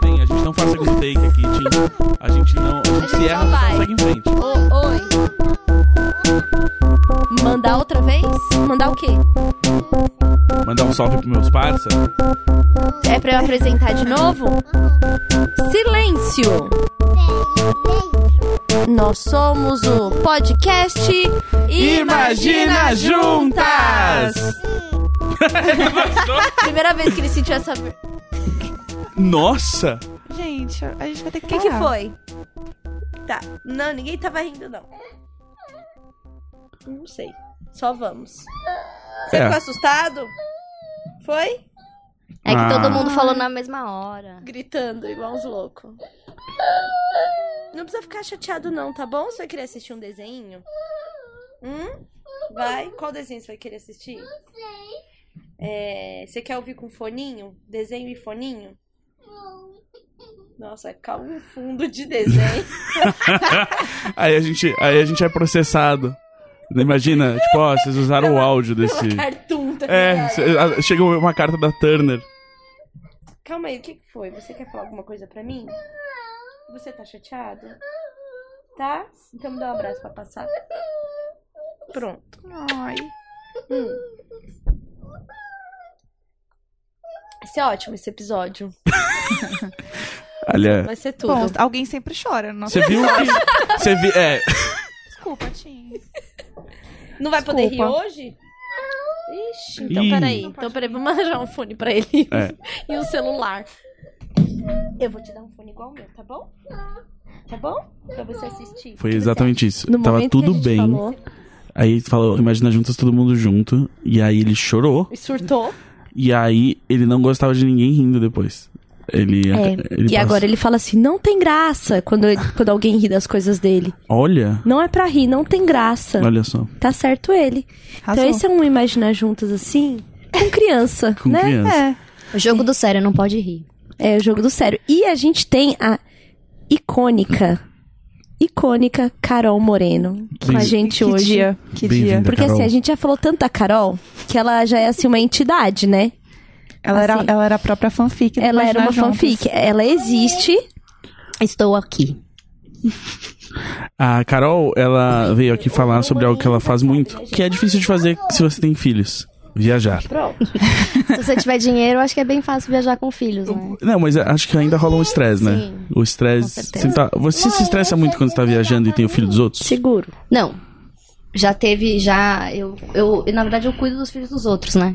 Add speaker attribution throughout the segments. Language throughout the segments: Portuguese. Speaker 1: Bem, a gente não faz segundo take aqui, Tim. A gente não. A gente
Speaker 2: A
Speaker 1: se
Speaker 2: gente
Speaker 1: erra,
Speaker 2: só
Speaker 1: só
Speaker 2: vai.
Speaker 1: segue em frente.
Speaker 2: Ô, oi. Mandar outra vez? Mandar o quê?
Speaker 1: Mandar um salve pros meus parça.
Speaker 2: É pra eu apresentar de novo? Silêncio! Nós somos o podcast
Speaker 1: Imagina Juntas!
Speaker 2: Primeira vez que ele sentiu essa. O
Speaker 1: Nossa!
Speaker 3: Gente, a gente vai ter que
Speaker 2: que, que
Speaker 3: parar.
Speaker 2: foi? Tá. Não, ninguém tava rindo, não. Não sei. Só vamos. Você
Speaker 1: É.
Speaker 2: ficou assustado? Foi?
Speaker 4: É que
Speaker 1: Ah.
Speaker 4: todo mundo falou na mesma hora.
Speaker 2: Gritando, igual uns loucos. Não precisa ficar chateado, não, tá bom? Você vai querer assistir um desenho? Hum? Vai? Qual desenho você vai querer assistir? Não sei. Você quer ouvir com foninho? Desenho e foninho? Nossa, vai ficar um fundo de desenho.
Speaker 1: Aí a gente, aí a gente é processado. Imagina, tipo, ó, vocês usaram o áudio desse.
Speaker 2: Uma cartoon, tá
Speaker 1: É,
Speaker 2: ligado?
Speaker 1: cê- a- chega uma carta da Turner.
Speaker 2: Calma aí, o que que foi? Você quer falar alguma coisa pra mim? Você tá chateado? Tá? Então me dá um abraço pra passar. Pronto.
Speaker 3: Ai.
Speaker 2: Vai ser ótimo esse episódio.
Speaker 1: Olha,
Speaker 2: Vai ser tudo.
Speaker 3: Bom, alguém sempre chora. no Nosso...
Speaker 1: você viu que. Você viu. É,
Speaker 3: Desculpa, Tim.
Speaker 2: não vai poder rir
Speaker 3: desculpa.
Speaker 2: hoje? Ixi, então
Speaker 1: Ih.
Speaker 2: peraí.
Speaker 3: Não pode
Speaker 2: Então peraí, vamos arranjar um fone pra ele.
Speaker 1: É.
Speaker 2: e um celular. Eu vou te dar um fone igual o meu, tá bom? Tá bom? Pra você assistir.
Speaker 1: foi exatamente isso.
Speaker 2: No
Speaker 1: Tava
Speaker 2: momento
Speaker 1: tudo
Speaker 2: que a
Speaker 1: bem.
Speaker 2: gente Falou,
Speaker 1: Aí falou, imagina juntas todo mundo junto. E aí ele chorou.
Speaker 2: e surtou.
Speaker 1: E aí ele não gostava de ninguém rindo depois. Ele. ele
Speaker 2: É, e
Speaker 1: passa-
Speaker 2: agora ele fala assim: não tem graça quando, quando alguém ri das coisas dele.
Speaker 1: assim, Olha,
Speaker 2: Não é pra rir, não tem graça.
Speaker 1: olha só.
Speaker 2: Tá certo ele.
Speaker 3: Arrasou.
Speaker 2: Então esse é um imaginar juntas assim, com criança,
Speaker 1: Com
Speaker 2: né?
Speaker 1: criança.
Speaker 3: É.
Speaker 4: O jogo do sério não pode rir.
Speaker 2: É o jogo do sério. E a gente tem a icônica, icônica Carol Moreno com a
Speaker 1: Bem-
Speaker 2: gente
Speaker 3: que
Speaker 2: hoje.
Speaker 3: dia. Que dia.
Speaker 1: Bem-vinda.
Speaker 2: Porque
Speaker 1: Carol.
Speaker 2: assim, a gente já falou tanto da Carol que ela já é assim uma entidade, né?
Speaker 3: Ela,
Speaker 2: Assim.
Speaker 3: era, ela era a própria fanfic. do
Speaker 2: Ela era uma
Speaker 3: Imaginar Juntas.
Speaker 2: fanfic. Ela existe.
Speaker 4: Estou aqui.
Speaker 1: A Carol, ela veio aqui falar sobre algo que ela faz muito, que é difícil de fazer se você tem filhos. Viajar.
Speaker 2: Pronto.
Speaker 4: Se você tiver dinheiro, acho que é bem fácil viajar com filhos, né?
Speaker 1: Não, mas acho que ainda rola um estresse, né?
Speaker 4: Sim.
Speaker 1: O estresse.
Speaker 4: Com
Speaker 1: Você,
Speaker 4: certeza.
Speaker 1: tá- você se estressa muito quando você tá viajando e tem o filho dos outros?
Speaker 2: Seguro.
Speaker 4: Não. Já teve, já. Eu, eu, na verdade, eu cuido dos filhos dos outros, né?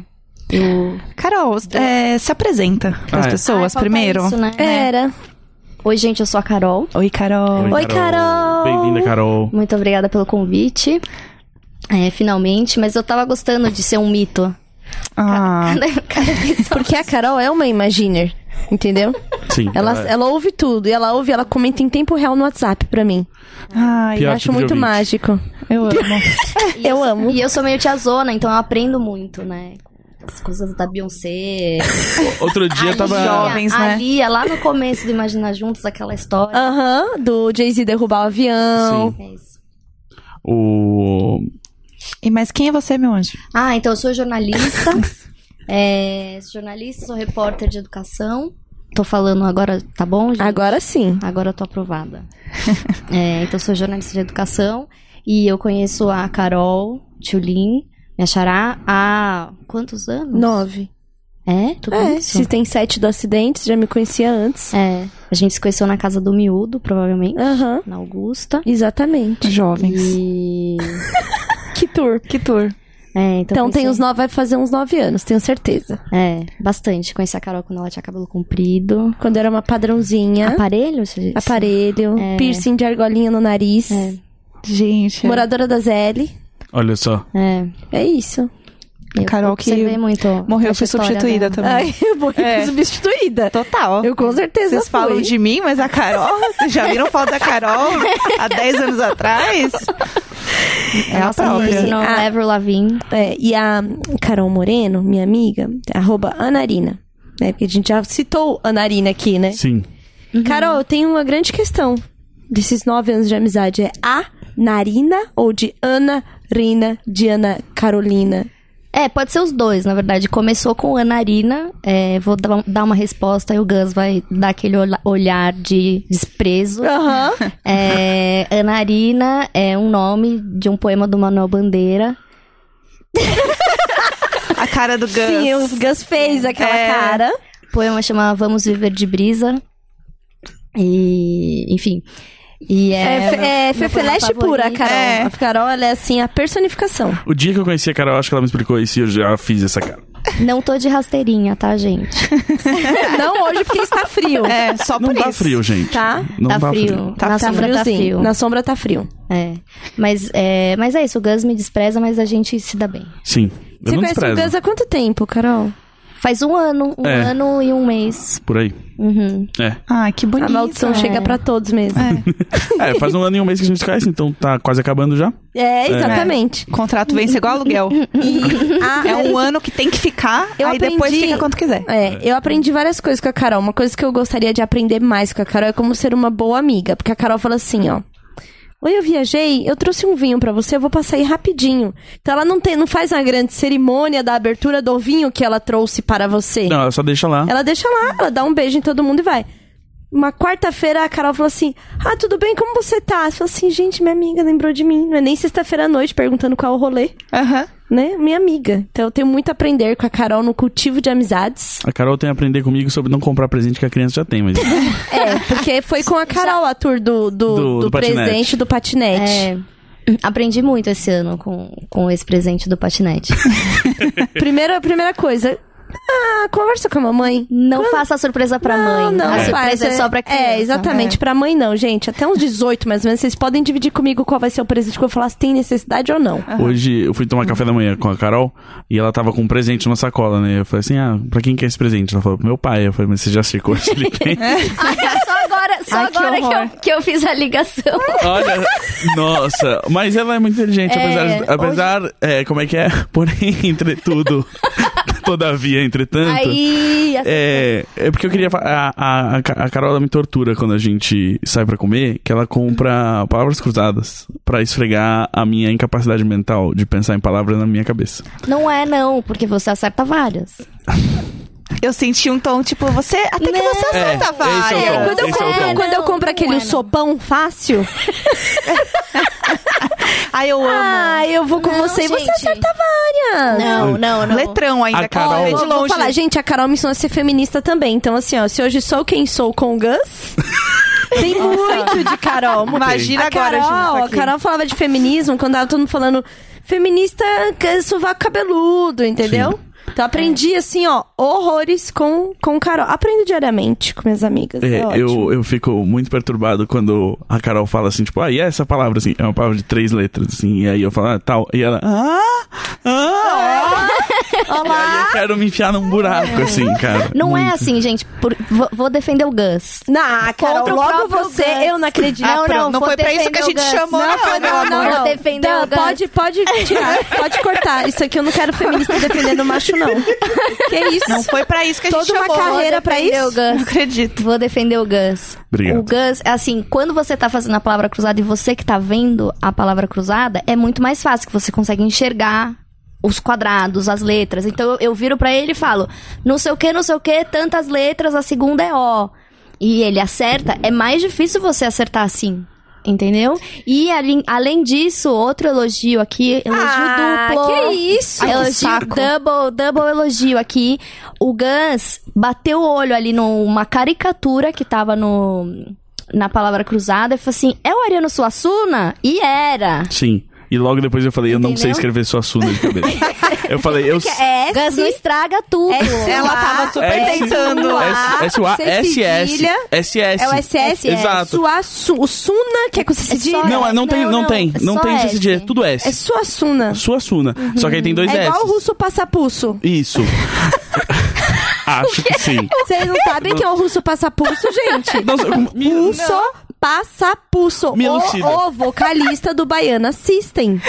Speaker 4: Eu.
Speaker 3: Carol, é, se apresenta pras
Speaker 1: Ah, é.
Speaker 4: Ai,
Speaker 3: pessoas
Speaker 4: falta
Speaker 3: primeiro.
Speaker 4: isso, né?
Speaker 2: Era.
Speaker 4: Oi, gente, eu sou a Carol.
Speaker 3: Oi, Carol.
Speaker 2: Oi, Carol.
Speaker 1: Bem-vinda, Carol.
Speaker 4: Muito obrigada pelo convite. É, finalmente, mas eu tava gostando de ser um mito. né?
Speaker 3: Ah,
Speaker 4: Cada, cada episódio.
Speaker 2: Porque a Carol é uma imaginer, entendeu?
Speaker 1: Sim. É,
Speaker 2: Ela, é. ela ouve tudo. E ela ouve, ela comenta em tempo real no WhatsApp pra mim.
Speaker 3: ai,
Speaker 1: Pior tipo
Speaker 2: Eu acho
Speaker 1: de
Speaker 2: muito
Speaker 1: ouvinte.
Speaker 2: mágico.
Speaker 3: eu amo.
Speaker 4: E
Speaker 2: Eu
Speaker 4: sou-
Speaker 2: amo.
Speaker 4: E eu sou meio tiazona, então eu aprendo muito, né? As coisas da Beyoncé.
Speaker 1: Outro dia eu tava.
Speaker 3: jovem. jovens, né?
Speaker 4: a Lia, é lá no começo do Imaginar Juntos, aquela história.
Speaker 2: Aham, do Jay-Z derrubar o avião.
Speaker 1: Sim.
Speaker 4: É isso.
Speaker 1: O.
Speaker 3: E mas quem é você, meu anjo?
Speaker 4: Ah, então eu sou jornalista. É, sou jornalista, sou repórter de educação. Tô falando agora, tá bom? gente?
Speaker 2: Agora sim.
Speaker 4: Agora eu tô aprovada. É, então, eu sou jornalista de educação e eu conheço a Carol Tchulin, me achará há quantos anos?
Speaker 2: Nove.
Speaker 4: É? Tudo
Speaker 2: É,
Speaker 4: isso?
Speaker 2: se tem sete do acidente, já me conhecia antes.
Speaker 4: É. A gente se conheceu na casa do miúdo, provavelmente,
Speaker 2: Aham,
Speaker 4: na Augusta.
Speaker 2: exatamente.
Speaker 3: Jovens.
Speaker 4: E...
Speaker 2: Que tour.
Speaker 3: Que tour.
Speaker 4: É, então
Speaker 2: Então
Speaker 4: conheci-
Speaker 2: tem os nove, vai fazer uns nove anos, tenho certeza.
Speaker 4: É, bastante. Conheci a Carol quando ela tinha cabelo comprido.
Speaker 2: Quando era uma padrãozinha,
Speaker 4: Aparelho? você disse?
Speaker 2: aparelho, piercing de argolinha no nariz,
Speaker 3: Gente.
Speaker 2: moradora da ZL.
Speaker 1: Olha só.
Speaker 4: É.
Speaker 2: É isso.
Speaker 4: Eu
Speaker 3: Carol que
Speaker 4: observei muito
Speaker 3: Morreu,
Speaker 4: essa
Speaker 3: foi
Speaker 4: história
Speaker 3: substituída
Speaker 4: dela.
Speaker 3: também.
Speaker 2: né? Ai, eu vou
Speaker 3: É.
Speaker 2: substituída.
Speaker 3: Total.
Speaker 2: Eu com certeza
Speaker 3: Vocês falam
Speaker 2: fui.
Speaker 3: de mim, mas a Carol, vocês já viram foto da Carol há 10 anos atrás? É a
Speaker 4: Nossa, me
Speaker 3: própria.
Speaker 4: ensinou
Speaker 2: Ah.
Speaker 4: a Avril Lavigne.
Speaker 2: É, e a Carol Moreno, minha amiga, arroba Anarina. Né? Porque a gente já citou Anarina aqui, né?
Speaker 1: Sim.
Speaker 2: Carol, eu tenho uma grande questão desses nove anos de amizade é a Narina ou de Ana Rina, Diana Carolina?
Speaker 4: É, pode ser os dois, na verdade. Começou com a Narina, é, vou dar um- dar uma resposta e o Gus vai dar aquele olha- olhar de desprezo.
Speaker 2: Aham.
Speaker 4: É, Anarina é um nome de um poema do Manuel Bandeira.
Speaker 3: A cara do Gus.
Speaker 2: Sim, o Gus fez aquela
Speaker 3: É.
Speaker 2: cara.
Speaker 4: O poema chama Vamos Viver de Brisa. E, enfim. E é.
Speaker 2: É, fe- é, Fefeleste pura, a
Speaker 4: favorito.
Speaker 2: Carol.
Speaker 3: É.
Speaker 2: A Carol, ela é assim, a personificação.
Speaker 1: O dia que eu conheci a Carol, acho que ela me explicou isso e eu já fiz essa cara.
Speaker 4: Não tô de rasteirinha, tá, gente?
Speaker 2: Não hoje, porque está frio.
Speaker 3: É, só
Speaker 1: Não
Speaker 3: por
Speaker 1: tá
Speaker 3: isso.
Speaker 1: frio, gente.
Speaker 2: Ah, Tá?
Speaker 1: Não
Speaker 4: tá,
Speaker 1: tá,
Speaker 4: frio.
Speaker 2: Tá,
Speaker 4: Na sombra tá
Speaker 2: friozinho.
Speaker 4: frio.
Speaker 2: Na sombra tá frio.
Speaker 4: É. Mas, é. mas é isso, o Gus me despreza, mas a gente se dá bem.
Speaker 1: Sim. Eu
Speaker 2: Você
Speaker 1: não
Speaker 2: conhece
Speaker 1: desprezo.
Speaker 2: o Gus há quanto tempo, Carol?
Speaker 4: Faz um ano, um
Speaker 1: É.
Speaker 4: ano e um mês.
Speaker 1: Por aí.
Speaker 4: Uhum.
Speaker 1: É.
Speaker 3: Ai, que bonito.
Speaker 2: A maldição
Speaker 4: é.
Speaker 2: chega pra todos mesmo.
Speaker 1: É, faz um ano e um mês que a gente se conhece, então tá quase acabando já.
Speaker 2: É, exatamente.
Speaker 3: O contrato vence igual aluguel.
Speaker 2: E a-
Speaker 3: É um ano que tem que ficar,
Speaker 2: Eu
Speaker 3: aí depois
Speaker 2: aprendi-
Speaker 3: fica quanto quiser.
Speaker 2: É, eu aprendi várias coisas com a Carol. Uma coisa que eu gostaria de aprender mais com a Carol é como ser uma boa amiga. Porque a Carol fala assim, ó. Oi, eu viajei, eu trouxe um vinho pra você, eu vou passar aí rapidinho. Então ela não tem, não faz uma grande cerimônia da abertura do vinho que ela trouxe para você.
Speaker 1: Não, ela só deixa lá.
Speaker 2: Ela deixa lá, ela dá um beijo em todo mundo e vai. Uma quarta-feira a Carol falou assim: Ah, tudo bem, como você tá? Eu falou assim, gente, minha amiga lembrou de mim. Não é nem sexta-feira à noite perguntando qual o rolê,
Speaker 3: Aham.
Speaker 2: né? Minha amiga. Então eu tenho muito a aprender com a Carol no cultivo de amizades.
Speaker 1: A Carol tem a aprender comigo sobre não comprar presente que a criança já tem, mas.
Speaker 2: É, porque foi com a Carol a tour do, do,
Speaker 1: Do-
Speaker 2: do
Speaker 1: do patinete.
Speaker 2: presente do patinete.
Speaker 4: É, aprendi muito esse ano com, com esse presente do patinete. É.
Speaker 2: Primeira, primeira coisa. Ah, conversa com a mamãe. "Ah,
Speaker 4: Não faça a surpresa pra
Speaker 2: Não,
Speaker 4: mãe.
Speaker 2: não,
Speaker 4: a
Speaker 2: faz.
Speaker 4: surpresa é só pra criança.
Speaker 2: É, exatamente. Pra mãe não, gente. Até uns 18, mais ou menos. Vocês podem dividir comigo qual vai ser o presente que eu vou falar se tem necessidade ou não.
Speaker 1: Hoje eu fui tomar café da manhã com a Carol e ela tava com um presente numa sacola, né? Eu falei assim: ah, pra quem que é esse presente? Ela falou: pro meu pai. Eu falei: mas você já secou se ele tem?
Speaker 4: Olha, É só agora, só
Speaker 3: Ai, que
Speaker 4: agora que,
Speaker 3: horror.
Speaker 4: eu, que eu fiz a ligação.
Speaker 1: Olha, nossa, mas ela é muito inteligente,
Speaker 4: É,
Speaker 1: apesar, apesar é, como é que é? Porém, entretudo, todavia, entretanto.
Speaker 4: Aí, assim,
Speaker 1: É, é porque eu queria. fa- A, a, a Ca- a Carol ela me tortura quando a gente sai pra comer, que ela compra palavras cruzadas pra esfregar a minha incapacidade mental de pensar em palavras na minha cabeça.
Speaker 4: não é não, porque você acerta várias.
Speaker 3: Eu senti um tom, tipo, você. Até que você acerta,
Speaker 1: É,
Speaker 3: vai.
Speaker 1: esse é o tom.
Speaker 2: Quando eu,
Speaker 1: Esse é o
Speaker 2: compro,
Speaker 1: tom.
Speaker 2: quando eu
Speaker 4: Não,
Speaker 2: compro
Speaker 4: não
Speaker 2: aquele
Speaker 4: é, não.
Speaker 2: sopão fácil,
Speaker 3: Ai, eu amo.
Speaker 2: ah, eu vou com
Speaker 4: Não,
Speaker 2: você e você
Speaker 4: gente.
Speaker 2: acerta várias.
Speaker 4: Não, não, não.
Speaker 3: Letrão ainda,
Speaker 1: A Carol-
Speaker 3: Vê
Speaker 2: Eu
Speaker 3: de
Speaker 2: vou, vou
Speaker 3: longe.
Speaker 2: falar, gente, a Carol me ensinou a ser feminista também. Então, assim, ó, se hoje sou quem sou com o Gus, tem muito de Carol. muito.
Speaker 3: Imagina
Speaker 2: a Carol,
Speaker 3: agora, gente.
Speaker 2: a Carol falava de feminismo quando tava todo mundo falando feminista que- sovaco cabeludo, entendeu? Então
Speaker 3: É.
Speaker 2: aprendi, assim, ó, horrores com, com Carol. Aprendo diariamente com minhas amigas. É,
Speaker 1: É,
Speaker 2: ótimo.
Speaker 1: eu, eu fico muito perturbado quando a Carol fala assim, tipo, ah, e essa palavra, assim, é uma palavra de três letras, assim, e aí eu falo, ah, tal, e ela, ah, ah, ah. e aí eu quero me enfiar num buraco, assim, cara.
Speaker 4: Não é
Speaker 1: Muito.
Speaker 4: assim, gente. por- vou, vou defender o Gus.
Speaker 2: Na, Carol,
Speaker 4: Contra o
Speaker 2: logo
Speaker 4: próprio
Speaker 2: você,
Speaker 4: Gus.
Speaker 2: eu não acredito.
Speaker 3: Ah, pronto, não
Speaker 4: vou
Speaker 3: foi pra isso que a gente
Speaker 4: defender o Gus.
Speaker 3: chamou,
Speaker 4: Não,
Speaker 3: né, Fran?
Speaker 4: não, não,
Speaker 2: não.
Speaker 4: Vou defender
Speaker 2: Dan,
Speaker 4: o Gus.
Speaker 2: pode, pode tirar, pode cortar. Isso aqui eu não quero feminista defendendo macho, não. Que isso?
Speaker 3: Não foi pra isso que a gente
Speaker 2: Toda uma
Speaker 3: chamou.
Speaker 2: carreira pra
Speaker 4: defender
Speaker 2: isso?
Speaker 4: o Gus.
Speaker 3: Não acredito.
Speaker 4: Vou defender o Gus.
Speaker 1: Obrigado.
Speaker 4: O Gus, é assim, quando você tá fazendo a palavra cruzada e você que tá vendo a palavra cruzada, é muito mais fácil, que você consegue enxergar os quadrados, as letras. Então eu, eu viro pra ele e falo, não sei o que, não sei o que, tantas letras, a segunda é O. E ele acerta, é mais difícil você acertar assim. Entendeu? E além, além disso, outro elogio aqui, elogio
Speaker 2: Ah,
Speaker 4: duplo.
Speaker 2: que isso?
Speaker 3: Ai, que
Speaker 4: Elogio
Speaker 3: saco.
Speaker 4: double, double elogio aqui. O Gans bateu o olho ali numa caricatura que tava no na palavra cruzada e falou assim: "É o Ariano Suassuna?" E era.
Speaker 1: Sim. E logo depois eu falei, eu não sei
Speaker 4: Entendeu?
Speaker 1: escrever sua suna de cabeça. eu falei, eu... S-
Speaker 2: É,
Speaker 4: Gans não estraga tudo.
Speaker 3: Ela
Speaker 2: tá
Speaker 3: tava super
Speaker 1: S-
Speaker 3: tentando.
Speaker 1: S- S-U-A,
Speaker 2: sem
Speaker 1: S-S,
Speaker 2: cedilha.
Speaker 1: S-S.
Speaker 2: É o SS.
Speaker 1: Exato.
Speaker 2: Suassu- o Suna, que é com cedilha?
Speaker 4: só-
Speaker 1: Não, é- não tem,
Speaker 4: Não,
Speaker 1: não
Speaker 4: não,
Speaker 1: tem,
Speaker 4: é
Speaker 1: não
Speaker 4: só
Speaker 1: tem
Speaker 4: S.
Speaker 1: CCD, é tudo
Speaker 2: É
Speaker 1: S.
Speaker 2: Suassuna.
Speaker 1: Sua suna. Só que aí tem dois
Speaker 2: É igual o
Speaker 1: S.
Speaker 2: russo passapulso.
Speaker 1: Isso. Acho que sim.
Speaker 2: Vocês não sabem quem é o russo passapulso, gente?
Speaker 1: Nossa, me-
Speaker 2: Russo passapulso.
Speaker 1: Me elucida.
Speaker 2: O, o vocalista do Baiana System.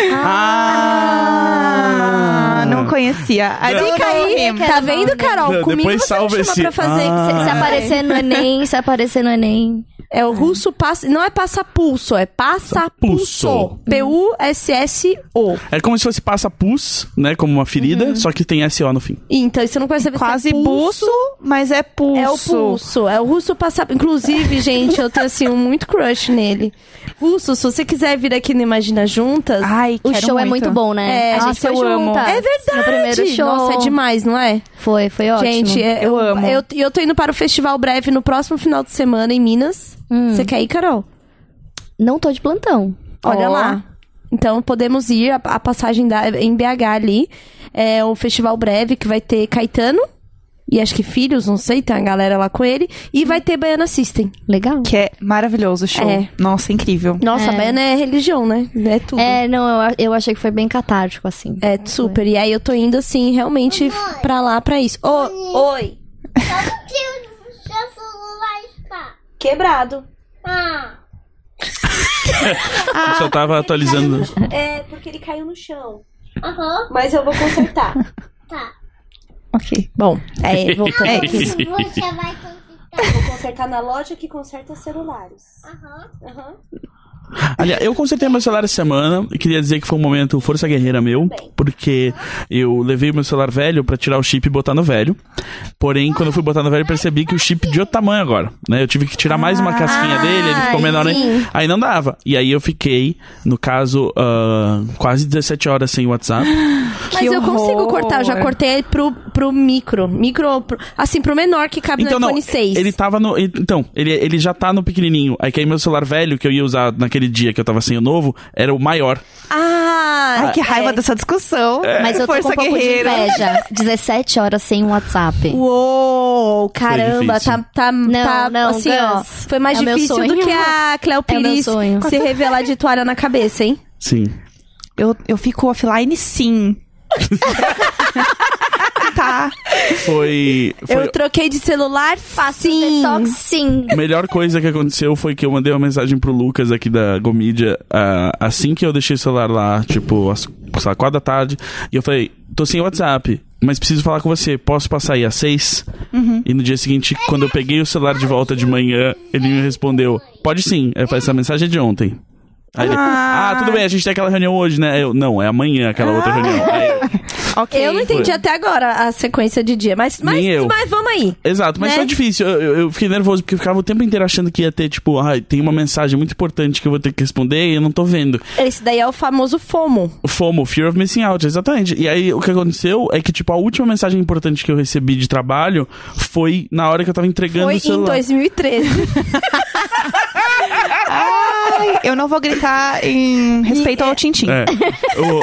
Speaker 3: Ah, não conhecia. I don't
Speaker 2: Fica
Speaker 3: know
Speaker 2: aí,
Speaker 3: him.
Speaker 2: tá vendo, Carol?
Speaker 1: Não,
Speaker 2: Comigo
Speaker 1: depois
Speaker 2: você
Speaker 1: salva
Speaker 2: me chama
Speaker 1: esse-
Speaker 2: pra fazer.
Speaker 1: Ah.
Speaker 4: Se aparecer no Enem, se aparecer no Enem.
Speaker 2: É o russo passa. Não é passapulso, é passapulso.
Speaker 1: Pulso.
Speaker 2: P-U-S-S-O.
Speaker 1: É como se fosse passa pus, né? Como uma ferida,
Speaker 3: Uhum.
Speaker 1: só que tem SO no fim.
Speaker 2: E Então, você não percebe se é
Speaker 3: Quase
Speaker 2: pulso.
Speaker 3: buço, mas é pulso.
Speaker 2: É o pulso, é o russo passar. Inclusive, gente, eu tenho assim um muito crush nele. Russo, se você quiser vir aqui no Imagina Juntas,
Speaker 3: Ai,
Speaker 4: O
Speaker 3: quero
Speaker 4: show é muito bom, né?
Speaker 2: É,
Speaker 4: a
Speaker 3: gente,
Speaker 4: gente foi
Speaker 3: eu amo.
Speaker 4: juntas.
Speaker 2: É verdade.
Speaker 4: No primeiro show.
Speaker 2: Nossa, é demais, não é?
Speaker 4: Foi, foi ótimo.
Speaker 2: Gente, é-
Speaker 3: Eu amo.
Speaker 2: Eu, eu tô indo para o festival breve no próximo final de semana em Minas.
Speaker 4: Hum.
Speaker 2: Você quer ir, Carol?
Speaker 4: Não tô de plantão.
Speaker 2: Olha
Speaker 3: Ó.
Speaker 2: lá. Então podemos ir a, a passagem da, em BH ali. É o festival breve que vai ter Caetano e acho que Filhos, não sei, tem a galera lá com ele. E vai ter Baiana System.
Speaker 4: Legal.
Speaker 3: Que é maravilhoso o show.
Speaker 2: É.
Speaker 3: Nossa, incrível.
Speaker 2: Nossa,
Speaker 4: É.
Speaker 2: Baiana é religião, né? É tudo.
Speaker 4: É, não, eu, a- eu achei que foi bem catártico, assim.
Speaker 2: É, super. E aí eu tô indo, assim, realmente pra lá pra isso. Ô, oi!
Speaker 5: Como que o seu celular está?
Speaker 2: Quebrado.
Speaker 5: Ah,
Speaker 3: Ah.
Speaker 1: Eu só tava atualizando.
Speaker 2: É, porque ele caiu no chão.
Speaker 5: aham,
Speaker 2: Mas eu vou consertar.
Speaker 5: tá.
Speaker 3: Ok.
Speaker 2: Bom, é, voltando
Speaker 5: Como
Speaker 2: aqui.
Speaker 5: você vai conquistar?
Speaker 2: Consertar na loja que conserta celulares.
Speaker 5: Aham,
Speaker 2: Aham.
Speaker 1: Aliás, eu consertei meu celular essa semana. e Queria dizer que foi um momento força guerreira meu, porque eu levei meu celular velho pra tirar o chip e botar no velho. Porém, quando eu fui botar no velho, eu percebi que o chip de outro tamanho agora, né? Eu tive que tirar mais uma casquinha dele, ele ficou menor.
Speaker 2: Ah, sim.
Speaker 1: ainda. Aí não dava. E aí eu fiquei, no caso, ah, quase 17 horas sem WhatsApp.
Speaker 2: Mas eu consigo
Speaker 3: horror.
Speaker 2: cortar, eu já cortei pro, pro micro. Micro, pro- assim, pro menor que cabe
Speaker 1: Então
Speaker 2: no
Speaker 1: não,
Speaker 2: iPhone 6.
Speaker 1: ele tava no, ele- então, ele, ele já tá no pequenininho. Aí que aí meu celular velho que eu ia usar naquele dia que eu tava sem o novo, era o maior.
Speaker 2: Ah!
Speaker 3: Ai, que raiva dessa discussão.
Speaker 4: Mas eu tô
Speaker 3: Força
Speaker 4: com um pouco
Speaker 3: guerreira.
Speaker 4: de inveja. 17 horas sem WhatsApp.
Speaker 2: Uou, caramba,
Speaker 1: difícil.
Speaker 2: tá, tá, tá
Speaker 4: não,
Speaker 2: assim, ó.
Speaker 4: Gus,
Speaker 2: Foi mais
Speaker 4: é o meu
Speaker 2: difícil do
Speaker 4: sonho.
Speaker 2: que a Cleo
Speaker 4: É o meu
Speaker 2: Pires
Speaker 4: sonho.
Speaker 2: se revelar de toalha na cabeça, hein?
Speaker 1: Sim.
Speaker 3: Eu, eu fico offline sim. tá.
Speaker 1: Foi, foi
Speaker 2: Eu troquei de celular facinho.
Speaker 4: Detox, sim.
Speaker 1: A melhor coisa que aconteceu foi que eu mandei uma mensagem pro Lucas aqui da Gomídia ah, assim que eu deixei o celular lá, tipo, às sei lá, quatro da tarde, e eu falei, tô sem WhatsApp, mas preciso falar com você, posso passar aí às seis? E no dia seguinte, quando eu peguei o celular de volta de manhã, ele me respondeu, pode sim. Eu falei, essa mensagem é de ontem. Aí ele, ah,
Speaker 3: Ah.
Speaker 1: tudo bem, a gente tem aquela reunião hoje, né? Aí Eu, não, é amanhã aquela outra reunião. Aí eu,
Speaker 3: Ok.
Speaker 2: Eu não entendi
Speaker 1: Foi.
Speaker 2: até agora a sequência de dia, mas, mas,
Speaker 1: Nem eu.
Speaker 2: mas vamos aí.
Speaker 1: Exato, mas
Speaker 2: Né?
Speaker 1: foi difícil. Eu, eu- eu fiquei nervoso porque eu ficava o tempo inteiro achando que ia ter, tipo, ah, tem uma mensagem muito importante que eu vou ter que responder e eu não tô vendo.
Speaker 2: Esse daí é o famoso FOMO.
Speaker 1: FOMO, Fear of Missing Out, exatamente. E aí o que aconteceu é que, tipo, a última mensagem importante que eu recebi de trabalho foi na hora que eu tava entregando
Speaker 2: Foi
Speaker 1: o
Speaker 2: em
Speaker 1: celular.
Speaker 2: 2013.
Speaker 3: Ai, eu não vou gritar em respeito ao Tintim.
Speaker 1: É. O-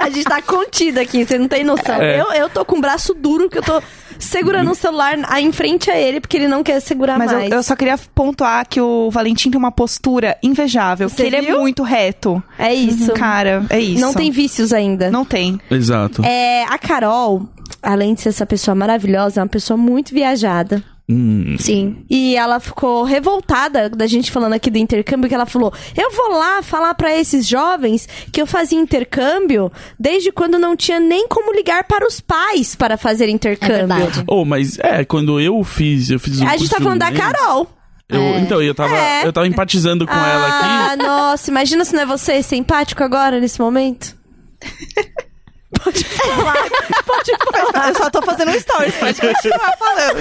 Speaker 2: a gente tá contida aqui, você não tem noção.
Speaker 1: É.
Speaker 2: Eu, eu tô com o braço duro porque eu tô segurando o celular a- em frente a ele porque ele não quer segurar
Speaker 3: Mas eu,
Speaker 2: mais.
Speaker 3: eu só queria pontuar que o Valentim tem uma postura invejável.
Speaker 2: Você
Speaker 3: que ele
Speaker 2: viu?
Speaker 3: é muito reto.
Speaker 2: É isso.
Speaker 3: Cara, é isso.
Speaker 2: Não tem vícios ainda.
Speaker 3: Não tem.
Speaker 1: Exato.
Speaker 2: É, a Carol, além de ser essa pessoa maravilhosa, é uma pessoa muito viajada.
Speaker 1: Hum.
Speaker 4: Sim.
Speaker 2: E ela ficou revoltada da gente falando aqui do intercâmbio, que ela falou: "Eu vou lá falar pra esses jovens que eu fazia intercâmbio desde quando não tinha nem como ligar para os pais para fazer intercâmbio".
Speaker 4: É verdade.
Speaker 1: Oh, mas é, quando eu fiz, eu fiz um
Speaker 2: a gente
Speaker 1: curso
Speaker 2: tá
Speaker 1: de
Speaker 2: falando da
Speaker 1: inglês,
Speaker 2: Carol.
Speaker 1: eu- Então, eu tava,
Speaker 2: É.
Speaker 1: eu tava empatizando com ela aqui.
Speaker 2: Ah, nossa, imagina se não é você simpático agora nesse momento. Pode falar.
Speaker 3: Eu só tô fazendo um stories, pode
Speaker 2: Ah,
Speaker 3: continuar falando.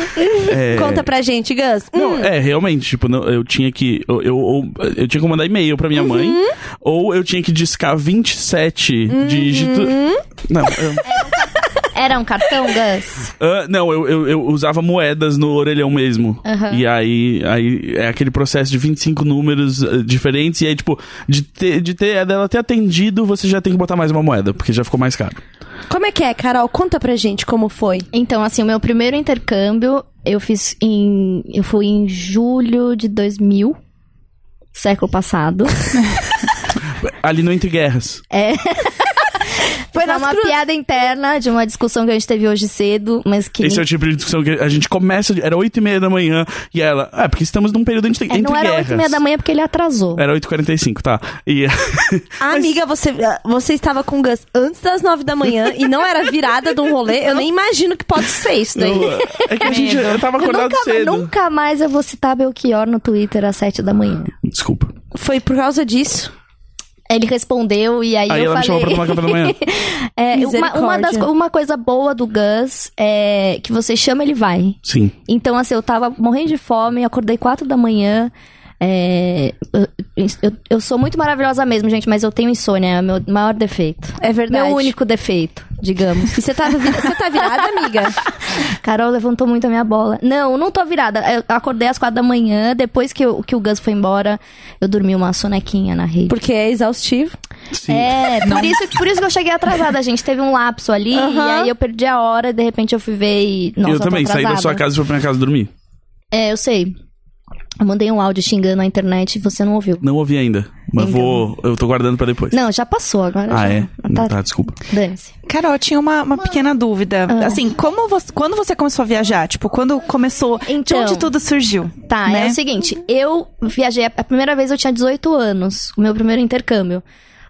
Speaker 1: É.
Speaker 2: Conta pra gente, Gus. Hum,
Speaker 1: É, realmente, tipo, não- eu tinha que. Eu, eu, ou- eu tinha que mandar e-mail pra
Speaker 4: Uhum.
Speaker 1: minha mãe, ou eu tinha que discar 27
Speaker 4: Uhum.
Speaker 1: dígitos. Não, eu,
Speaker 4: Era um cartão, Gus?
Speaker 1: ah, não eu, eu, eu usava moedas no orelhão mesmo. E aí, aí é aquele processo de 25 números ah, diferentes, e aí, tipo, de ter, de ter dela ter atendido, você já tem que botar mais uma moeda, porque já ficou mais caro.
Speaker 2: Como é que é, Carol? Conta pra gente como foi.
Speaker 4: Então, assim, o meu primeiro intercâmbio eu fiz em. Eu fui em julho de 2000, século passado. É.
Speaker 1: Ali no Entre Guerras.
Speaker 3: Põe
Speaker 4: Foi
Speaker 3: nas
Speaker 4: uma
Speaker 3: cruzes.
Speaker 4: piada interna de uma discussão que a gente teve hoje cedo, mas que.
Speaker 1: Esse é
Speaker 4: nem-
Speaker 1: o tipo de discussão que a gente começa. de- Era 8 e meia da manhã e ela. Ah, porque estamos num período entre,
Speaker 4: É,
Speaker 1: entre
Speaker 4: não era
Speaker 1: guerras. É,
Speaker 4: 8 e meia da manhã porque ele atrasou.
Speaker 1: Era 8h45, tá. E.
Speaker 6: Ah, amiga, você, você estava com o Gus antes das nove da manhã e não era virada de um rolê. Eu nem imagino que pode ser isso daí.
Speaker 1: eu- é que a gente. Eu tava
Speaker 4: Eu
Speaker 1: acordado
Speaker 4: nunca,
Speaker 1: cedo.
Speaker 4: nunca mais eu vou citar Belchior no Twitter às 7 da manhã.
Speaker 1: Desculpa.
Speaker 6: Foi por causa disso.
Speaker 4: Ele respondeu e aí,
Speaker 1: Aí
Speaker 4: eu
Speaker 1: ela me chamou pra tomar
Speaker 4: falei.
Speaker 1: café da manhã.
Speaker 4: É, uma, uma, das,
Speaker 6: Misericórdia.
Speaker 4: co- uma coisa boa do Gus é que você chama, ele vai.
Speaker 1: Sim.
Speaker 4: Então, assim, eu tava morrendo de fome, acordei quatro da manhã. é, eu, eu- eu sou muito maravilhosa mesmo, gente, mas eu tenho insônia, é o meu maior defeito.
Speaker 6: É verdade.
Speaker 4: Meu único defeito, digamos.
Speaker 6: E você tá, vi- você tá virada, amiga?
Speaker 4: Carol levantou muito a minha bola. Não, não tô virada. Eu acordei às quatro da manhã, depois que, eu- que o Gus foi embora, eu dormi uma sonequinha na rede.
Speaker 6: Porque é exaustivo.
Speaker 1: Sim.
Speaker 4: É, por isso, por isso que eu cheguei atrasada, gente. Teve um lapso ali, e
Speaker 6: Aham.
Speaker 4: aí eu perdi a hora, de repente eu fui ver e. Nossa,
Speaker 1: eu
Speaker 4: tô
Speaker 1: também saí da sua
Speaker 4: atrasada.
Speaker 1: casa e fui pra minha casa dormir.
Speaker 4: É, eu sei. Eu mandei um áudio xingando na internet e você não ouviu.
Speaker 1: Não ouvi ainda. Mas vou. Eu tô guardando pra depois.
Speaker 4: Então. Não, já passou agora.
Speaker 1: Ah,
Speaker 4: já.
Speaker 1: é?
Speaker 4: Tá,
Speaker 1: Tá, desculpa.
Speaker 4: Dane-se.
Speaker 3: Carol, eu tinha uma, uma pequena dúvida. Assim, como você, quando você começou a viajar? Tipo, quando começou? de
Speaker 4: Então.
Speaker 3: onde tudo surgiu?
Speaker 4: Tá,
Speaker 3: né?
Speaker 4: é o seguinte, eu viajei, a primeira vez eu tinha 18 anos, o meu primeiro intercâmbio.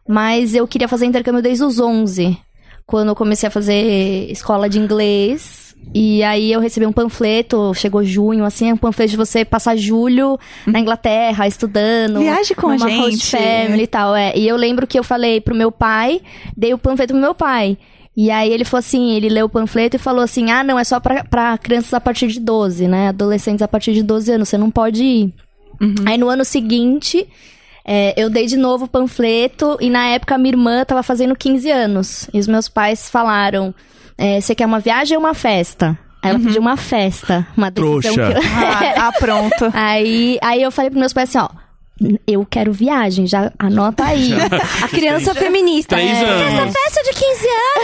Speaker 4: Mas eu queria fazer intercâmbio desde os 11, quando eu comecei a fazer escola de inglês. E aí eu recebi um panfleto, chegou junho, assim, é um panfleto de você passar julho na Inglaterra, estudando.
Speaker 3: Viaje com a
Speaker 4: numa
Speaker 3: gente.
Speaker 4: Host family e tal, é. E eu lembro que eu falei pro meu pai, dei o panfleto pro meu pai. E aí ele falou assim, ele leu o panfleto e falou assim, ah, não, é só pra, pra crianças a partir de 12, né? Adolescentes a partir de 12 anos, você não pode ir.
Speaker 3: Uhum.
Speaker 4: Aí no ano seguinte, é, eu dei de novo o panfleto e na época minha irmã tava fazendo 15 anos. E os meus pais falaram, é, você quer uma viagem ou uma festa? Aí
Speaker 3: Uhum.
Speaker 4: ela pediu uma festa, uma decisão
Speaker 1: Trouxa.
Speaker 4: que eu...
Speaker 3: Ah, ah, pronto.
Speaker 4: Aí, aí eu falei pros meus pais assim, ó. Eu quero viagem, já anota aí.
Speaker 6: A criança feminista.
Speaker 1: Três anos.
Speaker 4: festa de 15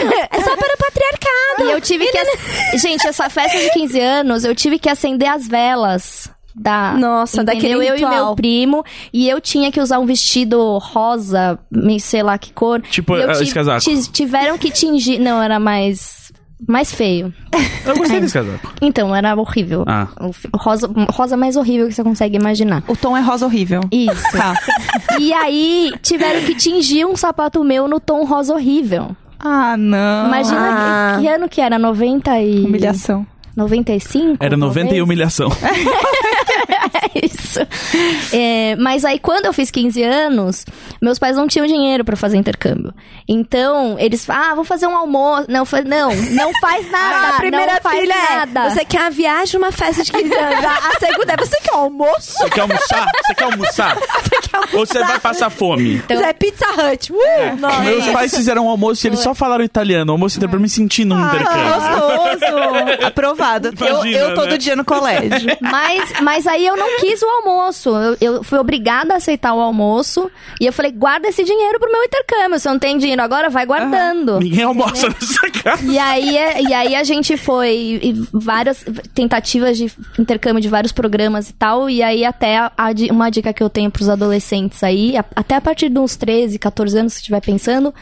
Speaker 4: anos é só para o patriarcado. E eu tive que. ac- Gente, essa festa de 15 anos, eu tive que acender as velas. Da,
Speaker 6: Nossa, daquele
Speaker 4: entendeu? Eu e
Speaker 6: ritual.
Speaker 4: meu primo. E eu tinha que usar um vestido rosa, meio sei lá que cor.
Speaker 1: Tipo,
Speaker 4: E eu
Speaker 1: ah,
Speaker 4: ti-
Speaker 1: esse casaco.
Speaker 4: ti- tiveram que tingir. Não, era mais. Mais feio.
Speaker 1: Eu gostei desse casaco.
Speaker 4: Então, era horrível.
Speaker 1: Ah.
Speaker 4: O f- o rosa, o rosa mais horrível que você consegue imaginar.
Speaker 3: O tom é rosa horrível.
Speaker 4: Isso.
Speaker 3: Tá.
Speaker 4: E aí tiveram que tingir um sapato meu no tom rosa horrível.
Speaker 3: Ah, não.
Speaker 4: Imagina
Speaker 6: Ah.
Speaker 4: que, que ano que era? 90 e...
Speaker 3: Humilhação.
Speaker 4: 95?
Speaker 1: Era 91
Speaker 4: talvez?
Speaker 1: humilhação.
Speaker 4: É isso. É, mas aí, quando eu fiz 15 anos, meus pais não tinham dinheiro pra fazer intercâmbio. Então, eles falam, ah, vou fazer um almoço. Não, fa- não, não faz
Speaker 2: Ah,
Speaker 4: nada.
Speaker 6: Ah, a primeira
Speaker 4: não faz
Speaker 6: filha
Speaker 4: nada.
Speaker 6: é, você quer uma viagem, uma festa de 15 anos. A a segunda é, você quer um almoço?
Speaker 1: Você quer almoçar? Você quer almoçar? Ou você vai passar fome?
Speaker 4: Então-
Speaker 6: Já é Pizza Hut. Uh,
Speaker 1: É.
Speaker 6: nossa.
Speaker 1: Meus pais fizeram um almoço e eles só falaram italiano. O almoço inteiro pra me sentir num intercâmbio.
Speaker 3: Ah, Gostoso. Aprovado. Eu,
Speaker 1: Imagina,
Speaker 3: eu todo
Speaker 1: né?
Speaker 3: dia no colégio.
Speaker 4: Mas, mas aí eu não quis o almoço. Eu, eu fui obrigada a aceitar o almoço. E eu falei, guarda esse dinheiro pro meu intercâmbio. Se eu não tem dinheiro agora, vai guardando.
Speaker 1: Ninguém almoça nessa casa.
Speaker 4: E aí, é- e aí a gente foi e várias tentativas de intercâmbio de vários programas e tal. E aí até a- a di- uma dica que eu tenho pros adolescentes aí, a- até a partir de uns 13, 14 anos, se estiver pensando,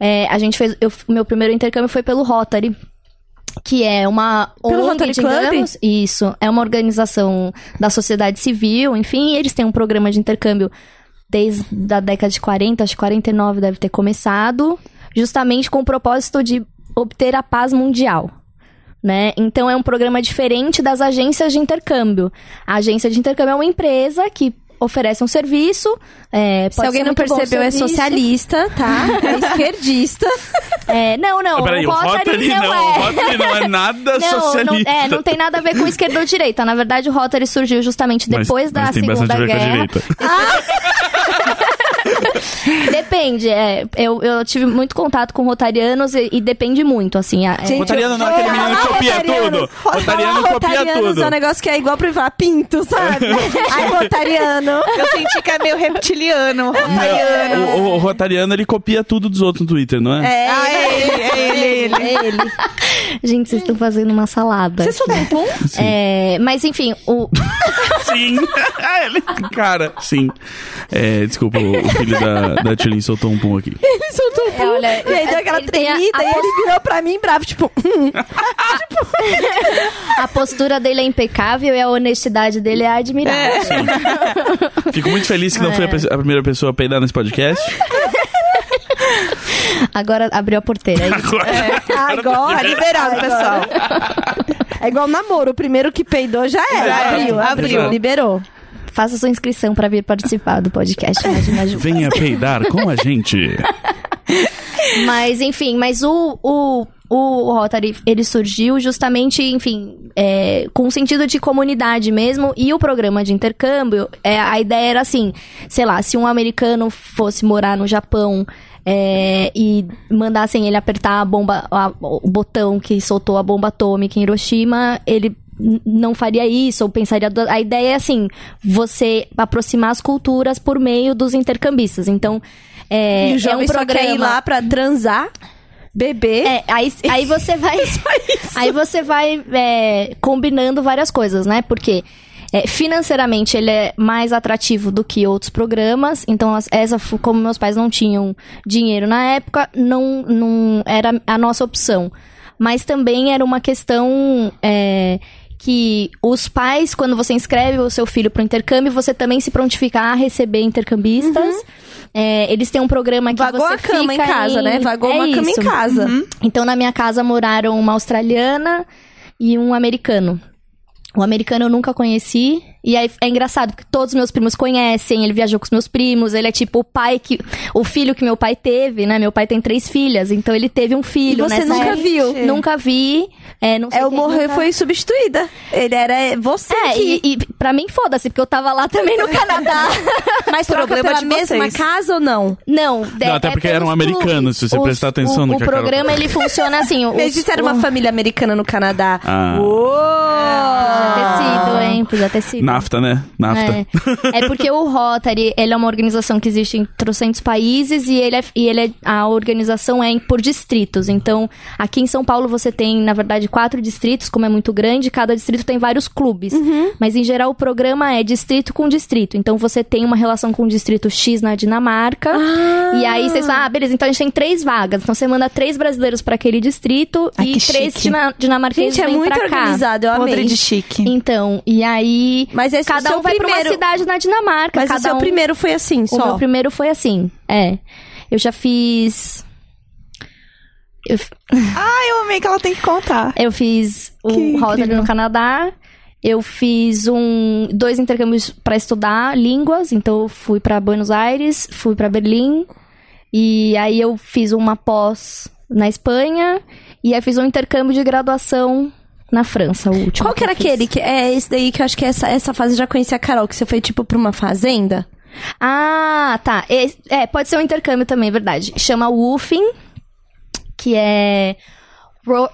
Speaker 4: é, a gente fez. eu- o meu primeiro intercâmbio foi pelo Rotary. Que é uma
Speaker 6: Pelo
Speaker 4: ONG,
Speaker 6: Rotary Club?
Speaker 4: digamos. Isso. É uma organização da sociedade civil, enfim, eles têm um programa de intercâmbio desde a década de 40, acho que 49 deve ter começado, justamente com o propósito de obter a paz mundial. Né? Então é um programa diferente das agências de intercâmbio. A agência de intercâmbio é uma empresa que oferece um serviço. é, pode
Speaker 6: Se
Speaker 4: ser
Speaker 6: alguém não
Speaker 4: muito bom o
Speaker 6: percebeu, é
Speaker 4: serviço.
Speaker 6: socialista, tá? É esquerdista.
Speaker 4: É, não, não.
Speaker 1: Peraí, o Rotary não.
Speaker 4: é.
Speaker 1: O Rotary não é nada
Speaker 4: Não,
Speaker 1: socialista.
Speaker 4: Não, é, não tem nada a ver com esquerda ou direita. Na verdade, o Rotary surgiu justamente
Speaker 1: Mas-
Speaker 4: depois da
Speaker 1: mas tem
Speaker 4: Segunda
Speaker 1: bastante a ver com a
Speaker 4: Guerra.
Speaker 1: direita.
Speaker 4: Depende, é. Eu, eu tive muito contato com rotarianos e, e depende muito, assim. a- é.
Speaker 1: Rotariano não é aquele menino que copia tudo. Rotariano
Speaker 6: Falar
Speaker 1: copia
Speaker 6: rotarianos
Speaker 1: tudo. É.
Speaker 6: é um negócio que é igual privar pinto, sabe? Ai, rotariano.
Speaker 3: Eu senti que é meio reptiliano.
Speaker 1: Não, o, o- o Rotariano ele copia tudo dos outros no Twitter, não é?
Speaker 6: É,
Speaker 3: Ah, é ele, é ele, é ele.
Speaker 4: Gente, vocês estão fazendo uma salada.
Speaker 6: Você sou bumbum?
Speaker 4: É, mas enfim, o,
Speaker 1: Sim. ele, cara, sim. É, desculpa, o, o filho da, da Tilin soltou um pum aqui.
Speaker 2: Ele soltou o pulo.
Speaker 4: olha,
Speaker 2: e aí deu aquela
Speaker 4: ele tem a-
Speaker 2: tremida
Speaker 4: a
Speaker 2: e É, ele virou pra mim bravo, tipo... "Hum,
Speaker 4: A postura dele é impecável e a honestidade dele é admirável.
Speaker 1: Fico muito feliz que não
Speaker 4: É.
Speaker 1: fui a, pe- a primeira pessoa a peidar nesse podcast.
Speaker 4: Agora abriu a porteira. é isso.
Speaker 1: Agora.
Speaker 2: Agora,
Speaker 3: Tá
Speaker 1: né?"
Speaker 3: liberado, pessoal.
Speaker 2: É igual namoro, o primeiro que peidou já era.
Speaker 3: Já era.
Speaker 2: abriu, abriu,
Speaker 1: Exato.
Speaker 2: liberou.
Speaker 4: Faça sua inscrição pra vir participar do podcast Imagina Juntas.
Speaker 1: Venha peidar com a gente.
Speaker 4: Mas, enfim, mas o, o, o Rotary, ele surgiu justamente, enfim, é, com sentido de comunidade mesmo. E o programa de intercâmbio, é, a ideia era assim, sei lá, se um americano fosse morar no Japão é, e mandassem ele apertar a bomba, a- o botão que soltou a bomba atômica em Hiroshima, ele n- não faria isso, ou pensaria. do- A ideia é assim, você aproximar as culturas por meio dos intercambistas. Então, é,
Speaker 2: e o
Speaker 4: é um
Speaker 2: jovem só
Speaker 4: programa.
Speaker 2: quer ir lá pra transar, beber...
Speaker 4: É, aí, aí você vai.
Speaker 2: é
Speaker 4: aí você vai é, combinando várias coisas, né? Porque é, financeiramente ele é mais atrativo do que outros programas. Então, as- essa, fo- como meus pais não tinham dinheiro na época, não, não era a nossa opção. Mas também era uma questão. é, que os pais, quando você inscreve o seu filho para intercâmbio, você também se prontificar a receber intercambistas. É, eles têm um programa que
Speaker 2: Uhum. Vagou
Speaker 4: você
Speaker 2: a cama em
Speaker 4: fica
Speaker 2: casa,
Speaker 4: em-
Speaker 2: né? Vagou
Speaker 4: É
Speaker 2: uma cama em
Speaker 4: isso.
Speaker 2: casa.
Speaker 4: Então, na minha casa moraram uma australiana e um americano. O americano eu nunca conheci. E aí é engraçado, porque todos os meus primos conhecem, ele viajou com os meus primos, ele é tipo o pai que. O filho que meu pai teve, né? Meu pai tem três filhas, então ele teve um filho.
Speaker 2: E você
Speaker 4: nessa
Speaker 2: nunca
Speaker 4: época.
Speaker 2: viu?
Speaker 4: Nunca vi. É, não sei
Speaker 2: É, o
Speaker 4: quem
Speaker 2: morreu
Speaker 4: nunca-
Speaker 2: foi substituída. Ele era você
Speaker 4: É,
Speaker 2: que...
Speaker 4: e, e pra mim foda-se, porque eu tava lá também no Canadá.
Speaker 2: Mas
Speaker 3: Problema
Speaker 2: troca pela
Speaker 3: de
Speaker 2: mesma
Speaker 3: vocês.
Speaker 2: casa ou não?
Speaker 4: Não, é
Speaker 1: Não, até porque eram
Speaker 4: pelos
Speaker 1: americanos, se você
Speaker 4: Os-
Speaker 1: prestar atenção
Speaker 4: o,
Speaker 1: no
Speaker 4: O
Speaker 1: que a Carol-
Speaker 4: programa ele funciona assim. os-
Speaker 2: Eles disseram
Speaker 4: o-
Speaker 2: uma família americana no Canadá.
Speaker 1: Ah.
Speaker 4: Podia ter sido,
Speaker 2: Uou!
Speaker 4: hein? Podia ter sido.
Speaker 1: Nafta, né? Nafta.
Speaker 4: É. é porque o Rotary, ele é uma organização que existe em trocentos países e ele é, e ele é- a organização é em- por distritos. Então, aqui em São Paulo você tem, na verdade, quatro distritos, como é muito grande, cada distrito tem vários clubes. Mas em geral o programa é distrito com distrito. Então você tem uma relação com o distrito X na Dinamarca. E aí vocês falam, ah, beleza, então a gente tem três vagas. Então você manda três brasileiros pra aquele distrito
Speaker 3: Ai,
Speaker 4: e
Speaker 3: que
Speaker 4: três
Speaker 3: chique.
Speaker 4: dina- dinamarqueses
Speaker 2: Gente, é
Speaker 4: vêm
Speaker 2: muito
Speaker 4: pra cá.
Speaker 2: organizado, eu amei.
Speaker 3: Podre de chique.
Speaker 4: Então, e aí.
Speaker 2: Mas esse é o
Speaker 4: cada
Speaker 2: seu
Speaker 4: um vai pra
Speaker 2: primeiro.
Speaker 4: uma cidade na Dinamarca.
Speaker 2: Mas é
Speaker 4: cada
Speaker 2: o seu
Speaker 4: um...
Speaker 2: primeiro foi assim,
Speaker 4: O
Speaker 2: só.
Speaker 4: meu primeiro foi assim. É. Eu já fiz. Eu, f-
Speaker 3: Ah, eu amei que ela tem que contar.
Speaker 4: eu fiz
Speaker 3: Que
Speaker 4: o Rotary
Speaker 3: incrível.
Speaker 4: no Canadá. Eu fiz um dois intercâmbios pra estudar línguas, então eu fui pra Buenos Aires, fui pra Berlim e aí eu fiz uma pós na Espanha e aí fiz um intercâmbio de graduação na França, o último.
Speaker 2: Qual que era
Speaker 4: tipo eu fiz.
Speaker 2: aquele? Que, é esse daí que eu acho que essa, essa fase eu já conhecia a Carol, que você foi, tipo, pra uma fazenda.
Speaker 4: Ah, tá. Esse- É, pode ser um intercâmbio também, é verdade. Chama Woofing, que é. Ro-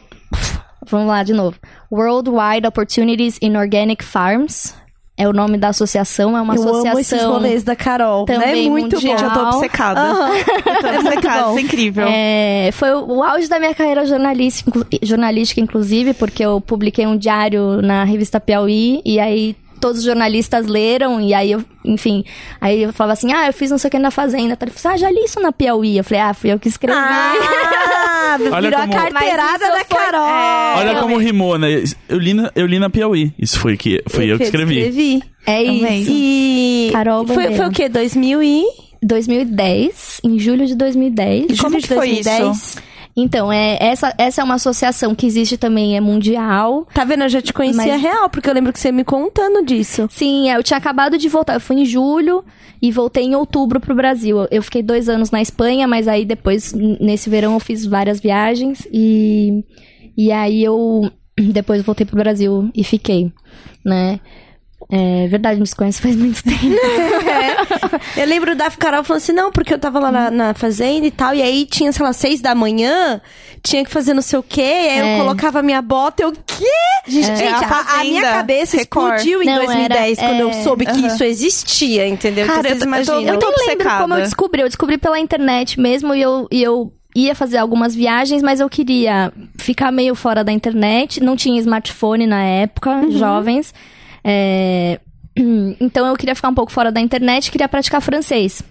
Speaker 4: Vamos lá de novo. Worldwide Opportunities in Organic Farms. É o nome da associação, é uma
Speaker 2: eu
Speaker 4: associação.
Speaker 2: amo esses rolês da Carol. né?
Speaker 4: também
Speaker 2: É muito
Speaker 4: mundial.
Speaker 2: bom.
Speaker 3: Gente, eu tô obcecada. Eu tô obcecada, isso é incrível.
Speaker 4: É, foi o, o auge da minha carreira jornalística, inclu- jornalística, inclusive, porque eu publiquei um diário na revista Piauí e aí todos os jornalistas leram e aí eu, enfim, aí eu falava assim, ah, eu fiz não sei o que na Fazenda. Ele falou, ah, já li isso na Piauí. Eu falei, ah, fui eu que escrevi.
Speaker 2: Ah, virou
Speaker 1: Olha
Speaker 2: a
Speaker 1: como-
Speaker 2: carteirada
Speaker 4: Mas
Speaker 2: da
Speaker 4: isso foi-
Speaker 2: Carol.
Speaker 4: É,
Speaker 1: Olha
Speaker 4: eu-
Speaker 1: como rimou, né? Eu li, na, eu li na Piauí. Isso foi que foi eu, que escrevi.
Speaker 4: É
Speaker 3: Amei.
Speaker 4: isso.
Speaker 2: E
Speaker 4: Carol
Speaker 2: foi,
Speaker 4: Bandeira.
Speaker 2: foi o quê? 2000 e...
Speaker 4: 2010, em julho de
Speaker 3: Como
Speaker 4: 2010.
Speaker 2: julho
Speaker 3: que
Speaker 2: de
Speaker 3: foi
Speaker 2: 2010?
Speaker 3: isso?
Speaker 4: Então, é, essa, essa é uma associação que existe também, é mundial.
Speaker 2: Tá vendo? Eu já te conhecia
Speaker 4: Mas-
Speaker 2: real, porque eu lembro que você me contando disso.
Speaker 4: Sim, é, eu tinha acabado de voltar. Eu fui em julho e voltei em outubro pro Brasil. Eu- Eu fiquei dois anos na Espanha, mas aí depois, n- nesse verão, eu fiz várias viagens. E, e aí eu depois voltei pro Brasil e fiquei, né? É verdade, me desconheço faz muito tempo.
Speaker 2: Eu lembro da Carol falando assim, não, porque eu tava lá na, na fazenda e tal, e aí tinha, sei lá, seis da manhã, tinha que fazer não sei o quê, e aí eu
Speaker 4: É.
Speaker 2: colocava a minha bota, eu, quê? Gente,
Speaker 3: é a
Speaker 2: a- a,
Speaker 3: Fazenda,
Speaker 2: minha cabeça
Speaker 3: Record.
Speaker 2: explodiu em
Speaker 4: Não,
Speaker 2: 2010,
Speaker 4: era-
Speaker 2: quando eu
Speaker 4: é,
Speaker 2: soube que isso existia, entendeu?
Speaker 3: Cara,
Speaker 2: então, vocês
Speaker 3: eu tô- eu tô-
Speaker 2: imaginam.
Speaker 4: Eu
Speaker 3: tô
Speaker 4: nem lembro
Speaker 3: obcecada.
Speaker 4: como eu descobri. Eu descobri pela internet mesmo e eu, e eu ia fazer algumas viagens, mas eu queria ficar meio fora da internet. Não tinha smartphone na época,
Speaker 3: Uhum.
Speaker 4: jovens. É, Então eu queria ficar um pouco fora da internet, queria praticar francês.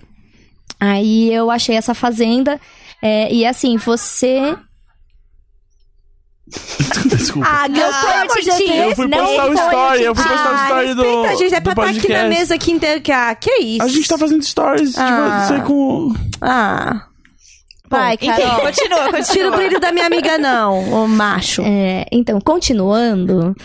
Speaker 4: Aí eu achei essa fazenda. é, e assim, você.
Speaker 1: Desculpa.
Speaker 4: Ah, não foi o Titi.
Speaker 1: eu fui
Speaker 4: não Ah,
Speaker 1: postar o
Speaker 2: Então,
Speaker 4: foi
Speaker 1: story, eu fui
Speaker 4: Titi.
Speaker 1: postar o story do.
Speaker 2: Eita, gente, é
Speaker 1: do
Speaker 2: pra estar aqui na
Speaker 1: podcast.
Speaker 2: mesa aqui inteira. Que, ah, que isso?
Speaker 1: A gente tá fazendo stories
Speaker 2: Ah.
Speaker 1: de você com.
Speaker 2: Ah. Vai,
Speaker 3: Enfim,
Speaker 2: Carol.
Speaker 3: continua,
Speaker 2: Tira o
Speaker 3: continua.
Speaker 2: brilho da minha amiga, não, ô macho.
Speaker 4: É, então, continuando.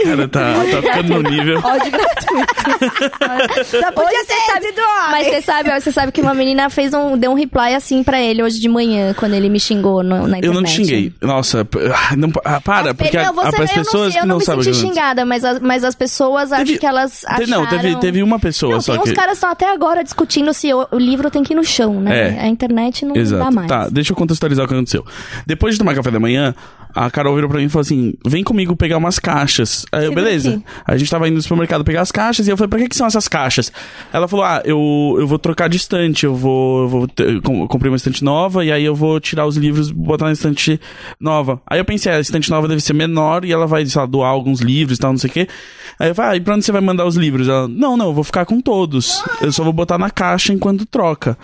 Speaker 1: Cara, tá, tá ficando no nível.
Speaker 2: Ódio gratuito. Já podia ter
Speaker 3: é.
Speaker 2: sabido, ó.
Speaker 4: Mas você sabe, você sabe que uma menina fez um, deu um reply assim pra ele hoje de manhã, quando ele me xingou no- na internet.
Speaker 1: Eu não te xinguei. Nossa, p- ah, não, ah, para,
Speaker 4: As pe-
Speaker 1: porque a-
Speaker 4: não, você-
Speaker 1: a- as pessoas
Speaker 4: eu
Speaker 1: que
Speaker 4: não
Speaker 1: não
Speaker 4: sei, Eu não
Speaker 1: sabem.
Speaker 4: me senti xingada, mas as, mas as pessoas acho
Speaker 1: Teve-
Speaker 4: que elas acharam...
Speaker 1: Te- Não, teve, teve uma pessoa
Speaker 4: Não,
Speaker 1: só
Speaker 4: tem
Speaker 1: que.
Speaker 4: uns caras que estão até agora discutindo se o, o livro tem que ir no chão, né?
Speaker 1: É.
Speaker 4: A internet não dá
Speaker 1: Exato.
Speaker 4: mais.
Speaker 1: Tá, deixa eu contextualizar o que aconteceu. Depois de tomar café da manhã, a Carol virou pra mim e falou assim: vem comigo pegar umas caixas. Aí eu, beleza. A gente tava indo no supermercado pegar as caixas e eu falei: pra que, que são essas caixas? Ela falou: ah, eu, eu vou trocar de estante, eu vou. Eu, vou ter- eu com- eu comprei uma estante nova e aí eu vou tirar os livros e botar na estante nova. Aí eu pensei: "Ah, a estante nova deve ser menor e ela vai, sei lá, doar alguns livros e tal, não sei o quê. Aí eu falei: ah, e pra onde você vai mandar os livros? Ela: não, não, eu vou ficar com todos. Eu só vou botar na caixa enquanto troca.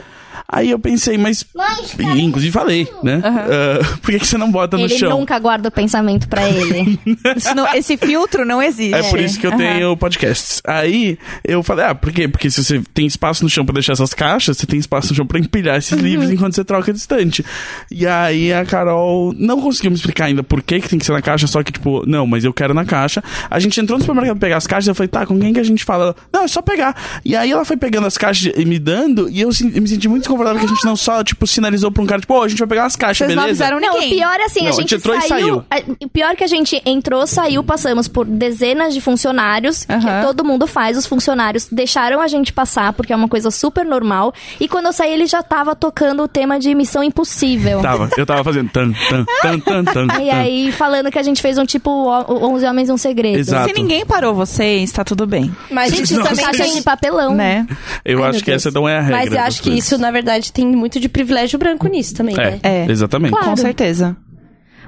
Speaker 1: Aí eu pensei, mas
Speaker 5: Mãe,
Speaker 1: e, Inclusive falei, né? Ah, por que, que você não bota no
Speaker 4: ele
Speaker 1: chão?
Speaker 4: nunca guarda o pensamento pra ele.
Speaker 3: Isso não- esse filtro não existe.
Speaker 1: É por isso que eu tenho podcasts. Aí eu falei, ah, por quê? Porque se você tem espaço no chão pra deixar essas caixas, você tem espaço no chão pra empilhar
Speaker 2: Uhum.
Speaker 1: esses livros enquanto você troca de estante. E aí a Carol não conseguiu me explicar ainda por que, que tem que ser na caixa, só que tipo, não, mas eu quero na caixa. A gente entrou no supermercado pra pegar as caixas, eu falei, tá, com quem que a gente fala? Ela, Não, é só pegar. E aí ela foi pegando as caixas e me dando, e eu sen- me senti muito desconfortável que a gente não só, tipo, sinalizou pra um cara, tipo, ô, a gente vai pegar as caixas,
Speaker 3: Vocês não
Speaker 1: beleza?
Speaker 3: avisaram
Speaker 4: Não, o
Speaker 3: ninguém.
Speaker 4: pior é assim,
Speaker 1: Não,
Speaker 4: a
Speaker 1: a
Speaker 4: gente
Speaker 1: gente entrou e
Speaker 4: saiu. a- o pior é que a gente entrou, saiu, passamos por dezenas de funcionários, que
Speaker 3: Aham.
Speaker 4: todo mundo faz, os funcionários deixaram a gente passar, porque é uma coisa super normal. E quando eu saí, ele já tava tocando o tema de Missão Impossível.
Speaker 1: Tava, eu tava fazendo tan, tan, tan, tan, tan.
Speaker 4: E
Speaker 1: tan.
Speaker 4: aí, falando que a gente fez um tipo o- 11 Homens e um Segredo. é
Speaker 1: Exato.
Speaker 3: Se ninguém parou vocês, tá tudo bem,
Speaker 2: Mas
Speaker 1: Gente,
Speaker 2: isso
Speaker 1: não,
Speaker 2: também
Speaker 1: mas
Speaker 4: Caixa
Speaker 2: tem...
Speaker 4: de papelão.
Speaker 3: né?
Speaker 1: Eu acho que essa não é a regra.
Speaker 2: Mas eu
Speaker 1: das
Speaker 2: acho que
Speaker 1: coisas.
Speaker 2: isso, na verdade, tem muito de privilégio branco nisso também, né?
Speaker 1: É,
Speaker 3: É.
Speaker 1: exatamente.
Speaker 4: Claro.
Speaker 3: Com certeza.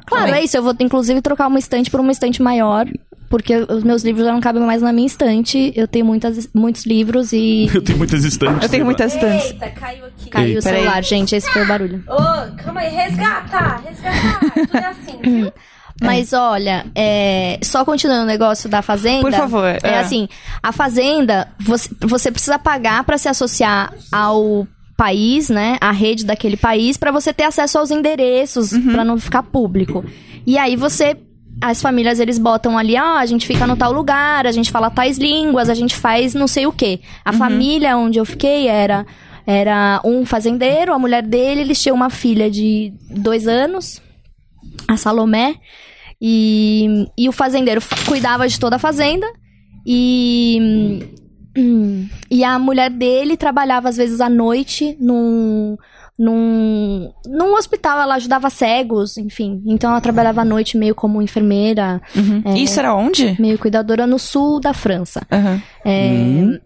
Speaker 4: Claro, é isso. Eu vou, inclusive, trocar uma estante por uma estante maior, porque os meus livros já não cabem mais na minha estante. Eu tenho muitas, muitos livros e
Speaker 1: Eu tenho muitas estantes.
Speaker 3: Eu tenho
Speaker 1: né?
Speaker 3: muitas danças.
Speaker 6: Eita, caiu aqui.
Speaker 4: caiu o
Speaker 1: Eita.
Speaker 4: celular, gente. Esse foi o barulho.
Speaker 6: Ô, calma aí, resgata, resgata. Tudo é assim, viu?
Speaker 4: Mas olha, é, só continuando o negócio da fazenda.
Speaker 3: Por favor,
Speaker 4: É,
Speaker 3: é.
Speaker 4: assim, a fazenda, você, você precisa pagar pra se associar ao país, né? A rede daquele país pra você ter acesso aos endereços,
Speaker 3: Uhum.
Speaker 4: pra não ficar público. E aí você as famílias eles botam ali, ó, a gente fica no tal lugar, a gente fala tais línguas, a gente faz não sei o quê. A
Speaker 3: Uhum.
Speaker 4: família onde eu fiquei era era um fazendeiro, a mulher dele, eles tinham uma filha de dois anos, a Salomé. E, e o fazendeiro fa- cuidava de toda a fazenda. E, e a mulher dele trabalhava às vezes à noite num, num, num hospital. Ela ajudava cegos, enfim. Então ela trabalhava à noite meio como enfermeira,
Speaker 3: Uhum. Isso era onde?
Speaker 4: meio cuidadora no sul da França.
Speaker 3: Aham.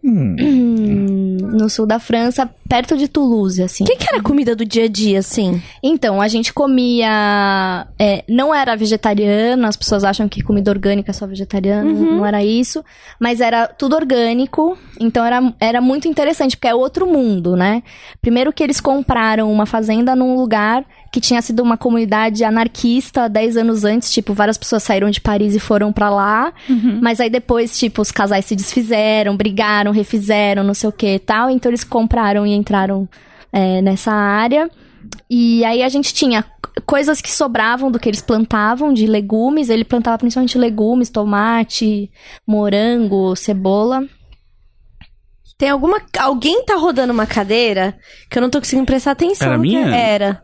Speaker 2: Hum.
Speaker 4: No sul da França, perto de Toulouse, assim.
Speaker 2: O que, que era a comida do dia a dia, assim?
Speaker 4: Então, a gente comia. é, não era vegetariana, as pessoas acham que comida orgânica é só vegetariana, não era isso. Mas era tudo orgânico, então era, era muito interessante, porque é outro mundo, né? Primeiro que eles compraram uma fazenda num lugar que tinha sido uma comunidade anarquista 10 anos antes, tipo, várias pessoas saíram de Paris e foram pra lá, mas aí depois, tipo, os casais se desfizeram, brigaram, refizeram, não sei o que e tal, então eles compraram e entraram é, nessa área. E aí a gente tinha coisas que sobravam do que eles plantavam de legumes. Ele plantava principalmente legumes, tomate, morango, cebola.
Speaker 2: Tem alguma. Alguém tá rodando uma cadeira que eu não tô conseguindo prestar atenção.
Speaker 1: Era
Speaker 2: no que
Speaker 1: minha? Hum.
Speaker 2: Era.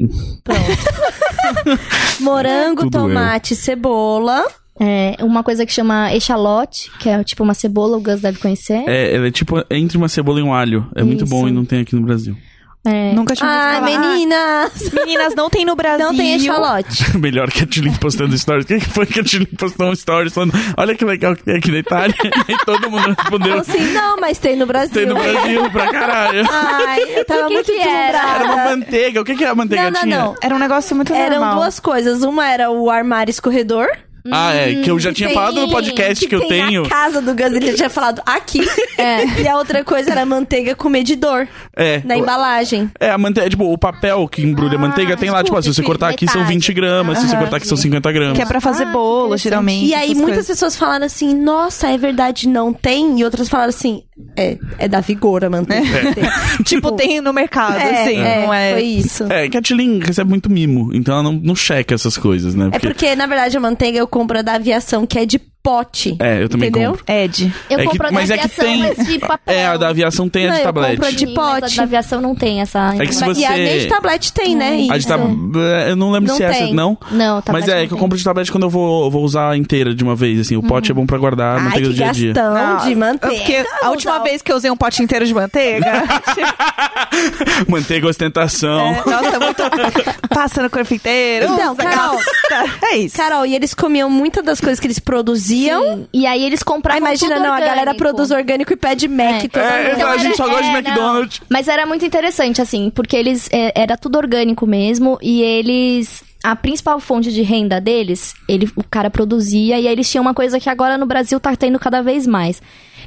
Speaker 2: Pronto. Morango,
Speaker 1: Tudo
Speaker 2: tomate, cebola.
Speaker 4: É, uma coisa que chama echalote, que é tipo uma cebola, o Gus deve conhecer.
Speaker 1: É, ela é tipo entre uma cebola e um alho. É muito
Speaker 4: Isso.
Speaker 1: bom e não tem aqui no Brasil. É,
Speaker 4: É,
Speaker 3: Nunca tinha ouvido
Speaker 2: Ai,
Speaker 3: falar.
Speaker 2: meninas!
Speaker 3: Ah, Meninas, não tem no Brasil.
Speaker 2: Não tem echalote.
Speaker 1: Melhor que a Tilly postando stories. Quem que foi que a Tilly postou um stories falando: Olha que legal que tem aqui na Itália? E todo mundo respondeu:
Speaker 2: Assim, Ah. não, mas tem no Brasil.
Speaker 1: Tem no Brasil pra caralho.
Speaker 2: Ai, eu tava
Speaker 4: O que
Speaker 2: muito
Speaker 4: que era?
Speaker 1: Era
Speaker 2: deslumbrada.
Speaker 1: uma manteiga. O que, que é a manteiga
Speaker 2: Não, não,
Speaker 1: tinha?
Speaker 2: não.
Speaker 3: Era um negócio muito
Speaker 2: Eram
Speaker 3: normal.
Speaker 2: duas coisas. Uma era o armário escorredor.
Speaker 1: Ah, é. Que eu já tinha
Speaker 2: Hum, tem-
Speaker 1: falado no podcast que, eu
Speaker 2: tem
Speaker 1: tenho.
Speaker 2: A casa do Gus, ele tinha falado aqui.
Speaker 4: É.
Speaker 2: E a outra coisa era manteiga com medidor
Speaker 1: É.
Speaker 2: na embalagem.
Speaker 1: É, a manteiga, tipo, o papel que embrulha a manteiga tem lá, tipo, ah, se você
Speaker 4: desculpe,
Speaker 2: é
Speaker 1: cortar aqui
Speaker 4: filho,
Speaker 1: são 20 gramas, se você cortar aqui são 50 gramas.
Speaker 3: Que é pra fazer
Speaker 4: Ah,
Speaker 3: bolo,
Speaker 4: interessante.
Speaker 3: geralmente.
Speaker 2: E aí
Speaker 3: essas
Speaker 2: muitas
Speaker 3: coisas.
Speaker 2: pessoas falaram assim, nossa, é verdade, não tem. E outras falaram assim, é, é da vigor a manteiga.
Speaker 3: Tipo, tem no mercado,
Speaker 2: É,
Speaker 3: assim,
Speaker 2: é,
Speaker 3: não é...
Speaker 2: foi isso.
Speaker 1: É, que a Tilin recebe muito mimo, então ela não, não checa essas coisas, né?
Speaker 2: É porque, na verdade, a manteiga eu compro a da aviação, que é de pote.
Speaker 1: É, eu também
Speaker 2: Entendeu?
Speaker 1: compro.
Speaker 3: Ed.
Speaker 4: Eu
Speaker 1: É que-
Speaker 4: compro a da
Speaker 1: mas é que
Speaker 4: aviação,
Speaker 1: tem-
Speaker 4: mas de papel.
Speaker 1: É, a da aviação tem a
Speaker 2: Não,
Speaker 1: de
Speaker 2: eu
Speaker 1: tablete.
Speaker 2: compro a de
Speaker 4: Sim, mas
Speaker 2: pote.
Speaker 4: A da aviação não tem essa.
Speaker 1: É que se
Speaker 4: informação.
Speaker 1: você-
Speaker 2: E a nem de tablete tem, né?
Speaker 4: Hum.
Speaker 1: A de
Speaker 2: Isso.
Speaker 1: tab- é, Eu não lembro
Speaker 2: Não
Speaker 1: se é essa,
Speaker 2: tem.
Speaker 1: não.
Speaker 4: Não, tá
Speaker 1: Mas é, que eu compro de tablete quando eu vou, vou usar inteira de uma vez, assim. O pote é bom pra guardar a
Speaker 2: Ai,
Speaker 1: manteiga
Speaker 2: que
Speaker 1: do dia a dia.
Speaker 2: gastão de manteiga.
Speaker 3: Ah, é Porque a última
Speaker 2: Usar o-
Speaker 3: vez que eu usei um pote inteiro de manteiga,
Speaker 1: Manteiga ostentação.
Speaker 3: É, nossa, muito. Passa no corpo inteiro.
Speaker 2: Então,
Speaker 3: usa,
Speaker 2: Carol.
Speaker 3: gasta. É isso.
Speaker 2: Carol, e eles comiam muitas das coisas que eles produziam.
Speaker 4: Sim, E aí eles
Speaker 2: Ah,
Speaker 4: compravam.
Speaker 2: imagina,
Speaker 4: tudo
Speaker 2: não, a galera
Speaker 4: orgânico.
Speaker 2: produz orgânico e pede Mac.
Speaker 4: É.
Speaker 2: toda
Speaker 1: É,
Speaker 2: noite.
Speaker 1: então a gente só gosta de McDonald's.
Speaker 4: não. Mas era muito interessante, assim, porque eles. é, era tudo orgânico mesmo. E eles. A principal fonte de renda deles, ele, o cara produzia. E aí eles tinham uma coisa que agora no Brasil tá tendo cada vez mais.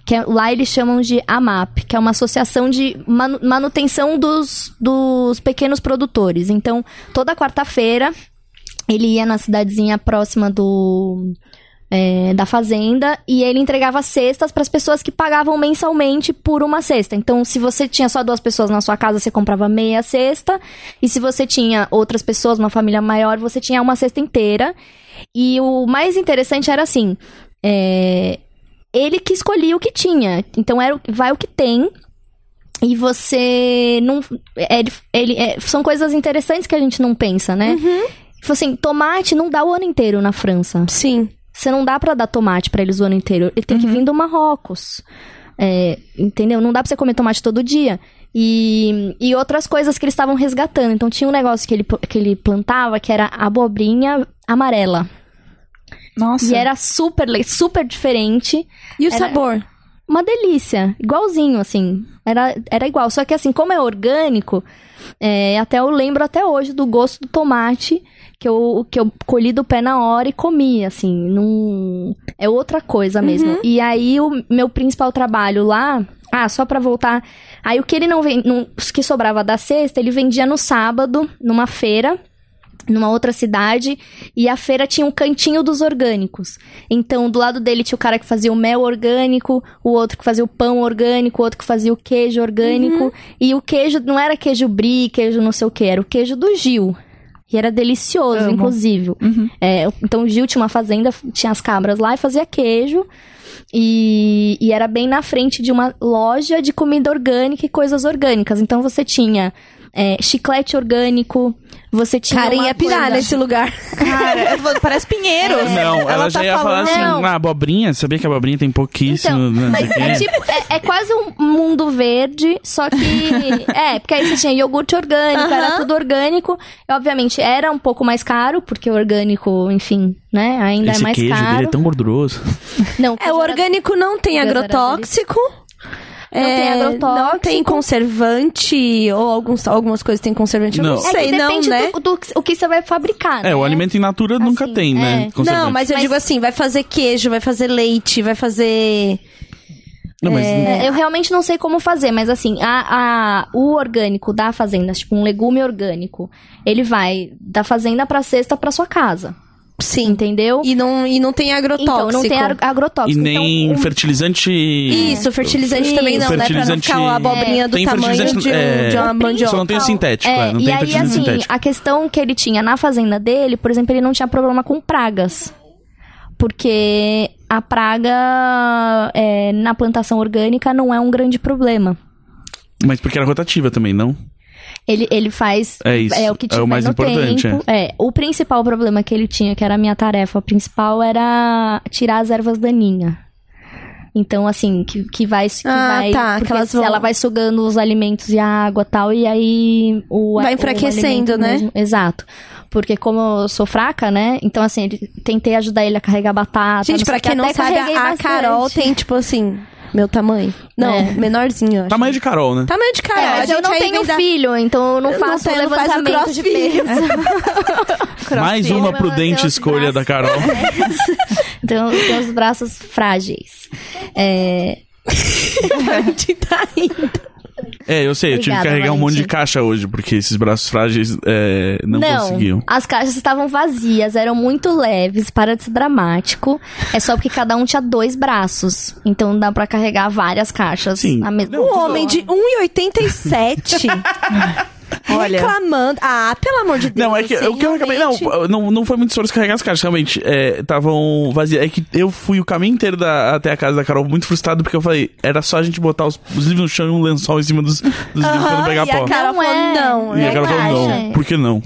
Speaker 4: Que é- lá eles chamam de AMAP, que é uma associação de manu- manutenção dos, dos pequenos produtores. Então, toda quarta-feira, ele ia na cidadezinha próxima do é, da fazenda e ele entregava cestas para as pessoas que pagavam mensalmente por uma cesta. Então, se você tinha só duas pessoas na sua casa, você comprava meia cesta, e se você tinha outras pessoas, uma família maior, você tinha uma cesta inteira. E o mais interessante era assim, é, ele que escolhia o que tinha. Então era o- vai o que tem. E você não. é dif- ele, é- são coisas interessantes que a gente não pensa, né? Tipo assim, tomate não dá o ano inteiro na França.
Speaker 2: Sim.
Speaker 4: Você não dá pra dar tomate pra eles o ano inteiro. Ele tem que vir do Marrocos. É, entendeu? Não dá pra você comer tomate todo dia. E, e outras coisas que eles estavam resgatando. Então tinha um negócio que ele, pl- que ele plantava que era abobrinha amarela.
Speaker 3: Nossa.
Speaker 2: é,
Speaker 4: E era super, le- super diferente.
Speaker 2: E o
Speaker 4: Era-
Speaker 2: sabor?
Speaker 4: Uma delícia. Igualzinho, assim. Era, era igual. Só que assim, como é orgânico, é, até eu lembro até hoje do gosto do tomate que eu, que eu colhi do pé na hora e comi, assim. Num... É outra coisa mesmo.
Speaker 2: Uhum.
Speaker 4: E aí, o meu principal trabalho lá... Ah, só pra voltar. Aí, o que ele não vende... Não, os que sobrava da sexta, ele vendia no sábado, numa feira... Numa outra cidade, e a feira tinha um cantinho dos orgânicos. Então, do lado dele tinha o cara que fazia o mel orgânico, o outro que fazia o pão orgânico, o outro que fazia o queijo orgânico. E o queijo não era queijo brie, queijo não sei o que, era o queijo do Gil. E era delicioso,
Speaker 3: Amo.
Speaker 4: inclusive. É, então o Gil tinha uma fazenda, tinha as cabras lá e fazia queijo. E, e era bem na frente de uma loja de comida orgânica e coisas orgânicas. Então você tinha é, chiclete orgânico, você tinha.
Speaker 2: Karen
Speaker 4: uma
Speaker 2: ia pirar
Speaker 4: coisa-
Speaker 2: é nesse lugar.
Speaker 3: Cara, eu tô falando, parece Pinheiros.
Speaker 1: Não, ela, já
Speaker 3: tá
Speaker 1: ia falar
Speaker 3: falando-
Speaker 1: assim,
Speaker 4: Não.
Speaker 1: ah, abobrinha, sabia que a abobrinha tem pouquíssimo.
Speaker 4: Então,
Speaker 1: né, não sei
Speaker 4: mas
Speaker 1: o quê?"
Speaker 4: é tipo, é, é quase um mundo verde, só que. É, porque aí você tinha iogurte orgânico, era tudo orgânico. E, obviamente, era um pouco mais caro, porque o orgânico, enfim, né, ainda
Speaker 1: Esse
Speaker 4: é mais
Speaker 1: queijo
Speaker 4: caro.
Speaker 1: dele é tão gorduroso.
Speaker 2: É,
Speaker 4: Não,
Speaker 2: o
Speaker 4: queijo era-
Speaker 2: orgânico não tem
Speaker 4: Gás
Speaker 2: agrotóxico. É,
Speaker 4: Não tem agrotóxico.
Speaker 2: Não tem conservante, ou alguns, algumas coisas têm conservante. Eu não,
Speaker 1: Não.
Speaker 4: É que
Speaker 2: sei, não,
Speaker 4: depende
Speaker 2: né?
Speaker 4: do, do que- o que você vai fabricar, né?
Speaker 1: É, o alimento in natura nunca
Speaker 4: Assim,
Speaker 1: tem, né?
Speaker 4: é.
Speaker 1: conservante.
Speaker 2: Não, mas eu
Speaker 4: Mas-
Speaker 2: digo assim, vai fazer queijo, vai fazer leite, vai fazer...
Speaker 1: Não, mas-
Speaker 4: É, Eu realmente não sei como fazer, mas assim, a, a- o orgânico da fazenda, tipo um legume orgânico, ele vai da fazenda pra cesta pra sua casa,
Speaker 2: Sim.
Speaker 4: entendeu?
Speaker 2: E não, e não tem agrotóxico.
Speaker 4: Então, não tem ar-
Speaker 1: E
Speaker 4: agrotóxico.
Speaker 1: nem
Speaker 4: então, o-
Speaker 1: fertilizante.
Speaker 2: um- Isso, fertilizante
Speaker 4: Isso.
Speaker 2: também não, né? Pra não ficar uma abobrinha do
Speaker 1: tem
Speaker 2: tamanho
Speaker 1: fertilizante.
Speaker 2: de, um,
Speaker 1: é,
Speaker 2: de uma mandioca.
Speaker 1: Só não tem o sintético,
Speaker 4: É,
Speaker 1: é, não
Speaker 4: e
Speaker 1: tem
Speaker 4: aí,
Speaker 1: fertilizante
Speaker 4: assim,
Speaker 1: sintético.
Speaker 4: a questão que ele tinha na fazenda dele, por exemplo, ele não tinha problema com pragas. Porque a praga é, na plantação orgânica não é um grande problema.
Speaker 1: Mas porque era rotativa também, não?
Speaker 4: Ele, ele faz
Speaker 1: É isso,
Speaker 4: é o que
Speaker 1: é
Speaker 4: tiver
Speaker 1: o mais
Speaker 4: no
Speaker 1: importante,
Speaker 4: tempo. É. o principal problema que ele tinha, que era a minha tarefa principal, era tirar as ervas daninhas. Então, assim, que, que vai... Que
Speaker 2: Ah,
Speaker 4: vai
Speaker 2: tá,
Speaker 4: porque
Speaker 2: que elas
Speaker 4: se
Speaker 2: vão-
Speaker 4: Ela vai sugando os alimentos e a água e tal, e aí... O,
Speaker 2: Vai
Speaker 4: o
Speaker 2: enfraquecendo,
Speaker 4: alimento
Speaker 2: né?
Speaker 4: mesmo- Exato. Porque como eu sou fraca, né? Então, assim, ele- tentei ajudar ele a carregar batata.
Speaker 2: Gente,
Speaker 4: sei
Speaker 2: pra
Speaker 4: o quê,
Speaker 2: quem não
Speaker 4: até
Speaker 2: sabe,
Speaker 4: carreguei
Speaker 2: a
Speaker 4: bastante.
Speaker 2: Carol tem, tipo assim, Meu tamanho. Não,
Speaker 4: É.
Speaker 2: menorzinho, eu acho.
Speaker 1: Tamanho de Carol, né?
Speaker 2: Tamanho de cara.
Speaker 4: É, mas
Speaker 2: a
Speaker 4: eu
Speaker 2: gente
Speaker 4: não
Speaker 2: aí
Speaker 4: tenho
Speaker 2: vem da-
Speaker 4: filho, então eu não
Speaker 2: Eu não
Speaker 4: faço
Speaker 2: tenho, não faz o
Speaker 4: levantamento de
Speaker 2: crossfit.
Speaker 4: peso.
Speaker 2: tá
Speaker 1: Mais uma
Speaker 4: Sim,
Speaker 2: é
Speaker 1: prudente
Speaker 4: meus
Speaker 1: escolha
Speaker 4: braços.
Speaker 1: da Carol.
Speaker 4: Então, eu tenho os braços frágeis. É,
Speaker 2: tá rindo.
Speaker 1: É, eu sei, eu tive que
Speaker 4: Obrigada,
Speaker 1: carregar um monte de
Speaker 4: Valentim.
Speaker 1: caixa hoje, porque esses braços frágeis é, não, conseguiam.
Speaker 4: as caixas estavam vazias, eram muito leves, para de ser dramático. É só porque cada um tinha dois braços. Então dá pra carregar várias caixas
Speaker 1: Sim.
Speaker 4: na mesma.
Speaker 1: Não,
Speaker 2: Um homem de 1,87
Speaker 3: Olha,
Speaker 2: reclamando. Ah, pelo amor de Deus.
Speaker 1: Não, é que
Speaker 2: assim,
Speaker 1: o que eu acabei. Não,
Speaker 2: realmente.
Speaker 1: não, não foi muito esforço carregar as caixas, realmente. é, Estavam vazias. É que eu fui o caminho inteiro da- até a casa da Carol muito frustrado, porque eu falei, era só a gente botar os, os livros no chão e um lençol em cima dos, dos livros pra não pegar
Speaker 2: e a
Speaker 1: pó.
Speaker 2: Carol
Speaker 4: Não
Speaker 2: falou
Speaker 4: é.
Speaker 2: não.
Speaker 1: E
Speaker 2: né?
Speaker 1: a Carol falou,
Speaker 4: caixa.
Speaker 1: não, por que não?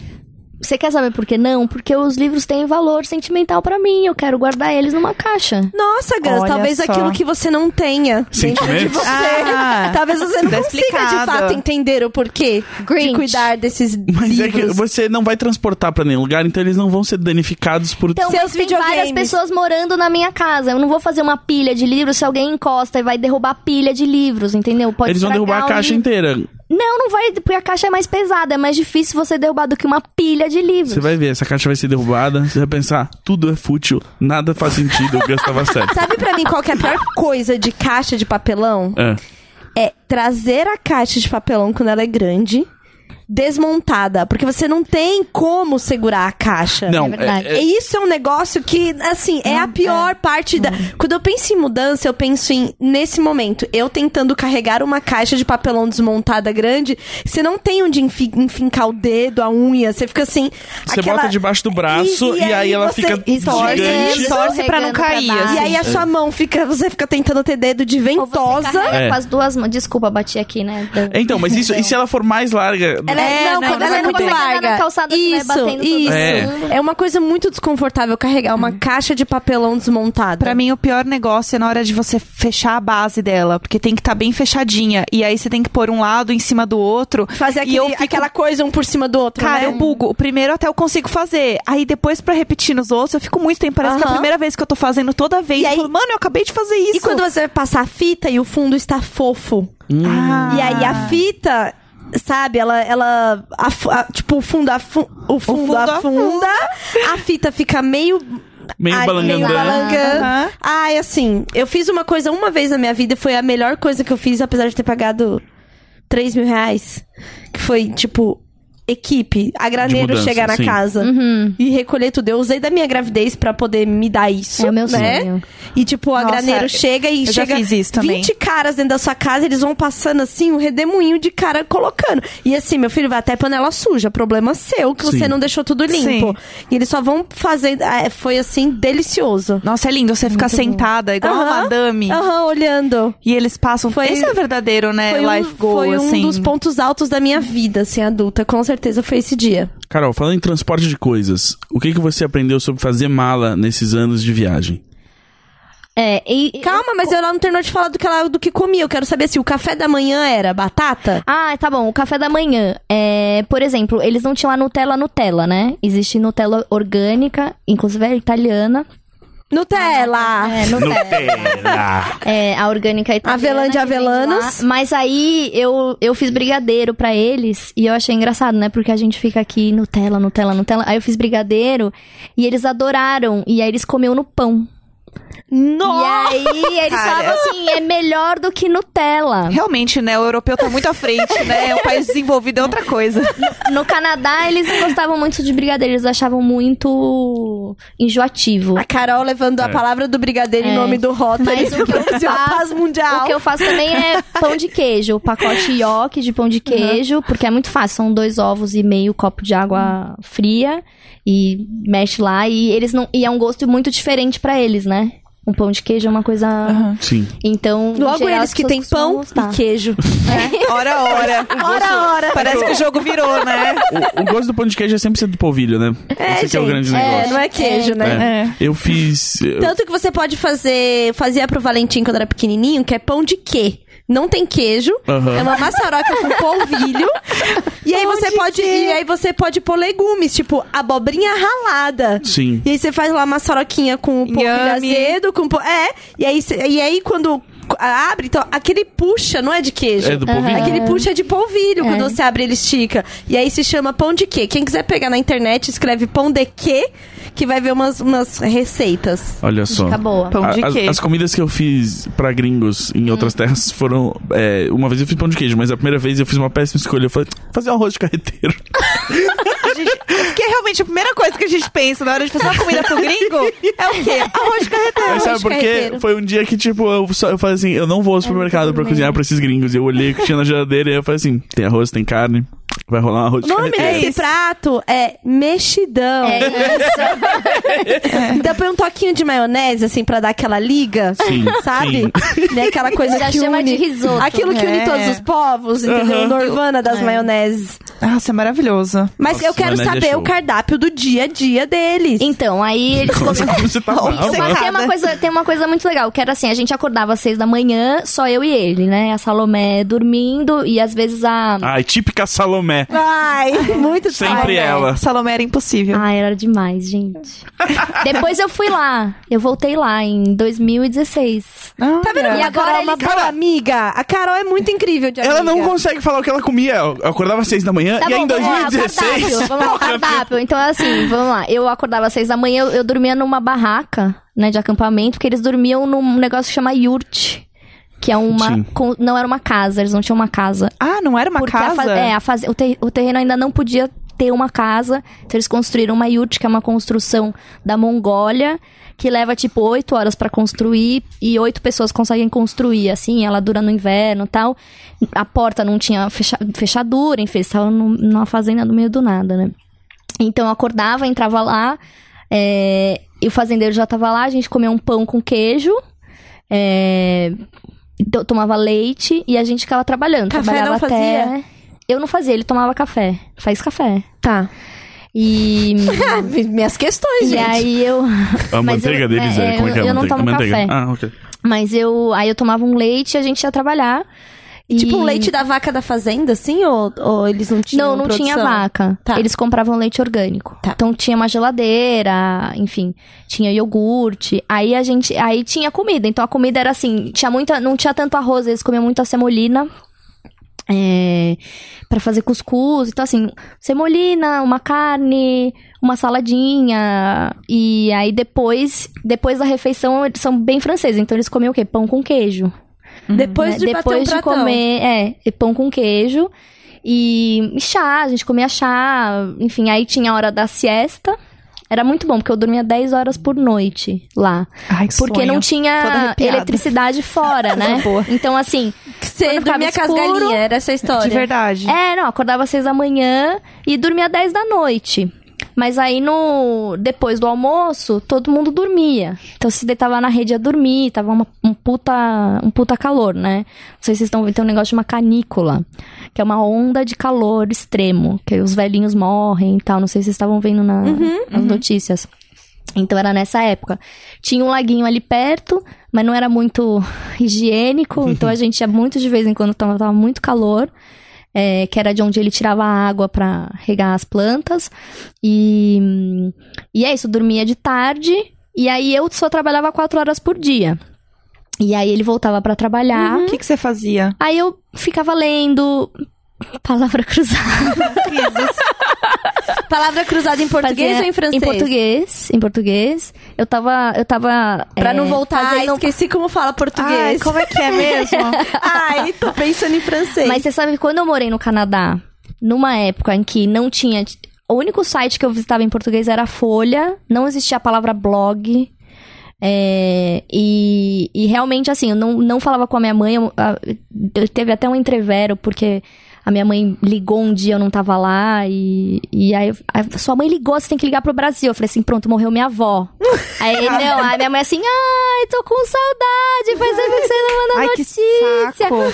Speaker 4: Você quer saber por que não? Porque os livros têm valor sentimental pra mim. Eu quero guardar eles numa caixa.
Speaker 2: Nossa, Gans,
Speaker 3: Olha
Speaker 2: talvez
Speaker 3: só.
Speaker 2: aquilo que você não tenha.
Speaker 1: Sentimentos?
Speaker 4: tipo,
Speaker 2: Você,
Speaker 3: Ah,
Speaker 2: É, talvez você não
Speaker 3: tá
Speaker 2: consiga de
Speaker 3: explicado.
Speaker 2: fato entender o porquê de
Speaker 4: Grinch.
Speaker 2: cuidar desses
Speaker 1: Mas é que
Speaker 2: livros.
Speaker 1: você não vai transportar pra nenhum lugar, então eles não vão ser danificados por.
Speaker 4: Então,
Speaker 2: Seus
Speaker 4: mas tem várias
Speaker 2: videogames.
Speaker 4: pessoas morando na minha casa. Eu não vou fazer uma pilha de livros se alguém encosta e vai derrubar a pilha de livros, entendeu? Pode
Speaker 1: eles vão
Speaker 4: estragar
Speaker 1: derrubar a
Speaker 4: o
Speaker 1: caixa
Speaker 4: livro.
Speaker 1: inteira.
Speaker 4: Não, não vai, porque a caixa é mais pesada, é mais difícil você derrubar do que uma pilha de livros.
Speaker 1: Você vai ver, essa caixa vai ser derrubada, você vai pensar, tudo é fútil, nada faz sentido, o Gus tava certo.
Speaker 2: Sabe pra mim qual que é a pior coisa de caixa de papelão?
Speaker 1: É.
Speaker 2: É trazer a caixa de papelão quando ela é grande, desmontada, porque você não tem como segurar a caixa.
Speaker 1: Não,
Speaker 4: verdade.
Speaker 1: é- é-
Speaker 2: E isso é um negócio que, assim, é a pior parte da. Quando eu penso em mudança, eu penso em, nesse momento, eu tentando carregar uma caixa de papelão desmontada grande, você não tem onde enfi- enfincar o dedo, a unha, você fica assim.
Speaker 1: você
Speaker 2: aquela-
Speaker 1: bota debaixo do braço e,
Speaker 2: E- e
Speaker 1: aí,
Speaker 2: aí
Speaker 1: ela
Speaker 2: você é,
Speaker 1: fica
Speaker 3: torce,
Speaker 1: gigante.
Speaker 3: torce pra não
Speaker 4: Regando pra
Speaker 3: cair.
Speaker 4: baixo.
Speaker 3: assim.
Speaker 2: E aí a sua mão fica. Você fica tentando ter dedo de
Speaker 4: Ou você
Speaker 2: ventosa.
Speaker 4: carrega
Speaker 1: É.
Speaker 4: com as duas mãos. Desculpa, bati aqui, né?
Speaker 1: É, Então, mas isso, e se ela for mais larga?
Speaker 2: Ela é,
Speaker 3: É,
Speaker 2: não,
Speaker 3: não,
Speaker 2: quando ela
Speaker 3: não
Speaker 2: é
Speaker 3: vai
Speaker 2: muito
Speaker 4: conseguir andar na
Speaker 2: larga.
Speaker 4: calçada, você vai
Speaker 2: isso,
Speaker 4: batendo todo Hum.
Speaker 2: isso.
Speaker 1: mundo.
Speaker 2: É. uma coisa muito desconfortável carregar uma caixa de papelão desmontada.
Speaker 3: Pra mim, o pior negócio é na hora de você fechar a base dela, porque tem que estar bem fechadinha. E aí você tem que pôr um lado em cima do outro.
Speaker 2: fazer
Speaker 3: e eu
Speaker 2: aquele-
Speaker 3: fico-
Speaker 2: aquela coisa um por cima do outro,
Speaker 3: Cara,
Speaker 2: né?
Speaker 3: eu bugo. O primeiro até eu consigo fazer. Aí depois, pra repetir nos outros, eu fico muito tempo. Parece que é a
Speaker 2: Aham.
Speaker 3: primeira vez que eu tô fazendo toda vez.
Speaker 2: E
Speaker 3: eu
Speaker 2: aí-
Speaker 3: falo, mano, eu acabei de fazer isso.
Speaker 2: E quando você vai passar a fita e o fundo está fofo.
Speaker 3: Ah.
Speaker 2: E aí a fita, sabe, ela. ela afu- a- tipo, o fundo, afu, o fundo
Speaker 3: fundo
Speaker 2: afunda, a fita fica meio.
Speaker 1: Meio né?
Speaker 2: ai,
Speaker 1: balangandã.
Speaker 2: balangã.
Speaker 3: Aham.
Speaker 2: Ai, assim, eu fiz uma coisa uma vez na minha vida e foi a melhor coisa que eu fiz, apesar de ter pagado 3 mil reais. Que foi, tipo, equipe, a graneiro
Speaker 1: mudança,
Speaker 2: chegar na
Speaker 1: sim.
Speaker 2: casa
Speaker 3: Uhum.
Speaker 2: e recolher tudo. Eu usei da minha gravidez pra poder me dar isso.
Speaker 4: É o meu
Speaker 2: né?
Speaker 4: sonho.
Speaker 2: E, tipo, a
Speaker 3: Nossa,
Speaker 2: graneiro
Speaker 3: eu
Speaker 2: chega e
Speaker 3: já
Speaker 2: chega
Speaker 3: fiz isso também.
Speaker 2: 20 caras dentro da sua casa, eles vão passando assim, um redemoinho de cara colocando. E assim, meu filho, vai até panela suja, problema seu, que
Speaker 1: Sim.
Speaker 2: você não deixou tudo limpo.
Speaker 3: Sim.
Speaker 2: E eles só vão fazendo. é, Foi assim, delicioso.
Speaker 3: Nossa, é lindo você ficar sentada igual uma
Speaker 2: Aham.
Speaker 3: madame.
Speaker 2: Aham, olhando.
Speaker 3: E eles passam.
Speaker 2: Foi-
Speaker 3: Esse é o verdadeiro, né?
Speaker 2: Foi,
Speaker 3: life
Speaker 2: um,
Speaker 3: goal,
Speaker 2: foi um
Speaker 3: assim.
Speaker 2: dos pontos altos da minha vida, assim, adulta. Com certeza foi esse dia.
Speaker 1: Carol, falando em transporte de coisas, o que, que você aprendeu sobre fazer mala nesses anos de viagem?
Speaker 4: É, e-
Speaker 2: Calma, mas eu lá não terminou de falar do que, ela, do que comia. Eu quero saber se o café da manhã era batata.
Speaker 4: Ah, tá bom. O café da manhã. É, por exemplo, eles não tinham a Nutella Nutella, né? Existe Nutella orgânica, inclusive é italiana.
Speaker 2: Nutella!
Speaker 4: É, Nutella.
Speaker 1: Nutella!
Speaker 4: É, a orgânica italiana.
Speaker 2: Avelã de
Speaker 4: que vem
Speaker 2: Avelanas.
Speaker 4: lá. Mas aí eu, eu fiz brigadeiro pra eles e eu achei engraçado, né? Porque a gente fica aqui Nutella, Nutella, Nutella. Aí eu fiz brigadeiro e eles adoraram. E aí eles comeu no pão.
Speaker 2: Nossa!
Speaker 4: E aí eles
Speaker 3: Cara.
Speaker 4: falavam assim, é melhor do que Nutella.
Speaker 3: Realmente, né? O europeu tá muito à frente, né? O país desenvolvido é outra coisa.
Speaker 4: No Canadá eles não gostavam muito de brigadeiro, eles achavam muito enjoativo.
Speaker 2: A Carol levando
Speaker 1: É.
Speaker 2: a palavra do brigadeiro em
Speaker 4: É.
Speaker 2: nome do Rotary
Speaker 4: Mas o
Speaker 2: do
Speaker 4: que eu
Speaker 2: Brasil, a
Speaker 4: faço-
Speaker 2: paz mundial.
Speaker 4: O que eu faço também é pão de queijo, o pacote ioki de pão de queijo, porque é muito fácil, são dois ovos e meio copo de água fria e mexe lá e eles não e é um gosto muito diferente pra eles, né? Um pão de queijo é uma coisa.
Speaker 1: Sim.
Speaker 4: Então, em
Speaker 2: Logo
Speaker 4: geral,
Speaker 2: eles
Speaker 4: as
Speaker 2: que
Speaker 4: pessoas
Speaker 2: têm
Speaker 4: costumam
Speaker 2: pão e
Speaker 4: gostar.
Speaker 2: queijo.
Speaker 3: Ora, ora.
Speaker 2: Ora, ora.
Speaker 3: Parece que o jogo virou, né?
Speaker 1: O, o gosto do pão de queijo é sempre ser do polvilho, né? Esse que é o
Speaker 2: gente,
Speaker 1: grande
Speaker 2: É,
Speaker 1: negócio.
Speaker 2: não é queijo, né? Então,
Speaker 1: É. Eu fiz. eu-
Speaker 2: Tanto que você pode fazer. eu Fazia pro Valentim quando era pequenininho, que é pão de quê? Não tem queijo.
Speaker 1: Aham.
Speaker 2: É uma maçaroca com polvilho. E aí você pode. E aí você pode pôr legumes, tipo abobrinha ralada.
Speaker 1: Sim.
Speaker 2: E aí você faz lá uma maçaroquinha com o polvilho
Speaker 3: Inhame.
Speaker 2: azedo, com po- é. E aí, cê- e aí quando abre, então aquele puxa não é de queijo.
Speaker 1: É do polvilho?
Speaker 2: Aquele puxa é de polvilho,
Speaker 4: É.
Speaker 2: quando você abre ele estica. E aí se chama pão de quê? Quem quiser pegar na internet, escreve pão de quê, que vai ver umas, umas receitas.
Speaker 1: Olha só.
Speaker 4: Fica boa.
Speaker 3: Pão de
Speaker 1: A- as,
Speaker 3: queijo.
Speaker 1: as comidas que eu fiz pra gringos em outras terras foram. é, uma vez eu fiz pão de queijo, mas a primeira vez eu fiz uma péssima escolha. Eu falei, fazer um arroz de carreteiro.
Speaker 3: A gente- Porque é realmente a primeira coisa que a gente pensa na hora de fazer uma comida pro gringo é o quê? Arroz de carreteiro.
Speaker 1: Mas sabe por quê?
Speaker 2: carreteiro.
Speaker 1: Foi um dia que, tipo, eu, só, eu falei assim: eu não vou ao supermercado pra cozinhar pra esses gringos. E eu olhei o que tinha na geladeira e eu falei assim: tem arroz, tem carne, vai rolar um arroz
Speaker 2: O
Speaker 1: de
Speaker 2: nome
Speaker 1: carreteiro.
Speaker 2: desse prato é mexidão.
Speaker 4: É isso.
Speaker 2: Então põe um toquinho de maionese, assim, pra dar aquela liga,
Speaker 1: Sim,
Speaker 2: sabe? Né, aquela coisa
Speaker 4: Já
Speaker 2: que
Speaker 4: chama
Speaker 2: une...
Speaker 4: de risoto. né? É.
Speaker 2: Aquilo que une
Speaker 3: É.
Speaker 2: todos os povos, entendeu?
Speaker 1: Aham.
Speaker 2: Norvana das maioneses.
Speaker 3: Nossa, é maravilhoso.
Speaker 2: Mas
Speaker 1: Nossa,
Speaker 2: eu quero
Speaker 1: maionese é
Speaker 2: saber
Speaker 1: show.
Speaker 2: o cardápio do dia a dia deles.
Speaker 4: Então, aí eles
Speaker 1: Nossa, como você tá brava.
Speaker 3: Você
Speaker 4: Mas tem uma,
Speaker 3: Errada.
Speaker 4: coisa, tem uma coisa muito legal, que era assim, a gente acordava às seis da manhã, só eu e ele, né? A Salomé dormindo e às vezes a...
Speaker 1: Ai, típica Salomé.
Speaker 2: Ai, muito
Speaker 1: Sempre ela.
Speaker 3: Salomé era impossível.
Speaker 4: Ah, era demais, gente. Depois eu fui lá. Eu voltei lá em 2016.
Speaker 3: Ah,
Speaker 2: Tá vendo?
Speaker 4: E
Speaker 2: como a
Speaker 4: agora
Speaker 2: Carol é uma
Speaker 4: eles-
Speaker 2: boa amiga. A Carol é muito incrível de amiga.
Speaker 1: Ela não consegue falar o que ela comia. Eu acordava às seis da manhã
Speaker 4: Tá
Speaker 1: e aí em
Speaker 4: bom, vamos lá,
Speaker 1: 2016.
Speaker 4: cardápio, Vamos lá, cardápio. Então, assim, vamos lá. Eu acordava às seis da manhã, eu, eu dormia numa barraca, né, de acampamento, porque eles dormiam num negócio que chama yurt. Que é
Speaker 1: Sim.
Speaker 4: uma. com- não era uma casa, eles não tinham uma casa.
Speaker 3: Ah, não era uma
Speaker 4: Porque a
Speaker 3: casa?
Speaker 4: fa- é, a faze- o, ter- o terreno ainda não podia ter uma casa. Então eles construíram uma yurt, que é uma construção da Mongólia, que leva tipo oito horas pra construir e oito pessoas conseguem construir, assim, ela dura no inverno e tal. A porta não tinha fecha- fechadura, enfim, eles estavam num- numa fazenda no meio do nada, né? Então eu acordava, entrava lá, é, e o fazendeiro já tava lá, a gente comia um pão com queijo. é, to- tomava leite e a gente ficava trabalhando.
Speaker 2: Café
Speaker 4: trabalhava
Speaker 2: não
Speaker 4: até...
Speaker 2: fazia?
Speaker 4: Eu não fazia, ele tomava café. Faz café.
Speaker 2: Tá.
Speaker 4: E.
Speaker 2: Ah, minhas questões,
Speaker 4: e
Speaker 2: gente.
Speaker 4: aí eu.
Speaker 1: A
Speaker 4: Mas
Speaker 1: manteiga
Speaker 4: eu-
Speaker 1: deles
Speaker 4: é,
Speaker 1: é, como é que é a
Speaker 4: eu não
Speaker 1: manteiga?
Speaker 4: tomo
Speaker 1: A manteiga.
Speaker 4: café.
Speaker 1: Ah, ok.
Speaker 4: Mas eu. Aí eu tomava um leite e a gente ia trabalhar. E...
Speaker 2: Tipo o leite da vaca da fazenda, assim? Ou, ou eles não tinham
Speaker 4: Não, não
Speaker 2: produção?
Speaker 4: tinha vaca.
Speaker 2: Tá.
Speaker 4: Eles compravam leite orgânico.
Speaker 2: Tá.
Speaker 4: Então tinha uma geladeira, enfim, tinha iogurte. Aí a gente, aí tinha comida. Então a comida era assim, tinha muita, não tinha tanto arroz, eles comiam muita semolina. É, para fazer cuscuz, então assim, semolina, uma carne, uma saladinha, e aí depois, depois da refeição, eles são bem franceses, então eles comiam o quê? Pão com queijo
Speaker 2: Depois
Speaker 4: né?
Speaker 2: de bater um
Speaker 4: Depois de
Speaker 2: pratão.
Speaker 4: comer, é, e pão com queijo e chá, a gente comia chá, enfim, aí tinha a hora da siesta. Era muito bom, porque eu dormia 10 horas por noite lá.
Speaker 3: Ai, que
Speaker 4: Porque
Speaker 3: sonho.
Speaker 4: não
Speaker 3: Toda
Speaker 4: tinha
Speaker 3: arrepiada.
Speaker 4: eletricidade fora, né? Então, assim,
Speaker 2: Que você
Speaker 4: Quando
Speaker 2: dormia com
Speaker 4: ficava
Speaker 2: as
Speaker 4: escuro-
Speaker 2: galinhas, era essa a história.
Speaker 3: De verdade.
Speaker 4: É, não, acordava às seis da manhã e dormia às dez da noite. Mas aí no depois do almoço, todo mundo dormia. Então se deitava na rede a dormir, tava uma- um puta um puta calor, né? Não sei se vocês estão vendo, tem um negócio de uma canícula, que é uma onda de calor extremo, que os velhinhos morrem e tal, não sei se vocês estavam vendo na- nas notícias. Então era nessa época. Tinha um laguinho ali perto, mas não era muito higiênico, então a gente ia muito de vez em quando, tava, tava muito calor. é, que era de onde ele tirava a água pra regar as plantas. E, e é isso, dormia de tarde. E aí eu só trabalhava quatro horas por dia. E aí ele voltava pra trabalhar.
Speaker 2: Uhum.
Speaker 3: O que, que você fazia?
Speaker 4: Aí eu ficava lendo palavra cruzada.
Speaker 3: é
Speaker 2: Palavra cruzada em português
Speaker 4: Fazia-
Speaker 2: ou em francês?
Speaker 4: Em português, em português. Eu tava, eu tava...
Speaker 2: Pra
Speaker 4: é,
Speaker 2: não voltar, ah,
Speaker 4: fazendo-
Speaker 2: esqueci como fala
Speaker 3: Ai,
Speaker 2: português.
Speaker 3: como é que é mesmo?
Speaker 2: Ai, tô pensando em francês.
Speaker 4: Mas você sabe que quando eu morei no Canadá, numa época em que não tinha. O único site que eu visitava em português era a Folha, não existia a palavra blog. É, e, e realmente, assim, eu não, não falava com a minha mãe. Eu, a- eu teve até um entrevero, porque a minha mãe ligou um dia, eu não tava lá. E, e aí, eu- aí, sua mãe ligou, você tem que ligar pro Brasil. Eu falei assim: pronto, morreu minha avó. aí, não, aí minha mãe assim: ai, tô com saudade, faz tempo que você não manda
Speaker 3: Ai, que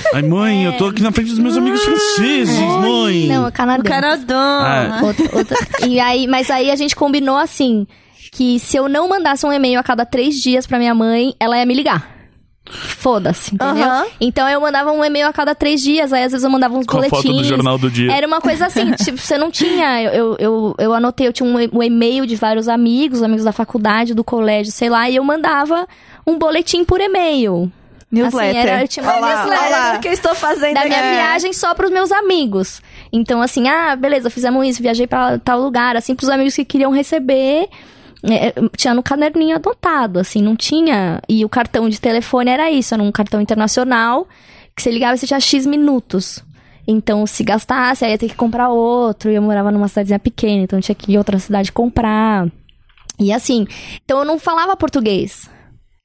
Speaker 3: saco.
Speaker 1: Ai, mãe, eu tô aqui na frente dos meus amigos franceses, mãe.
Speaker 4: Ah, é. Não, é
Speaker 2: O
Speaker 4: canadense.
Speaker 2: Canadá.
Speaker 1: Ah.
Speaker 4: Outro- outro- e aí, mas aí a gente combinou assim que se eu não mandasse um e-mail a cada três dias pra minha mãe, ela ia me ligar. Foda-se, entendeu?
Speaker 2: Aham.
Speaker 4: Então eu mandava um e-mail a cada três dias, aí às vezes eu mandava uns
Speaker 1: Com a
Speaker 4: boletins.
Speaker 1: foto do jornal do dia.
Speaker 4: Era uma coisa assim, tipo, você não tinha. Eu, eu, eu, eu anotei, eu tinha um, e- um e-mail de vários amigos, amigos da faculdade, do colégio, sei lá, e eu mandava um boletim por e-mail.
Speaker 3: Newsletter.
Speaker 4: Assim, era tipo
Speaker 3: Olha lá,
Speaker 4: newsletter
Speaker 3: olha lá.
Speaker 2: o que eu estou fazendo
Speaker 4: da minha
Speaker 2: aqui.
Speaker 4: viagem só pros meus amigos. Então, assim, ah, beleza, fizemos isso, viajei pra tal lugar, assim, pros amigos que queriam receber. é, tinha no caderninho adotado, assim, não tinha. E o cartão de telefone era isso, era um cartão internacional que você ligava e você tinha X minutos. Então, se gastasse, aí ia ter que comprar outro. E eu morava numa cidadezinha pequena, então tinha que ir em outra cidade comprar. E assim, então eu não falava português.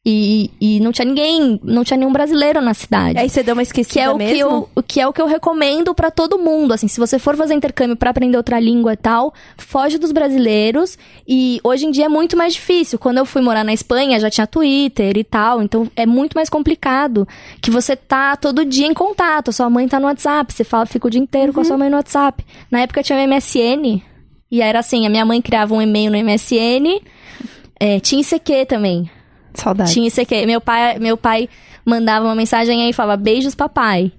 Speaker 4: E, e não tinha ninguém, não tinha nenhum brasileiro na cidade.
Speaker 2: Aí você deu uma
Speaker 4: Que
Speaker 2: esquecida
Speaker 4: é, o
Speaker 2: mesmo?
Speaker 4: que, eu, o que é o que eu recomendo pra todo mundo, assim, se você for fazer intercâmbio pra aprender outra língua e tal, foge dos brasileiros e hoje em dia é muito mais difícil. Quando eu fui morar na Espanha, já tinha Twitter e tal, então é muito mais complicado que você tá todo dia em contato, sua mãe tá no WhatsApp, você fala, fica o dia inteiro com a sua mãe no WhatsApp. Na época tinha o MSN e aí era assim, a minha mãe criava um e-mail no MSN, é, tinha ICQ também.
Speaker 2: Ah.
Speaker 3: Saudade.
Speaker 4: Tinha isso aqui. Meu pai, meu pai mandava uma mensagem aí e falava, beijos, papai.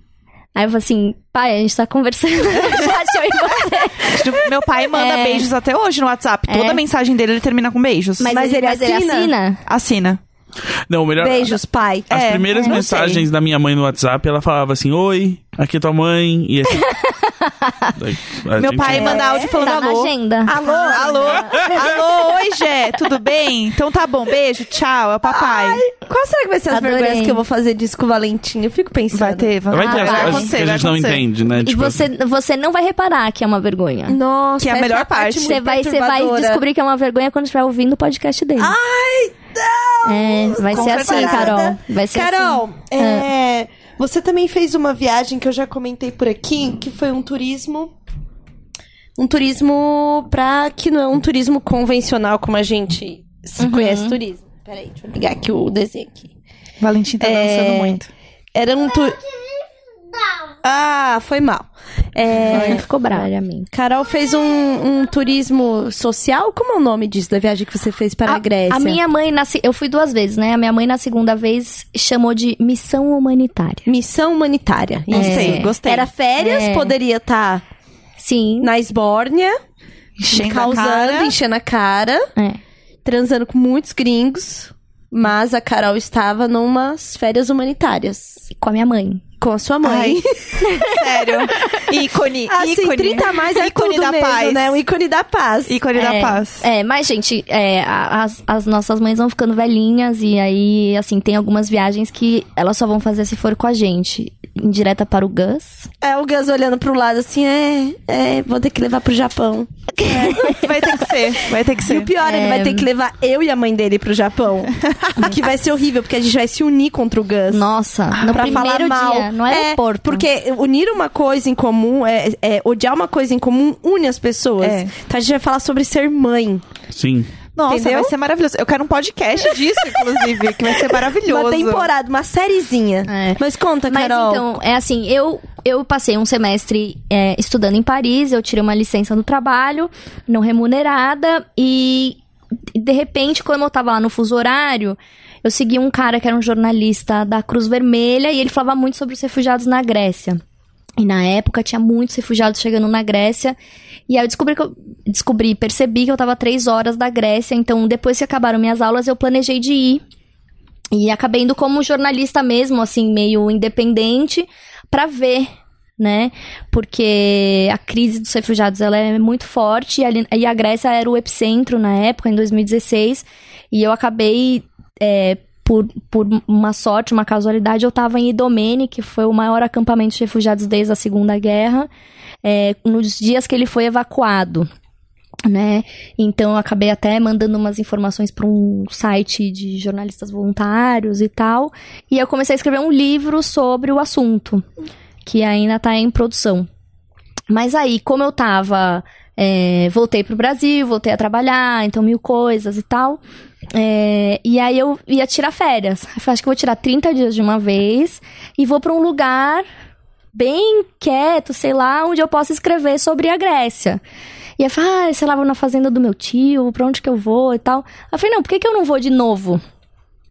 Speaker 4: Aí eu falei assim, pai, a gente tá conversando. Chat, eu e você.
Speaker 3: Meu pai manda
Speaker 4: É.
Speaker 3: beijos até hoje no WhatsApp. Toda
Speaker 4: É.
Speaker 3: mensagem dele ele termina com beijos.
Speaker 4: mas,
Speaker 2: Mas
Speaker 4: ele,
Speaker 2: ele
Speaker 4: mas ele
Speaker 2: assina?
Speaker 4: assina?
Speaker 3: Assina.
Speaker 4: É
Speaker 1: Não, o melhor.
Speaker 2: Beijos, pai.
Speaker 1: As
Speaker 3: É,
Speaker 1: primeiras
Speaker 3: é, não
Speaker 1: mensagens da minha mãe no WhatsApp, ela falava assim: Oi, aqui é tua mãe. E assim, Daí, a
Speaker 3: Meu
Speaker 1: gente- é.
Speaker 3: pai manda áudio falando
Speaker 4: tá
Speaker 3: alô.
Speaker 4: na agenda.
Speaker 3: Alô,
Speaker 2: Ah, tá.
Speaker 3: alô, alô, oi Gé, tudo bem? Então tá bom, beijo, tchau, é o papai.
Speaker 2: Qual será que vai ser as
Speaker 4: Adorei.
Speaker 2: vergonhas que eu vou fazer disso com o Valentim? Eu fico pensando.
Speaker 3: Vai ter, vai,
Speaker 1: É Vai ter as
Speaker 4: Ah, vai
Speaker 1: coisas
Speaker 3: acontecer,
Speaker 1: que a
Speaker 3: vai
Speaker 1: gente não
Speaker 3: acontecer.
Speaker 1: entende, né?
Speaker 4: e você, você não vai reparar que é uma vergonha.
Speaker 2: Nossa,
Speaker 3: Que é a
Speaker 2: essa
Speaker 3: melhor
Speaker 2: a parte.
Speaker 3: parte.
Speaker 2: muito
Speaker 4: Você vai, você vai
Speaker 2: perturbadora.
Speaker 4: descobrir que é uma vergonha quando estiver ouvindo o podcast dele. Ai, não! É, vai
Speaker 2: Com
Speaker 4: ser assim,
Speaker 2: certeza.
Speaker 4: Carol. Vai ser assim. Ah.
Speaker 2: Carol, é, você também fez uma viagem que eu já comentei por aqui, que foi um turismo. Um turismo pra. que não é um turismo convencional como a gente se
Speaker 4: Uhum.
Speaker 2: conhece turismo. Peraí, deixa eu ligar aqui o desenho aqui.
Speaker 3: Valentim tá
Speaker 2: É.
Speaker 3: dançando muito.
Speaker 2: Era um turismo. Ah, foi mal. É,
Speaker 4: Ele assim. ficou brava, mim.
Speaker 2: Carol fez um, um turismo social? Como é o nome disso, da viagem que você fez para a, Grécia?
Speaker 4: A minha mãe, na, se- eu fui duas vezes, né? A minha mãe, na segunda vez, chamou de missão humanitária.
Speaker 2: Missão humanitária.
Speaker 3: Gostei,
Speaker 4: É.
Speaker 3: gostei.
Speaker 2: Era férias,
Speaker 4: É.
Speaker 2: poderia estar
Speaker 4: Sim.
Speaker 2: na esbórnia,
Speaker 3: Enchendo a
Speaker 2: causando,
Speaker 3: cara.
Speaker 2: enchendo a cara,
Speaker 4: É.
Speaker 2: transando com muitos gringos. Mas a Carol estava numas férias humanitárias
Speaker 4: Com a minha mãe.
Speaker 2: com a sua mãe.
Speaker 3: Sério. Ícone,
Speaker 2: assim,
Speaker 3: ícone.
Speaker 2: 30 a mais é
Speaker 3: ícone
Speaker 2: tudo
Speaker 3: da
Speaker 2: mesmo,
Speaker 3: paz.
Speaker 2: né? Um ícone da paz.
Speaker 3: Ícone da
Speaker 4: É,
Speaker 3: paz.
Speaker 4: É, mas, gente, é, a- as, as nossas mães vão ficando velhinhas e aí, assim, tem algumas viagens que elas só vão fazer se for com a gente. Indireta para o Gus.
Speaker 2: É o Gus olhando pro lado assim, é, é, vou ter que levar pro Japão.
Speaker 3: Vai ter que ser, vai ter que
Speaker 2: E
Speaker 3: ser.
Speaker 2: o pior, ele
Speaker 3: É.
Speaker 2: vai ter que levar eu e a mãe dele pro Japão. que vai ser horrível, porque a gente vai se unir contra o Gus.
Speaker 4: Nossa, no
Speaker 2: Ah, pra falar
Speaker 4: primeiro
Speaker 2: mal.
Speaker 4: dia, no
Speaker 2: É,
Speaker 4: aeroporto.
Speaker 2: porque unir uma coisa em comum, é, é, odiar uma coisa em comum, une as pessoas.
Speaker 3: É.
Speaker 2: Então a gente vai falar sobre ser mãe.
Speaker 1: Sim.
Speaker 3: Nossa,
Speaker 2: Entendeu?
Speaker 3: vai ser maravilhoso. Eu quero um podcast disso, inclusive, que vai ser maravilhoso.
Speaker 2: Uma temporada, uma sériezinha.
Speaker 4: É.
Speaker 2: Mas conta,
Speaker 4: Mas
Speaker 2: Carol.
Speaker 4: então, é assim, eu, eu passei um semestre é, estudando em Paris, eu tirei uma licença no trabalho, não remunerada, e de repente, quando eu tava lá no fuso horário, eu segui um cara que era um jornalista da Cruz Vermelha e ele falava muito sobre os refugiados na Grécia. E na época tinha muitos refugiados chegando na Grécia. E aí eu descobri que eu descobri, percebi que eu tava três horas da Grécia, então depois que acabaram minhas aulas, eu planejei de ir. E acabei indo como jornalista mesmo, assim, meio independente, pra ver, né? Porque a crise dos refugiados, ela é muito forte, e, ali- e a Grécia era o epicentro na época, em 2016, e eu acabei, é, por, por uma sorte, uma casualidade, eu tava em Idomene, que foi o maior acampamento de refugiados desde a Segunda Guerra, é, nos dias que ele foi evacuado né? Então eu acabei até mandando umas informações para um site de jornalistas voluntários e tal, e eu comecei a escrever um livro sobre o assunto, que ainda tá em produção. Mas aí, como eu tava, é, voltei pro Brasil, voltei a trabalhar, então mil coisas e tal. é, e aí eu ia tirar férias. Eu falei, acho que eu vou tirar 30 dias de uma vez e vou para um lugar bem quieto, sei lá, onde eu possa escrever sobre a Grécia. E aí eu falei, ah, sei lá, vou na fazenda do meu tio, pra onde que eu vou e tal. Aí Eu falei, não, por que, que eu não vou de novo?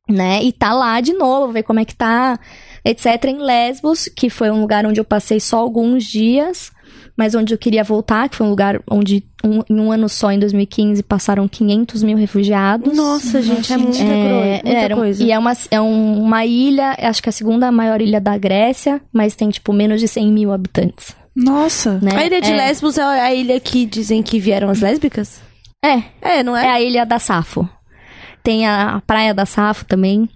Speaker 4: Né? E tá lá de novo, ver como é que tá, etc. Em Lesbos, que foi um lugar onde eu passei só alguns dias. mas onde eu queria voltar, que foi um lugar onde um- em um ano só, em 2015, passaram 500 mil refugiados.
Speaker 2: Nossa, gente, é muita,
Speaker 4: É,
Speaker 2: gro- muita
Speaker 4: era um-
Speaker 2: coisa.
Speaker 4: E é uma, é um- uma ilha, acho que é a segunda maior ilha da Grécia, mas tem, tipo, menos de 100 mil habitantes,
Speaker 3: Nossa.
Speaker 4: né?
Speaker 2: A ilha de
Speaker 4: é,
Speaker 2: Lesbos é a ilha que dizem que vieram as lésbicas?
Speaker 4: É,
Speaker 2: É, não é?
Speaker 4: é a ilha da Safo. Tem a, a praia da Safo também.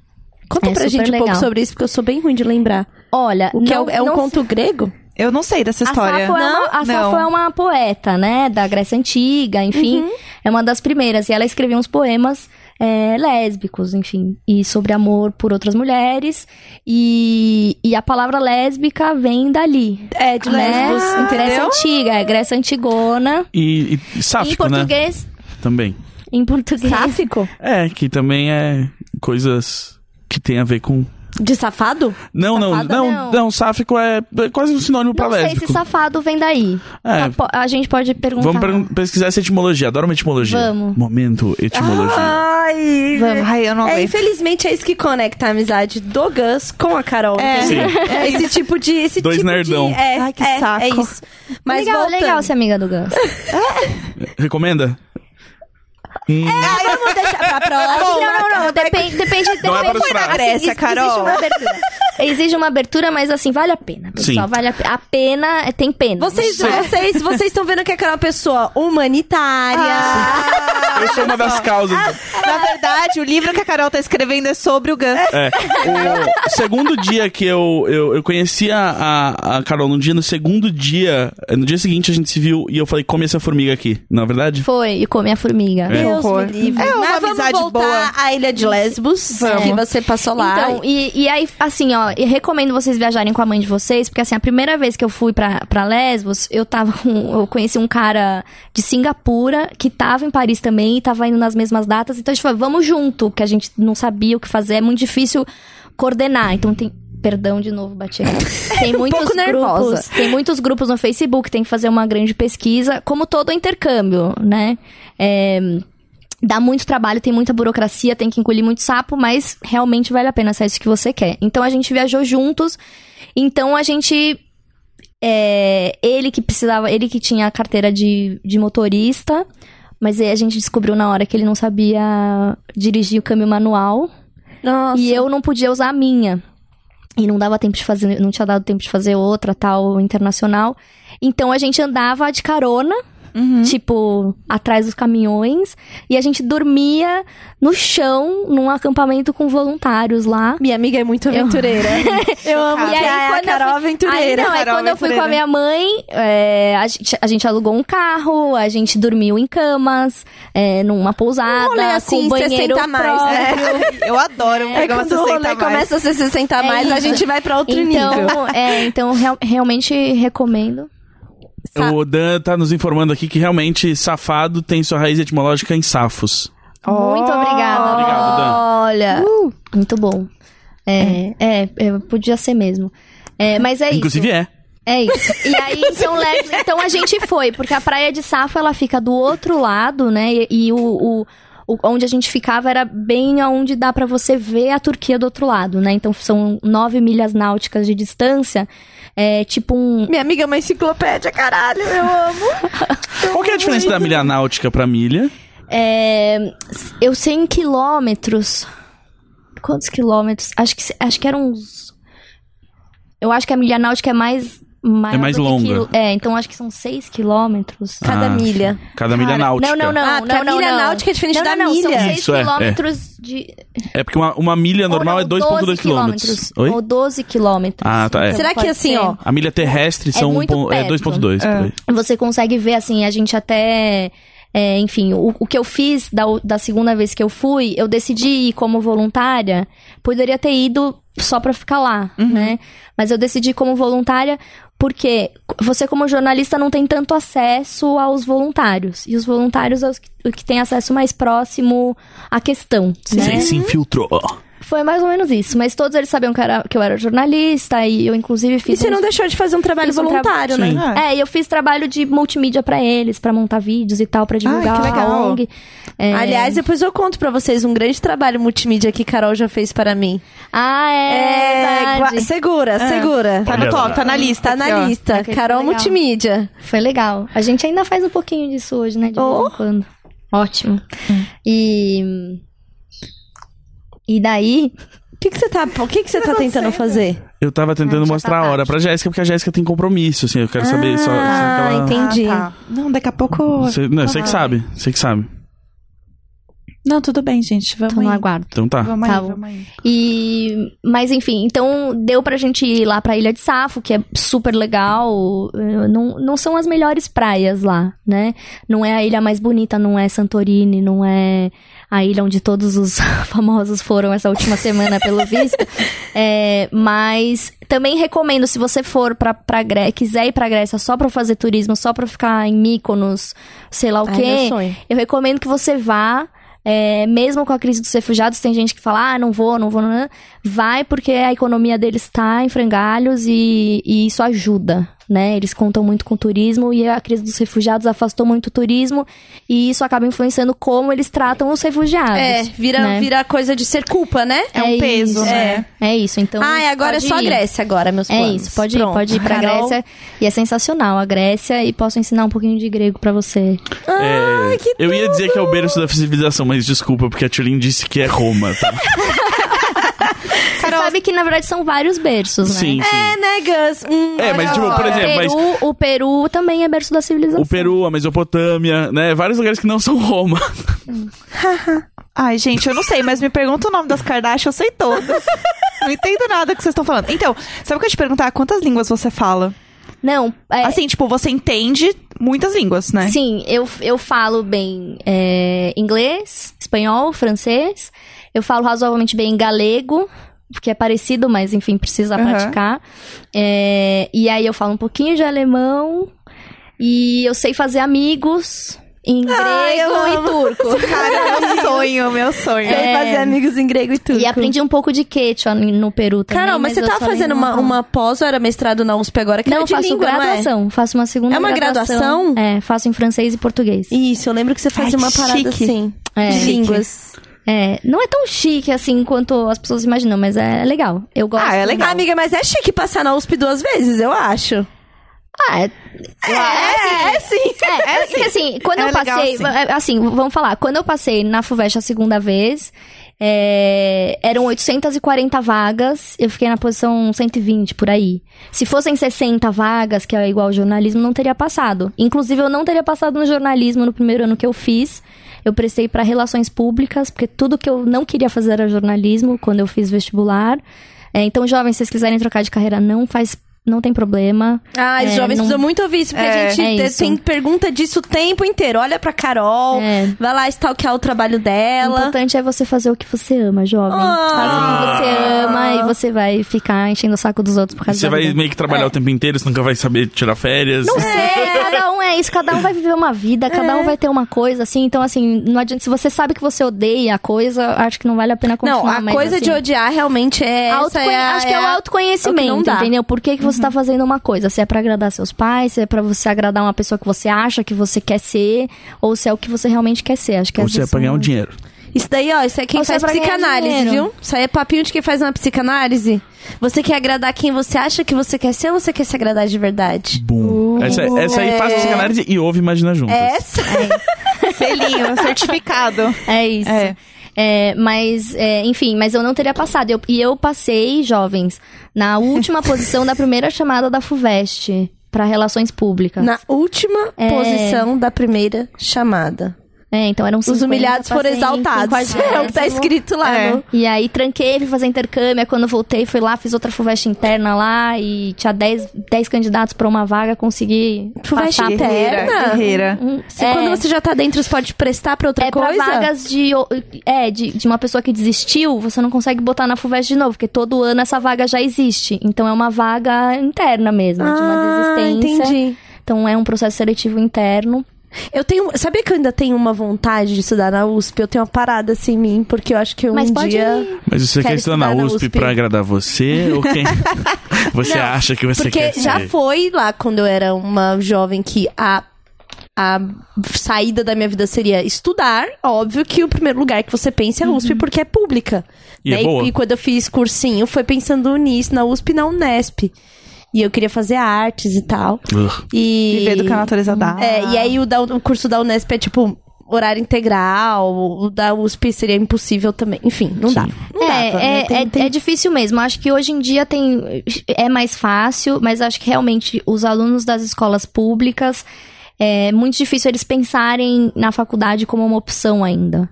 Speaker 2: Conta
Speaker 4: é
Speaker 2: pra
Speaker 4: super
Speaker 2: gente um pouco
Speaker 4: legal.
Speaker 2: sobre isso, porque eu sou bem ruim de lembrar.
Speaker 4: Olha,
Speaker 2: O que é
Speaker 4: não-
Speaker 2: o- é, um
Speaker 4: não
Speaker 2: conto grego?
Speaker 3: Eu não sei dessa
Speaker 4: A
Speaker 3: história.
Speaker 4: Safo, é,
Speaker 3: não,
Speaker 4: uma, a Safo é uma poeta, né? Da Grécia Antiga, enfim.
Speaker 2: Uhum.
Speaker 4: É uma das primeiras. E ela escrevia uns poemas é, lésbicos, enfim. E sobre amor por outras mulheres. E, e a palavra lésbica vem dali.
Speaker 2: É, de
Speaker 4: né?
Speaker 2: Lesbos,
Speaker 4: Grécia
Speaker 2: entendeu?
Speaker 4: Antiga, é Grécia Antigona.
Speaker 1: E, e
Speaker 4: em
Speaker 1: sáfico, né?
Speaker 4: português...
Speaker 1: Também.
Speaker 4: Em português...
Speaker 2: Sáfico?
Speaker 1: É, que também é coisas que tem a ver com.
Speaker 2: De safado?
Speaker 1: Não, não,
Speaker 4: Safada,
Speaker 1: não,
Speaker 4: não.
Speaker 1: não, sáfico é é quase um sinônimo pra
Speaker 4: Não sei
Speaker 1: lésbico.
Speaker 4: se safado vem daí.
Speaker 1: É.
Speaker 4: Tá, po- A gente pode perguntar.
Speaker 1: Vamos pergun- pesquisar essa etimologia, adoro uma etimologia.
Speaker 4: Vamos. Ah!
Speaker 1: Momento etimologia.
Speaker 2: Ai,
Speaker 3: Ai, eu não
Speaker 2: É,
Speaker 3: aguento.
Speaker 2: infelizmente é isso que conecta a amizade do Gus com a Carol.
Speaker 3: É.
Speaker 1: Sim.
Speaker 2: entendeu? É esse tipo de. Esse
Speaker 1: Dois
Speaker 2: tipo
Speaker 1: nerdão.
Speaker 2: De, é,
Speaker 3: Ai, que
Speaker 2: é,
Speaker 3: saco.
Speaker 2: É isso. Mas
Speaker 4: legal,
Speaker 2: voltando.
Speaker 4: legal ser amiga do Gus.
Speaker 1: Recomenda? Hum,
Speaker 4: É,
Speaker 2: Vamos deixar pra Tá próxima.
Speaker 4: não, não, não. Depende, depende, depende
Speaker 1: não é para os
Speaker 3: na
Speaker 1: fracos.
Speaker 3: Grécia, Carol.
Speaker 4: Exige uma abertura, mas assim, vale a pena, pessoal.
Speaker 1: Sim.
Speaker 4: Vale a pena. A pena é- tem pena.
Speaker 2: Vocês
Speaker 4: Não sei.
Speaker 2: vocês, vocês estão vendo que a Carol é uma pessoa
Speaker 4: Ah,
Speaker 2: humanitária.
Speaker 1: Eu sou uma das causas.
Speaker 3: Na verdade, o livro que a Carol tá escrevendo é sobre o Gus.
Speaker 1: É, o segundo dia que eu, eu, eu conheci a, a, a Carol no dia, no segundo dia, no dia seguinte a gente se viu e eu falei, come essa formiga aqui, não é verdade?
Speaker 4: Foi, e comi a formiga.
Speaker 1: É.
Speaker 2: Deus
Speaker 3: Horror.
Speaker 2: me livre.
Speaker 3: É uma
Speaker 2: Mas
Speaker 3: amizade
Speaker 2: vamos voltar à ilha de Lesbos,
Speaker 3: Vamos.
Speaker 2: que você passou lá.
Speaker 4: Então, e, e aí, assim, ó, eu recomendo vocês viajarem com a mãe de vocês, porque assim, a primeira vez que eu fui pra, pra Lesbos, eu tava com. Eu conheci um cara de Singapura que tava em Paris também e tava indo nas mesmas datas. Então a gente falou, vamos junto, porque a gente não sabia o que fazer, é muito difícil coordenar. Então tem. Perdão de novo, bati aqui. Tem muitos
Speaker 2: pouco nervosa.
Speaker 4: grupos. Tem muitos grupos no Facebook, tem que fazer uma grande pesquisa, como todo intercâmbio, né? É, dá muito trabalho, tem muita burocracia, tem que engolir muito sapo, mas realmente vale a pena se é isso que você quer. Então a gente viajou juntos, então a gente. é, ele que precisava, ele que tinha a carteira de, de motorista, mas aí a gente descobriu na hora que ele não sabia dirigir o câmbio manual
Speaker 2: Nossa.
Speaker 4: e eu não podia usar a minha. E não dava tempo de fazer, não tinha dado tempo de fazer outra, tal, internacional. Então a gente andava de carona, tipo, atrás dos caminhões, e a gente dormia no chão, num acampamento com voluntários lá.
Speaker 2: Minha amiga é muito aventureira. Eu, amo
Speaker 4: E
Speaker 2: que é
Speaker 4: aí,
Speaker 2: a, a
Speaker 4: quando eu
Speaker 2: Carol
Speaker 4: fui-
Speaker 2: aventureira.
Speaker 4: Aí, não, aí
Speaker 3: Carol
Speaker 4: quando eu fui com a
Speaker 3: aventureira.
Speaker 4: minha mãe, é, a, gente, a gente alugou um carro, a gente dormiu em camas, é, numa pousada,
Speaker 2: rolê assim,
Speaker 4: com banheiro
Speaker 2: 60 a mais,
Speaker 4: próprio.
Speaker 2: né?
Speaker 3: Eu adoro um
Speaker 2: É
Speaker 3: programa
Speaker 2: quando o
Speaker 3: 60
Speaker 2: rolê
Speaker 3: mais.
Speaker 2: começa a se 60 a
Speaker 4: É
Speaker 2: mais, a
Speaker 4: isso.
Speaker 2: gente vai pra outro nível.
Speaker 4: Então, é, então real- realmente recomendo.
Speaker 2: Sa-
Speaker 1: O Dan tá nos informando aqui que realmente safado tem sua raiz etimológica em safos.
Speaker 4: Muito obrigada.
Speaker 1: Obrigado, Dan.
Speaker 2: Olha.
Speaker 4: Muito bom. É, é, é, podia ser mesmo. É, mas é
Speaker 1: Inclusive
Speaker 4: isso.
Speaker 1: é.
Speaker 4: É isso. E aí, então, Leslie- então a gente foi, porque a praia de Safo ela fica do outro lado, né? E, e o, o- o- onde a gente ficava era bem aonde dá pra você ver a Turquia do outro lado, né? Então são nove milhas náuticas de distância. É tipo um.
Speaker 2: Minha amiga é uma enciclopédia, caralho, eu amo.
Speaker 1: Qual que é a diferença da milha náutica pra milha?
Speaker 4: é, eu sei em quilômetros. Quantos quilômetros? Acho que, acho que eram uns. Eu acho que a milha náutica é mais. maior
Speaker 1: É mais
Speaker 4: do que
Speaker 1: longa.
Speaker 4: quilo- É, então acho que são 6 quilômetros.
Speaker 2: Cada
Speaker 1: Ah,
Speaker 2: milha.
Speaker 1: Cada milha
Speaker 4: Cara,
Speaker 1: náutica.
Speaker 4: Não, não, não.
Speaker 2: Ah,
Speaker 4: não,
Speaker 2: porque a
Speaker 4: não,
Speaker 2: milha
Speaker 4: não.
Speaker 2: náutica é diferente
Speaker 4: não,
Speaker 2: da
Speaker 4: não, não,
Speaker 2: milha.
Speaker 4: São 6
Speaker 1: Isso é, é.
Speaker 4: quilômetros de.
Speaker 1: É porque uma, uma milha normal
Speaker 4: ou
Speaker 1: é
Speaker 4: não,
Speaker 1: 2,2
Speaker 4: 12
Speaker 1: quilômetros. Oi?
Speaker 4: Ou 12 quilômetros.
Speaker 1: Ah, tá, é.
Speaker 2: Será que
Speaker 4: pode
Speaker 2: assim,
Speaker 4: ser.
Speaker 2: ó,
Speaker 1: A milha terrestre são um
Speaker 4: muito
Speaker 1: pon- é
Speaker 4: perto.
Speaker 1: 2,2. por aí.
Speaker 4: Você consegue ver, assim, a gente até. é, enfim, o, o que eu fiz da, o- da segunda vez que eu fui, eu decidi ir como voluntária. Poderia ter ido só pra ficar lá,
Speaker 2: Uhum.
Speaker 4: né? Mas eu decidi ir como voluntária porque você, como jornalista, não tem tanto acesso aos voluntários. E os voluntários são os que, o que têm acesso mais próximo à questão. Né?
Speaker 1: Sem se infiltrou.
Speaker 4: Foi mais ou menos isso. Mas todos eles sabiam que, era- que eu era jornalista e eu, inclusive,
Speaker 2: E
Speaker 4: fiz.
Speaker 2: você
Speaker 4: um-
Speaker 2: não deixou de fazer um trabalho
Speaker 4: fiz um tra-
Speaker 2: voluntário, né?
Speaker 1: Sim.
Speaker 3: Hum.
Speaker 4: É, e eu fiz trabalho de multimídia pra eles, pra montar vídeos e tal, pra divulgar
Speaker 3: que legal.
Speaker 4: a ONG. É.
Speaker 2: Aliás, depois eu conto pra vocês um grande trabalho multimídia que Carol já fez para mim.
Speaker 4: Ah, é.
Speaker 2: gua-
Speaker 4: verdade.
Speaker 2: segura, segura.
Speaker 3: Tá no
Speaker 1: Olha
Speaker 3: top,
Speaker 1: lá.
Speaker 3: tá na lista.
Speaker 2: Tá
Speaker 3: aqui, ó.
Speaker 2: na lista.
Speaker 4: Aquele
Speaker 2: Carol
Speaker 4: foi legal.
Speaker 2: Multimídia.
Speaker 4: Foi legal. A gente ainda faz um pouquinho disso hoje, né? De
Speaker 2: Oh.
Speaker 4: vez em quando. Ótimo. E. E daí.
Speaker 2: O que, que você tá, o que que você tá tentando fazer?
Speaker 1: Eu tava tentando
Speaker 4: Ah, já
Speaker 1: mostrar
Speaker 4: tá
Speaker 1: a hora
Speaker 4: tarde.
Speaker 1: pra Jéssica, porque a Jéssica tem compromisso, assim. Eu quero saber só, só
Speaker 2: Ah,
Speaker 1: aquela...
Speaker 2: entendi.
Speaker 3: Ah, tá. Não, daqui a pouco.
Speaker 1: Você, não, você que sabe, você que sabe.
Speaker 3: Não, tudo bem, gente. Vamos
Speaker 4: Tô no
Speaker 3: aí.
Speaker 4: aguardo.
Speaker 1: Então tá.
Speaker 3: Vamos
Speaker 4: Tá
Speaker 3: aí,
Speaker 4: bom.
Speaker 3: vamos aí.
Speaker 4: E, mas enfim, então deu pra gente ir lá pra Ilha de Safo, que é super legal. Eh, Não, não são as melhores praias lá, né? Não é a ilha mais bonita, não é Santorini, não é a ilha onde todos os famosos foram essa última semana, pelo visto. É, mas também recomendo, se você for pra, pra Grécia, quiser ir pra Grécia só pra fazer turismo, só pra ficar em Mykonos, sei lá o
Speaker 2: Ai,
Speaker 4: quê.
Speaker 2: meu sonho.
Speaker 4: Eu recomendo que você vá, é, mesmo com a crise dos refugiados, tem gente que fala, ah, não vou, não vou, não, não. Vai porque a economia deles está em frangalhos e, e isso ajuda, né? Eles contam muito com o turismo e a crise dos refugiados afastou muito o turismo e isso acaba influenciando como eles tratam os refugiados.
Speaker 2: É, vira,
Speaker 4: né?
Speaker 2: vira coisa de ser culpa, né?
Speaker 3: É um peso,
Speaker 4: isso,
Speaker 3: né?
Speaker 4: É isso, então.
Speaker 2: ah, e agora é
Speaker 4: pode
Speaker 2: só a
Speaker 4: ir.
Speaker 2: Grécia agora, meus
Speaker 4: É
Speaker 2: planos.
Speaker 4: isso, pode ir,
Speaker 2: Pronto.
Speaker 4: pode ir pra
Speaker 2: Carol,
Speaker 4: Grécia. E é sensacional a Grécia e posso ensinar um pouquinho de grego pra você.
Speaker 1: É, eu ia dizer que é o berço da civilização, mas desculpa, porque a Tulin disse que é Roma, tá?
Speaker 4: você sabe que na verdade são vários berços, né?
Speaker 1: Sim,
Speaker 2: É,
Speaker 1: sim.
Speaker 2: né, Gus? Hum,
Speaker 1: É, mas
Speaker 2: olha
Speaker 1: tipo,
Speaker 2: só.
Speaker 1: por exemplo, mas
Speaker 4: Peru, O Peru também é berço da civilização.
Speaker 1: o Peru, a Mesopotâmia, né? Vários lugares que não são Roma.
Speaker 3: Ai, gente, eu não sei, mas me pergunta o nome das Kardashian, eu sei todas. não entendo nada que vocês estão falando. Então, sabe o que eu ia te perguntar? Quantas línguas você fala?
Speaker 4: Não, é,
Speaker 1: Ah,
Speaker 3: Assim, tipo, você entende muitas línguas, né?
Speaker 4: sim, eu, eu falo bem é, inglês, espanhol, francês. Eu falo razoavelmente bem galego, porque é parecido, mas enfim, precisa
Speaker 3: Aham.
Speaker 4: praticar. É, e aí eu falo um pouquinho de alemão. E eu sei fazer amigos em grego
Speaker 2: Ai, eu
Speaker 4: e
Speaker 2: amo.
Speaker 4: turco.
Speaker 3: Cara, meu sonho, meu sonho.
Speaker 2: Sei fazer amigos em grego É. e tudo.
Speaker 4: E aprendi um pouco de quechua no Peru também.
Speaker 2: Carol, mas, você
Speaker 4: eu
Speaker 2: tava
Speaker 4: só lembro
Speaker 2: fazendo uma,
Speaker 4: palavra.
Speaker 2: uma pós ou era mestrado na USP agora? Que
Speaker 4: não,
Speaker 2: era
Speaker 4: eu
Speaker 2: de
Speaker 4: faço
Speaker 2: língua, não é?
Speaker 4: graduação. Faço uma segunda
Speaker 2: É uma graduação?
Speaker 4: É, faço em francês e português.
Speaker 2: Isso, eu lembro que você fazia
Speaker 3: Ai,
Speaker 2: uma
Speaker 3: que
Speaker 2: parada
Speaker 3: chique.
Speaker 2: assim.
Speaker 4: É.
Speaker 2: de
Speaker 4: Chique.
Speaker 2: línguas.
Speaker 4: É, não é tão chique assim quanto as pessoas imaginam, mas é legal. Eu gosto.
Speaker 3: Ah, é legal.
Speaker 2: Amiga, mas é chique passar na USP duas vezes, eu acho.
Speaker 4: Ah, é,
Speaker 2: É, é sim.
Speaker 4: é, é que, assim, quando
Speaker 3: É
Speaker 4: eu
Speaker 3: legal,
Speaker 4: passei,
Speaker 3: sim.
Speaker 4: é, assim, vamos falar, quando eu passei na FUVEST a segunda vez, é, eram 840 vagas, eu fiquei na posição 120 por aí. Se fossem 60 vagas, que é igual ao jornalismo, não teria passado. Inclusive, eu não teria passado no jornalismo no primeiro ano que eu fiz. Eu prestei para relações públicas, porque tudo que eu não queria fazer era jornalismo quando eu fiz vestibular. É, então, jovens, se vocês quiserem trocar de carreira, não faz, não tem problema.
Speaker 2: Ai, os
Speaker 4: É,
Speaker 2: jovens
Speaker 4: não-
Speaker 2: precisam muito ouvir isso, porque a
Speaker 4: É,
Speaker 2: gente
Speaker 4: é
Speaker 2: te-
Speaker 4: isso.
Speaker 2: tem pergunta disso o tempo inteiro. Olha pra Carol,
Speaker 4: É.
Speaker 2: vai lá stalkear o trabalho
Speaker 4: O
Speaker 2: dela.
Speaker 4: importante é você fazer o que você ama, jovem.
Speaker 2: Ah.
Speaker 4: Faz o que você ama e você vai ficar enchendo o saco dos outros por causa
Speaker 1: Você
Speaker 4: da
Speaker 1: vai
Speaker 4: vida.
Speaker 1: meio que trabalhar o tempo inteiro, você nunca vai saber tirar férias.
Speaker 4: Não sei, cada um é isso, cada um vai viver uma vida,
Speaker 2: É.
Speaker 4: cada um vai ter uma coisa, assim. Então, assim, não adianta. Se você sabe que você odeia a coisa, acho que não vale a pena continuar.
Speaker 2: Não, a
Speaker 4: mas,
Speaker 2: coisa de
Speaker 4: assim,
Speaker 2: odiar realmente é. essa
Speaker 4: autoconhe-
Speaker 2: é a-
Speaker 4: acho que é o
Speaker 2: a-
Speaker 4: autoconhecimento,
Speaker 2: é o que não dá. Uhum.
Speaker 4: entendeu? Por que, que você tá fazendo uma coisa? Se é pra agradar seus pais, se é pra você agradar uma pessoa que você acha que você quer ser, ou se é o que você realmente quer ser. Acho que
Speaker 1: Ou
Speaker 4: às
Speaker 1: você vai
Speaker 4: vezes
Speaker 1: pagar ganhar
Speaker 4: não-
Speaker 1: um dinheiro.
Speaker 2: Isso daí, ó, isso é quem
Speaker 4: Ou
Speaker 2: faz
Speaker 4: só pra ganhar
Speaker 2: psicanálise,
Speaker 4: dinheiro.
Speaker 2: viu? Isso aí é papinho de quem faz uma psicanálise. Você quer agradar quem você acha que você quer ser ou você quer se agradar de verdade?
Speaker 1: Bum. Essa, é, essa aí faz psicanálise e ouve Imagina Juntas.
Speaker 2: Essa? É.
Speaker 3: Selinho, certificado.
Speaker 4: É isso.
Speaker 3: É.
Speaker 4: É, mas, é, enfim, mas eu não teria passado. Eu- e eu passei, jovens, na última posição da primeira chamada da FUVEST para relações públicas.
Speaker 2: Na última
Speaker 4: É.
Speaker 2: posição da primeira chamada.
Speaker 4: É, então eram 50,
Speaker 2: Os humilhados foram
Speaker 4: passei em
Speaker 2: exaltados. É o que tá
Speaker 4: 50º.
Speaker 2: escrito lá. né?
Speaker 3: É.
Speaker 2: no-
Speaker 4: E aí tranquei, fui fazer intercâmbio. Aí quando eu voltei, fui lá, fiz outra FUVEST interna lá e tinha 10, 10 candidatos para uma vaga, consegui
Speaker 2: FUVEST
Speaker 4: passar por-
Speaker 2: interna?
Speaker 3: Guerreira, guerreira.
Speaker 4: Um-
Speaker 2: é Se
Speaker 4: é.
Speaker 2: quando você já tá dentro, você pode prestar pra outra
Speaker 4: é
Speaker 2: coisa?
Speaker 4: pra vagas de, é, de, de uma pessoa que desistiu, você não consegue botar na FUVEST de novo, porque todo ano essa vaga já existe. Então é uma vaga interna mesmo, de uma
Speaker 2: Ah,
Speaker 4: desistência.
Speaker 2: entendi.
Speaker 4: Então é um processo seletivo interno.
Speaker 2: Eu tenho. Sabia que eu ainda tenho uma vontade de estudar na USP? Eu tenho uma parada assim em mim, porque eu acho que um
Speaker 4: Mas pode
Speaker 2: dia.
Speaker 4: ir.
Speaker 1: Mas você
Speaker 2: Quero
Speaker 1: quer estudar na
Speaker 2: estudar na
Speaker 1: USP,
Speaker 2: USP.
Speaker 1: pra agradar você ou quem você
Speaker 2: Não,
Speaker 1: acha que você
Speaker 2: Porque
Speaker 1: quer
Speaker 2: já
Speaker 1: ser?
Speaker 2: foi lá quando eu era uma jovem que a, a saída da minha vida seria estudar. Óbvio que o primeiro lugar que você pensa é a USP, porque é pública.
Speaker 1: Uhum. E é
Speaker 2: né?
Speaker 1: boa.
Speaker 2: e quando eu fiz cursinho, foi pensando nisso, na USP e na Unesp. E eu queria fazer artes e tal.
Speaker 1: Ugh.
Speaker 2: E...
Speaker 3: Viver do que a natureza dá.
Speaker 2: É, e aí o, da- o curso da Unesp é tipo horário integral, o da USP seria impossível também. Enfim, não dá. Não
Speaker 4: é,
Speaker 2: dava,
Speaker 4: é,
Speaker 2: né? Tem-
Speaker 4: é,
Speaker 2: tem-
Speaker 4: é difícil mesmo. Acho que hoje em dia tem é mais fácil, mas acho que realmente os alunos das escolas públicas é muito difícil eles pensarem na faculdade como uma opção ainda.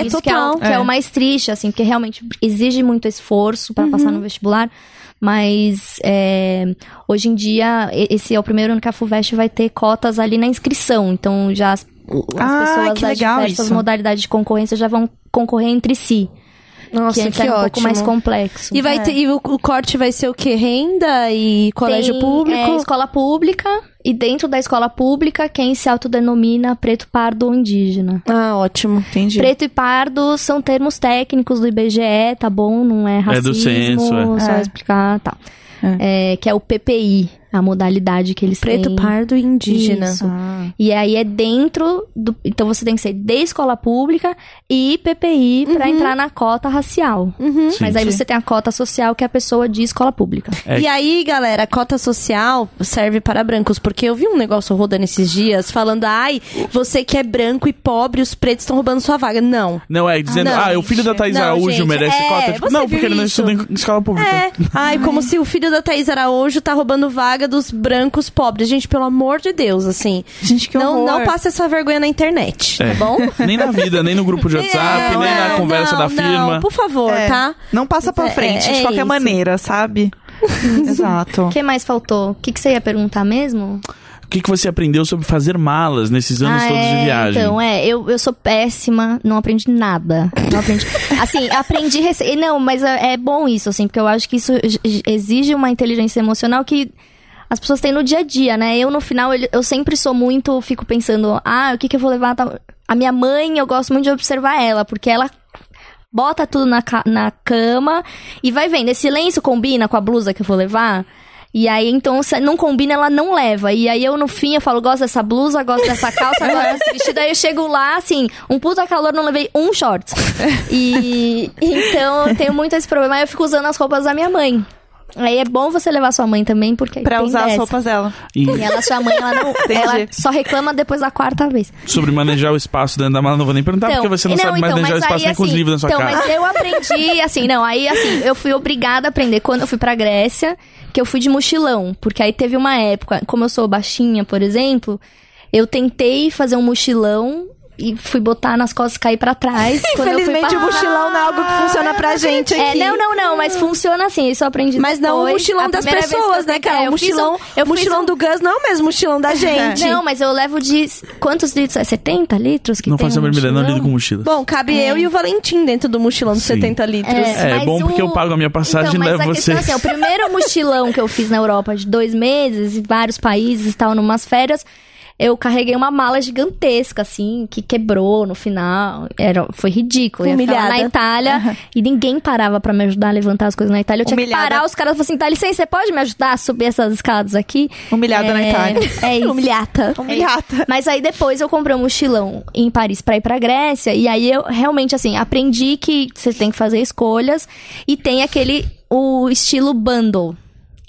Speaker 2: É,
Speaker 4: Isso
Speaker 2: total.
Speaker 4: Que é, o, que é.
Speaker 3: É.
Speaker 4: o mais triste, assim, porque realmente exige muito esforço para passar
Speaker 2: Uhum.
Speaker 4: no vestibular. Mas é, hoje em dia, e- esse é o primeiro ano que a FUVEST vai ter cotas ali na inscrição. Então já as, o- as
Speaker 3: Ah,
Speaker 4: pessoas
Speaker 3: que
Speaker 4: das
Speaker 3: legal
Speaker 4: diversas
Speaker 3: isso.
Speaker 4: modalidades de concorrência já vão concorrer entre si
Speaker 2: Nossa,
Speaker 4: que,
Speaker 2: que, é
Speaker 4: antes era um pouco
Speaker 2: ótimo.
Speaker 4: mais complexo.
Speaker 2: E, vai ter, e o, o corte vai ser o quê? Renda e colégio
Speaker 4: Tem,
Speaker 2: público?
Speaker 4: é, escola pública, e dentro da escola pública, quem se autodenomina preto, pardo ou indígena.
Speaker 2: Ah, ótimo.
Speaker 3: Entendi.
Speaker 4: Preto e pardo são termos técnicos do IBGE, tá bom? Não é racismo,
Speaker 1: do censo, é.
Speaker 4: só
Speaker 3: É.
Speaker 4: explicar, tá. É, que é o PPI, a modalidade que eles
Speaker 2: Preto,
Speaker 4: têm.
Speaker 2: pardo e indígena.
Speaker 4: Isso.
Speaker 3: Ah.
Speaker 4: E aí é dentro do... Então você tem que ser de escola pública e PPI pra entrar na cota racial.
Speaker 1: Sim.
Speaker 4: Mas aí você tem a cota social, que é a pessoa de escola pública.
Speaker 1: É.
Speaker 2: E aí, galera, a cota social serve para brancos, porque eu vi um negócio rodando esses dias falando, ai, você que é branco e pobre, os pretos estão roubando sua vaga. Não.
Speaker 1: Não, é dizendo,
Speaker 2: Não,
Speaker 1: ah, o filho da
Speaker 2: gente.
Speaker 1: Thaís
Speaker 2: Não,
Speaker 1: Araújo
Speaker 2: gente,
Speaker 1: merece
Speaker 2: é,
Speaker 1: cota. Tipo,
Speaker 2: você
Speaker 1: não,
Speaker 2: viu
Speaker 1: porque ele não
Speaker 2: isso?
Speaker 1: estuda em escola pública.
Speaker 2: É. Ai, como se o filho da Thaís Araújo tá roubando vaga dos brancos pobres. Gente, pelo amor de Deus, assim.
Speaker 3: Gente, que
Speaker 2: não,
Speaker 3: horror.
Speaker 2: não passe essa vergonha na internet,
Speaker 1: É.
Speaker 2: tá bom?
Speaker 1: Nem na vida, nem no grupo de WhatsApp,
Speaker 2: É, Não,
Speaker 1: nem na
Speaker 2: não,
Speaker 1: conversa
Speaker 2: não,
Speaker 1: da firma.
Speaker 2: Não, por favor,
Speaker 3: É,
Speaker 2: tá?
Speaker 3: Não passa pra
Speaker 2: É,
Speaker 3: frente,
Speaker 2: é
Speaker 3: de qualquer
Speaker 2: isso.
Speaker 3: maneira, sabe? Exato.
Speaker 4: O que mais faltou? O que, que você ia perguntar mesmo?
Speaker 1: O que, que você aprendeu sobre fazer malas nesses anos
Speaker 4: Ah,
Speaker 1: todos
Speaker 4: é,
Speaker 1: de viagem?
Speaker 4: Então, é, eu, eu sou péssima, não aprendi nada. Não aprendi. assim, aprendi. rece- Não, mas é, é bom isso, assim, porque eu acho que isso ex- ex- exige uma inteligência emocional que. As pessoas têm no dia a dia, né? Eu, no final, ele- eu sempre sou muito. Fico pensando, ah, o que, que eu vou levar? tal- A minha mãe, eu gosto muito de observar ela, porque ela bota tudo na, ca- na cama e vai vendo. Esse lenço combina com a blusa que eu vou levar? E aí, então, se não combina, ela não leva. E aí, eu, no fim, eu falo, gosto dessa blusa, gosto dessa calça, gosto desse vestido. Aí, eu chego lá, assim, um puta calor, não levei um short. E... Então, eu tenho muito esse problema. Aí, eu fico usando as roupas da minha mãe. Aí, é bom você levar sua mãe também, porque aí
Speaker 3: Pra
Speaker 4: tem
Speaker 3: usar as
Speaker 4: dessa.
Speaker 3: roupas dela.
Speaker 1: E
Speaker 4: E ela, sua mãe, ela não...
Speaker 3: Entendi.
Speaker 4: ela só reclama depois da quarta vez.
Speaker 1: sobre manejar o espaço dentro da mala, não vou nem perguntar, Tá, porque você não, sabe manejar o espaço nem com os livros na sua
Speaker 4: então,
Speaker 1: casa.
Speaker 4: mas eu aprendi, assim, não, aí assim, eu fui obrigada a aprender quando eu fui pra Grécia, que eu fui de mochilão, porque aí teve uma época, como eu sou baixinha, por exemplo, eu tentei fazer um mochilão e fui botar nas costas e cair pra trás. quando eu fui
Speaker 2: Infelizmente,
Speaker 4: pra-
Speaker 2: o mochilão não é algo que funciona pra gente
Speaker 4: é,
Speaker 2: aqui.
Speaker 4: não, não, não, mas funciona assim, isso eu aprendi
Speaker 2: Mas não o
Speaker 4: depois.
Speaker 2: mochilão
Speaker 4: A
Speaker 2: das
Speaker 4: primeira vez que eu
Speaker 2: pessoas, né,
Speaker 4: tentei-
Speaker 2: cara?
Speaker 4: é,
Speaker 2: o
Speaker 4: eu fiz
Speaker 2: mochilão,
Speaker 4: um- eu fiz
Speaker 2: mochilão
Speaker 4: um-
Speaker 2: do Gus não é o mesmo mochilão da gente.
Speaker 4: Não, mas eu levo de... Quantos litros? É 70 litros que
Speaker 1: Não
Speaker 4: tem
Speaker 1: faço a
Speaker 4: um
Speaker 1: menor ideia, não é
Speaker 4: mochilão?
Speaker 1: lido com mochila.
Speaker 2: Bom, cabe eu e o Valentim dentro do mochilão dos
Speaker 1: Sim.
Speaker 2: 70 litros.
Speaker 1: É,
Speaker 4: mas
Speaker 1: bom porque
Speaker 4: o-
Speaker 1: eu pago a minha passagem
Speaker 4: então,
Speaker 1: e
Speaker 4: mas
Speaker 1: levo
Speaker 4: a questão é
Speaker 1: vocês.
Speaker 4: Assim, o primeiro mochilão que eu fiz na Europa de dois meses, em vários países e tal, numas férias, eu carreguei uma mala gigantesca, assim, que quebrou no final. Era, foi ridículo. Eu ia ficar lá na
Speaker 2: Humilhada.
Speaker 4: Itália e ninguém parava pra me ajudar a levantar as coisas na Itália. Eu tinha
Speaker 3: Humilhada.
Speaker 4: que parar, os caras falaram assim, dá licença, você pode me ajudar a subir essas escadas aqui?
Speaker 3: Humilhada na
Speaker 4: É,
Speaker 3: Itália.
Speaker 4: É isso.
Speaker 2: Humilhata.
Speaker 3: Humilhada.
Speaker 4: Mas aí depois eu comprei um mochilão em Paris pra ir pra Grécia. E aí eu realmente, assim, aprendi que você tem que fazer escolhas. E tem aquele, o estilo bundle.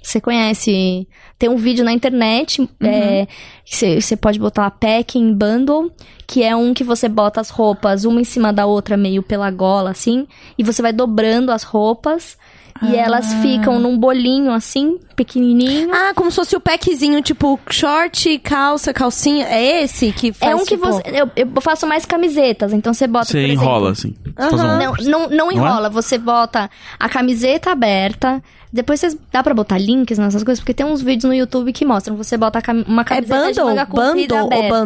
Speaker 4: Você conhece? Tem um vídeo na internet é, que você você pode botar packing bundle, que é um que você bota as roupas uma em cima da outra, meio pela gola, assim, e você vai dobrando as roupas e elas ficam num bolinho assim, pequenininho.
Speaker 2: Ah, como se fosse o packzinho, tipo short, calça, calcinha. É esse que faz
Speaker 4: É um que
Speaker 2: tipo-
Speaker 4: você. Eu, eu faço mais camisetas, então você bota.
Speaker 1: Você
Speaker 4: por exemplo-
Speaker 1: enrola, assim. Você faz um-
Speaker 4: Não, não, não enrola. Você bota a camiseta aberta. Depois vocês dá pra botar links nessas coisas, porque tem uns vídeos no YouTube que mostram. Você bota a cami- uma
Speaker 2: É
Speaker 4: camiseta de
Speaker 2: bundle?
Speaker 4: manga comprida
Speaker 2: Bundle ou
Speaker 4: aberta.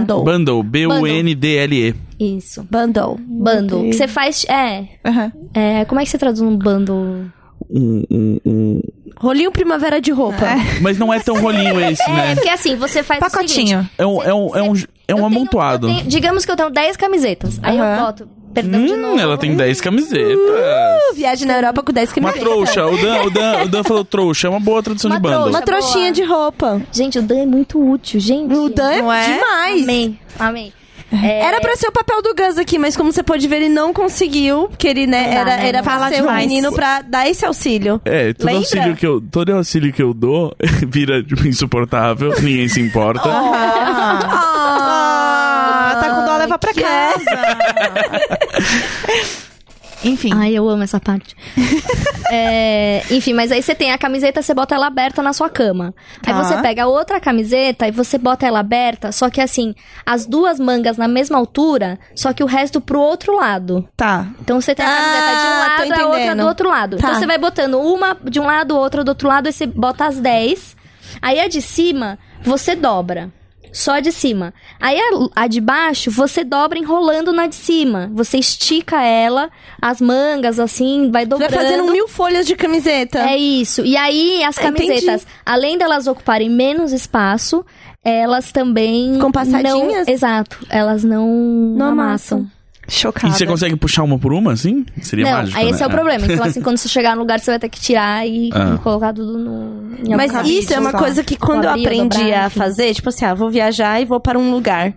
Speaker 1: Bundle,
Speaker 2: bundle?
Speaker 1: B-U-N-D-L-E.
Speaker 4: Isso.
Speaker 2: Bundle.
Speaker 4: Bundle. Que você faz. É,
Speaker 3: Aham.
Speaker 4: é. Como é que você traduz um bundle?
Speaker 1: Um, um, um,
Speaker 2: Rolinho primavera de roupa.
Speaker 1: Mas não é tão rolinho esse,
Speaker 4: É,
Speaker 1: né?
Speaker 4: porque assim, você faz
Speaker 3: Pacotinho.
Speaker 4: o seguinte...
Speaker 1: É um, é um, é um, é
Speaker 4: eu tenho-
Speaker 1: um amontoado.
Speaker 4: eu tenho- digamos que eu tenho 10 camisetas. Aí eu boto... Perdão de
Speaker 1: Hum,
Speaker 4: novo. né?
Speaker 1: ela tem 10 camisetas.
Speaker 2: Uh, Viagem na Europa com 10
Speaker 1: Uma
Speaker 2: camisetas.
Speaker 1: trouxa. O Dan, o, Dan, o Dan falou trouxa. É uma boa tradução
Speaker 4: Uma
Speaker 1: de banda.
Speaker 4: trouxa.
Speaker 2: Uma trouxinha
Speaker 4: Boa.
Speaker 2: de roupa.
Speaker 4: Gente, o Dan é muito útil, gente.
Speaker 2: O Dan
Speaker 3: Não
Speaker 2: é
Speaker 3: é?
Speaker 2: demais.
Speaker 4: Amém, amém. É,
Speaker 2: Era pra ser o papel do Gus aqui, mas como você pôde ver, ele não conseguiu. Porque ele, né,
Speaker 4: dá,
Speaker 2: era,
Speaker 4: né?
Speaker 2: era pra
Speaker 3: Fala
Speaker 2: ser um
Speaker 3: demais.
Speaker 2: menino pra dar esse auxílio.
Speaker 1: É, todo
Speaker 2: Lembra?
Speaker 1: auxílio, que eu, todo auxílio que eu dou vira tipo, insuportável, ninguém se importa.
Speaker 3: Ah,
Speaker 2: Ah,
Speaker 3: tá com dó, leva pra casa. Enfim.
Speaker 4: Ai, eu amo essa parte. É, enfim, mas aí você tem a camiseta, você bota ela aberta na sua cama. Aí
Speaker 3: Tá.
Speaker 4: você pega outra camiseta e você bota ela aberta, só que assim, as duas mangas na mesma altura, só que o resto pro outro lado.
Speaker 3: Tá.
Speaker 4: Então você tem a
Speaker 2: Ah,
Speaker 4: camiseta de um
Speaker 2: tô
Speaker 4: lado, a outra
Speaker 2: entendendo.
Speaker 4: do outro lado.
Speaker 2: Tá.
Speaker 4: Então você vai botando uma de um lado, outra do outro lado, aí você bota as 10. Aí a de cima, você dobra. Só a de cima. Aí a, a de baixo, você dobra enrolando na de cima. Você estica ela, as mangas, assim,
Speaker 2: Vai
Speaker 4: vai dobrando.
Speaker 2: fazendo um mil folhas de camiseta.
Speaker 4: É isso. E aí, as
Speaker 2: É, entendi.
Speaker 4: camisetas, além delas ocuparem menos espaço, elas também.
Speaker 2: Ficam passadinhas?
Speaker 4: Não, exato. Elas não,
Speaker 2: Não
Speaker 4: amassam.
Speaker 2: amassam.
Speaker 1: E
Speaker 3: Chocada.
Speaker 1: você consegue puxar uma por uma, assim? Seria
Speaker 4: não,
Speaker 1: mágico,
Speaker 4: aí
Speaker 1: né?
Speaker 4: esse é o problema. Então, assim, quando você chegar no lugar, você vai ter que tirar e,
Speaker 1: Ah.
Speaker 4: e colocar tudo no. em algum
Speaker 2: Mas
Speaker 4: cabide,
Speaker 2: isso é uma
Speaker 4: sei lá.
Speaker 2: coisa que quando eu
Speaker 4: Quadril,
Speaker 2: aprendi
Speaker 4: dobrar,
Speaker 2: a
Speaker 4: enfim.
Speaker 2: fazer, tipo assim, ah, vou viajar e vou para um lugar.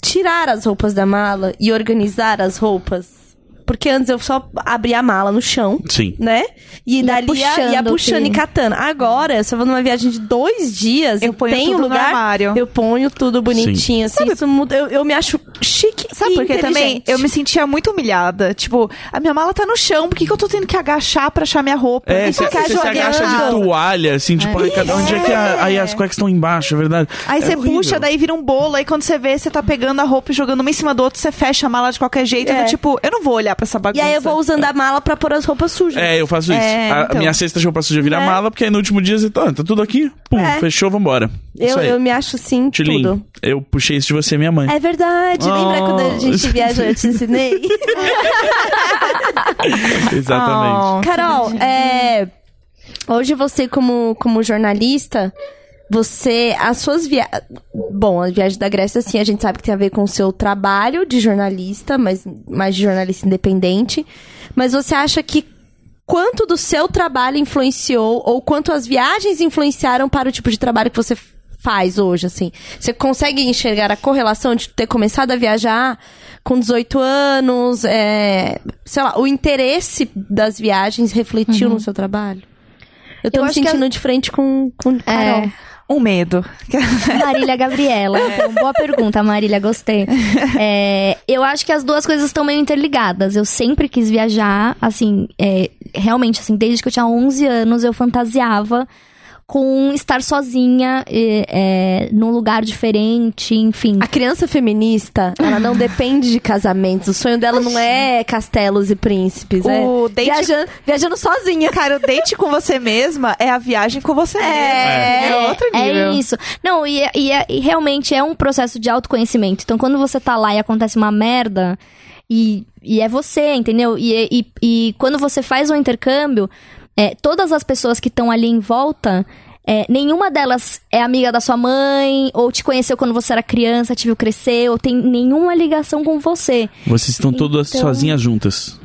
Speaker 2: Tirar as roupas da mala e organizar as roupas. Porque antes eu só abria a mala no chão,
Speaker 1: Sim.
Speaker 2: né? E,
Speaker 4: Ia
Speaker 2: dali ia, ia
Speaker 4: puxando,
Speaker 2: puxando e
Speaker 4: filho.
Speaker 2: catando. Agora, se eu vou numa viagem de dois dias, eu,
Speaker 3: Eu ponho
Speaker 2: tenho
Speaker 3: tudo no
Speaker 2: lugar.
Speaker 3: armário.
Speaker 2: Eu ponho tudo bonitinho, assim. Isso muda, eu, eu me acho chique.
Speaker 3: Sabe
Speaker 2: e
Speaker 3: porque também
Speaker 2: inteligente.
Speaker 3: eu me sentia muito humilhada. Tipo, a minha mala tá no chão, por que, que eu tô tendo que agachar pra achar minha roupa?
Speaker 1: É,
Speaker 3: Não
Speaker 1: você
Speaker 3: ficar
Speaker 1: se agacha de
Speaker 3: jogando.
Speaker 1: toalha, assim, tipo, ai, cada onde é que a- aí as cuecas estão embaixo, é verdade.
Speaker 3: Aí
Speaker 1: É
Speaker 3: você
Speaker 1: horrível.
Speaker 3: puxa, daí vira um bolo, aí quando você vê, você tá pegando a roupa e jogando uma em cima do outro, você fecha a mala de qualquer jeito,
Speaker 2: É.
Speaker 3: do tipo, eu não vou olhar pra essa
Speaker 2: E
Speaker 3: bagunça.
Speaker 2: aí eu vou usando a mala pra pôr as roupas sujas.
Speaker 1: É, eu faço isso.
Speaker 3: É,
Speaker 1: a, a
Speaker 3: então.
Speaker 1: minha cesta de roupa suja vira mala, porque aí no último dia você tá, ah, tá tudo aqui, pum,
Speaker 2: É.
Speaker 1: fechou, vambora.
Speaker 2: eu,
Speaker 1: isso aí.
Speaker 2: eu me acho sim
Speaker 1: Tilin,
Speaker 2: tudo.
Speaker 1: eu puxei isso de você, minha mãe.
Speaker 2: É verdade. Lembra
Speaker 1: Oh.
Speaker 2: quando a gente viajou, eu te ensinei?
Speaker 1: Exatamente.
Speaker 2: Carol, é, hoje você como, como jornalista, você, as suas viagens... Bom, a viagem da Grécia, assim, a gente sabe que tem a ver com o seu trabalho de jornalista, mas mais de jornalista independente. Mas você acha que quanto do seu trabalho influenciou ou quanto as viagens influenciaram para o tipo de trabalho que você faz hoje, assim? Você consegue enxergar a correlação de ter começado a viajar com 18 anos, é, sei lá, o interesse das viagens refletiu no seu trabalho? Eu tô
Speaker 4: Eu
Speaker 2: me
Speaker 4: acho que
Speaker 2: sentindo de frente com, com Carol. É.
Speaker 4: É.
Speaker 3: Um medo.
Speaker 4: Marília Gabriela. Então, boa pergunta, Marília, gostei. É, eu acho que as duas coisas estão meio interligadas. Eu sempre quis viajar, assim, é, realmente, assim, desde que eu tinha 11 anos, eu fantasiava com estar sozinha é, é, num lugar diferente, enfim.
Speaker 2: A criança feminista, ela não depende de casamentos. O sonho dela não é castelos e príncipes,
Speaker 3: O
Speaker 2: é
Speaker 3: dente-
Speaker 2: viajando, viajando sozinha.
Speaker 3: Cara, o date com você mesma é a viagem com você
Speaker 2: É.
Speaker 3: mesma. É outro nível.
Speaker 4: É isso. Não, e, e- e realmente é um processo de autoconhecimento. Então, quando você tá lá e acontece uma merda, e, e é você, entendeu? E, e, e quando você faz um intercâmbio, é, todas as pessoas que estão ali em volta. é, nenhuma delas é amiga da sua mãe, ou te conheceu quando você era criança, te viu crescer, ou tem nenhuma ligação com você.
Speaker 1: Vocês estão todas
Speaker 4: Então-
Speaker 1: sozinhas juntas.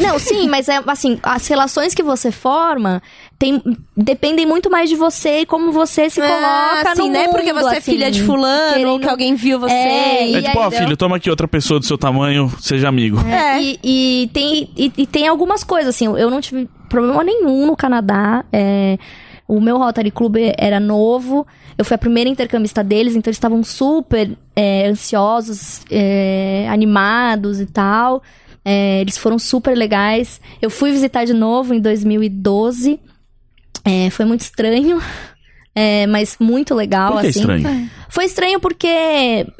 Speaker 4: Não, sim, mas é assim, as relações que você forma tem, dependem muito mais de você e como você se coloca
Speaker 2: Ah, assim,
Speaker 4: no
Speaker 2: não é porque
Speaker 4: mundo,
Speaker 2: você é
Speaker 4: assim,
Speaker 2: filha de fulano ou
Speaker 4: querendo-
Speaker 2: que alguém viu você.
Speaker 4: É,
Speaker 1: é
Speaker 4: E
Speaker 1: tipo,
Speaker 4: aí,
Speaker 1: ó,
Speaker 4: deu?
Speaker 1: filho, toma aqui outra pessoa do seu tamanho, seja amigo.
Speaker 2: É.
Speaker 4: E, e tem, e, e tem algumas coisas, assim, eu não tive problema nenhum no Canadá. é, o meu Rotary Club era novo, eu fui a primeira intercambista deles, então eles estavam super é, ansiosos, é, animados e tal. É, eles foram super legais. Eu fui visitar de novo em 2012. É, foi muito estranho, é, mas muito legal.
Speaker 1: Por que é
Speaker 4: assim.
Speaker 1: estranho?
Speaker 4: Foi estranho porque,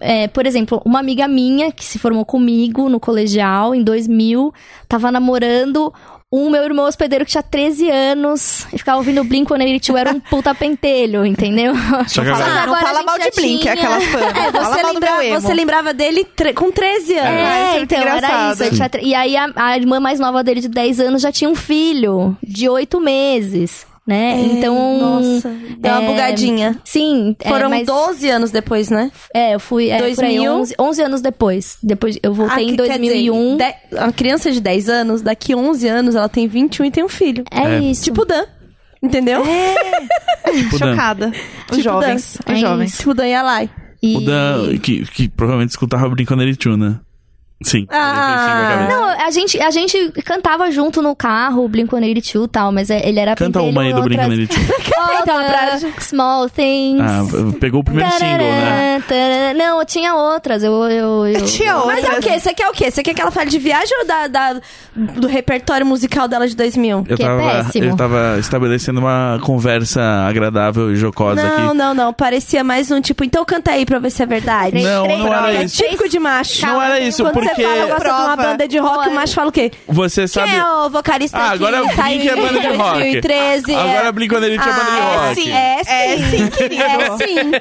Speaker 4: é, por exemplo, uma amiga minha que se formou comigo no colegial em 2000, tava namorando um meu irmão hospedeiro que tinha 13 anos e ficava ouvindo Blink quando ele era um puta pentelho, entendeu?
Speaker 1: Só que
Speaker 3: Fala,
Speaker 1: agora-
Speaker 3: não, não
Speaker 4: Agora a
Speaker 3: fala
Speaker 4: gente
Speaker 3: mal de
Speaker 4: já
Speaker 3: Blink,
Speaker 4: tinha.
Speaker 3: aquela fã.
Speaker 2: É,
Speaker 3: fala
Speaker 2: você,
Speaker 3: mal do meu
Speaker 2: lembra,
Speaker 3: emo.
Speaker 2: você lembrava dele tre- com 13 anos.
Speaker 3: isso é
Speaker 4: É,
Speaker 3: muito
Speaker 4: então, era
Speaker 3: engraçado.
Speaker 4: isso. ele tinha tre- E aí, a, a irmã mais nova dele, de 10 anos, já tinha um filho de 8 meses. né? então.
Speaker 2: Nossa, É, deu uma
Speaker 4: é,
Speaker 2: bugadinha.
Speaker 4: Sim, é,
Speaker 2: Foram
Speaker 4: mas-
Speaker 2: 12 anos depois, né?
Speaker 4: É, eu fui. É, por aí,
Speaker 2: 2000.
Speaker 4: 11, 11 anos depois. Depois eu
Speaker 2: Ah,
Speaker 4: voltei em
Speaker 2: que- quer dizer,
Speaker 4: 2001.
Speaker 2: de- uma criança de 10 anos, daqui 11 anos, ela tem 21 e tem um filho.
Speaker 4: É,
Speaker 1: É.
Speaker 4: isso.
Speaker 2: Tipo o Dan. Entendeu?
Speaker 1: Tipo, Dan,
Speaker 3: Chocada. Os
Speaker 2: Tipo
Speaker 3: jovens.
Speaker 4: Dan.
Speaker 3: Os
Speaker 4: É
Speaker 3: jovens.
Speaker 2: Tipo o Dan e a Lai.
Speaker 4: E-
Speaker 1: o Dan que, que provavelmente escutava Brincadeira de Tuna. né? Sim.
Speaker 2: Ah.
Speaker 1: não,
Speaker 4: Não, a gente, a gente cantava junto no carro, Blink-182 e tal, mas é- ele era
Speaker 1: Canta
Speaker 4: pentelho
Speaker 1: uma aí do
Speaker 4: outras-
Speaker 1: Brincadeira de Tuna.
Speaker 4: Outra, Small Things.
Speaker 1: Ah, pegou o primeiro single, né?
Speaker 4: Tararã, tararã. Não, eu tinha outras. Eu, eu, eu-
Speaker 3: Tinha
Speaker 2: Mas é o
Speaker 3: outras.
Speaker 2: quê? Você quer o quê? Você quer que ela fale de viagem ou da, da- do repertório musical dela de 2000?
Speaker 1: Eu
Speaker 4: Que é
Speaker 1: tava,
Speaker 4: péssimo.
Speaker 1: eu tava estabelecendo uma conversa agradável e jocosa
Speaker 2: Não,
Speaker 1: aqui.
Speaker 2: não, não. Parecia mais um tipo, então canta aí pra ver se é verdade.
Speaker 1: Não,
Speaker 4: três
Speaker 1: não era
Speaker 2: É
Speaker 4: drogas.
Speaker 1: isso.
Speaker 2: típico de macho.
Speaker 1: Não era isso,
Speaker 2: Quando
Speaker 1: porque-
Speaker 2: você fala gosta de uma
Speaker 3: Prova.
Speaker 2: banda de rock, o macho fala o quê?
Speaker 1: Você sabe.
Speaker 2: Quem é o vocalista
Speaker 1: Ah,
Speaker 2: que
Speaker 1: agora o
Speaker 2: saiu
Speaker 1: Blink é
Speaker 2: em
Speaker 1: banda de rock.
Speaker 2: 2013?
Speaker 1: Agora Blink-182 é banda de
Speaker 2: é. Ah,
Speaker 1: rock.
Speaker 2: É sim, é sim. É sim, querido.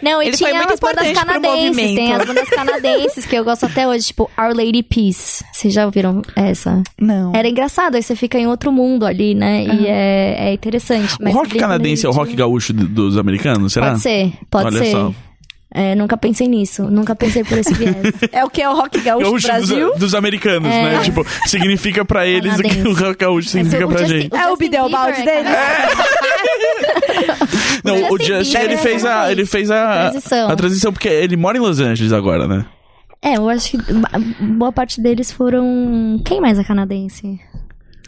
Speaker 4: Não, e
Speaker 3: Ele
Speaker 4: tinha
Speaker 3: foi muito
Speaker 4: as bandas
Speaker 3: importante pro
Speaker 4: canadenses. Tem
Speaker 3: movimento.
Speaker 4: as bandas canadenses que eu gosto até hoje, tipo Our Lady Peace. Vocês já ouviram essa?
Speaker 3: Não.
Speaker 4: Era engraçado, aí você fica em outro mundo ali, né? E é, é interessante.
Speaker 1: O
Speaker 4: mas
Speaker 1: rock
Speaker 4: Blink
Speaker 1: canadense é o rock
Speaker 4: 182
Speaker 1: gaúcho do- dos americanos, será?
Speaker 4: Pode ser, pode
Speaker 1: Olha
Speaker 4: ser.
Speaker 1: só.
Speaker 4: É, nunca pensei nisso, nunca pensei por esse viés.
Speaker 2: É o que é o rock gaúcho do
Speaker 1: Gaúcho dos,
Speaker 2: Brasil?
Speaker 1: dos americanos, né? Tipo, significa pra eles o que o
Speaker 4: Canadense.
Speaker 1: rock gaúcho significa
Speaker 4: O
Speaker 1: pra
Speaker 4: Justin-
Speaker 1: gente.
Speaker 2: É o
Speaker 4: Justin
Speaker 2: Bideobaldi
Speaker 4: Bieber é
Speaker 2: dele?
Speaker 1: Não, o
Speaker 4: Justin
Speaker 1: Justin,
Speaker 4: Bieber
Speaker 1: ele
Speaker 4: é
Speaker 1: fez a.
Speaker 4: canadense.
Speaker 1: Ele fez a.
Speaker 4: Transição.
Speaker 1: A transição, porque ele mora em Los Angeles agora, né?
Speaker 4: É, eu acho que ba- boa parte deles foram. Quem mais é canadense?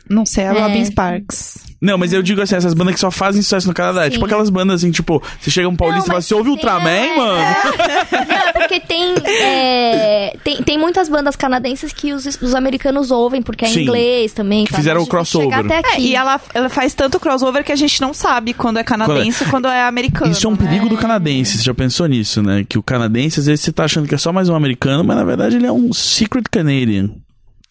Speaker 3: Não sei, é
Speaker 4: É.
Speaker 3: Robin Sparks.
Speaker 1: Não, mas eu digo assim, essas bandas que só fazem sucesso no Canadá. é Tipo aquelas bandas assim, tipo, você chega um paulista e fala,
Speaker 4: mas é.
Speaker 1: você ouve
Speaker 4: tem
Speaker 1: Ultraman,
Speaker 4: a-
Speaker 1: mano?
Speaker 4: Não, porque tem, é, tem. Tem muitas bandas canadenses que os, os americanos ouvem, porque é em
Speaker 1: Sim.
Speaker 4: inglês também. então
Speaker 1: Que fizeram o crossover.
Speaker 4: Chegar até
Speaker 3: É,
Speaker 4: aqui.
Speaker 3: e ela, ela faz tanto crossover que a gente não sabe quando é canadense e quando é americano.
Speaker 1: Isso é um
Speaker 3: né?
Speaker 1: perigo do canadense, você já pensou nisso, né? Que o canadense, às vezes, você tá achando que é só mais um americano, mas na verdade ele é um secret Canadian.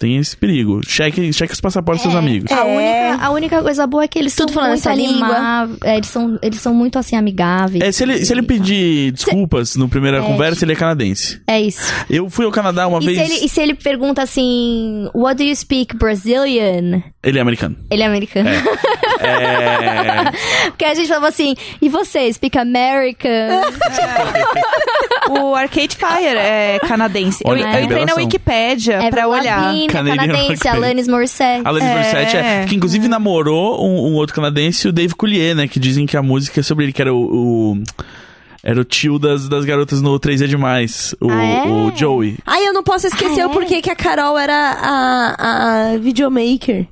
Speaker 1: Tem esse perigo. Cheque, cheque os passaportes
Speaker 4: É,
Speaker 1: dos seus amigos.
Speaker 4: A,
Speaker 3: é.
Speaker 4: única, a única coisa boa é que eles
Speaker 2: Tudo
Speaker 4: são
Speaker 2: falando
Speaker 4: muito
Speaker 2: essa língua.
Speaker 4: animáveis. é, eles, são, eles são muito assim, amigáveis.
Speaker 1: É, se ele, se ele pedir desculpas na primeira conversa, ele é canadense.
Speaker 4: É isso.
Speaker 1: Eu fui ao Canadá uma
Speaker 4: E se,
Speaker 1: vez.
Speaker 4: ele, e se ele pergunta assim, What do you speak Brazilian?
Speaker 1: Ele é americano.
Speaker 4: Ele é americano.
Speaker 1: É.
Speaker 4: Porque a gente falava assim, e você, speak American?
Speaker 3: O Arcade Fire é canadense. Eu-
Speaker 1: Olha,
Speaker 3: eu,
Speaker 1: é
Speaker 3: entrei na
Speaker 1: revelação.
Speaker 3: Wikipédia É
Speaker 2: É
Speaker 3: pra olhar.
Speaker 4: Lavigne,
Speaker 1: Canadian
Speaker 4: canadense,
Speaker 1: Rock Band.
Speaker 4: Alanis Morissette.
Speaker 1: Alanis
Speaker 3: É.
Speaker 1: Morissette, é, que inclusive namorou um, um outro canadense, o Dave Coulier, né? Que dizem que a música é sobre ele, que era o... o- era o tio das, das garotas no 3 é Demais, o,
Speaker 4: Ah, é?
Speaker 1: o Joey.
Speaker 2: Ai, eu não posso esquecer
Speaker 4: Ah, é?
Speaker 2: o porquê que a Carol era a, a videomaker.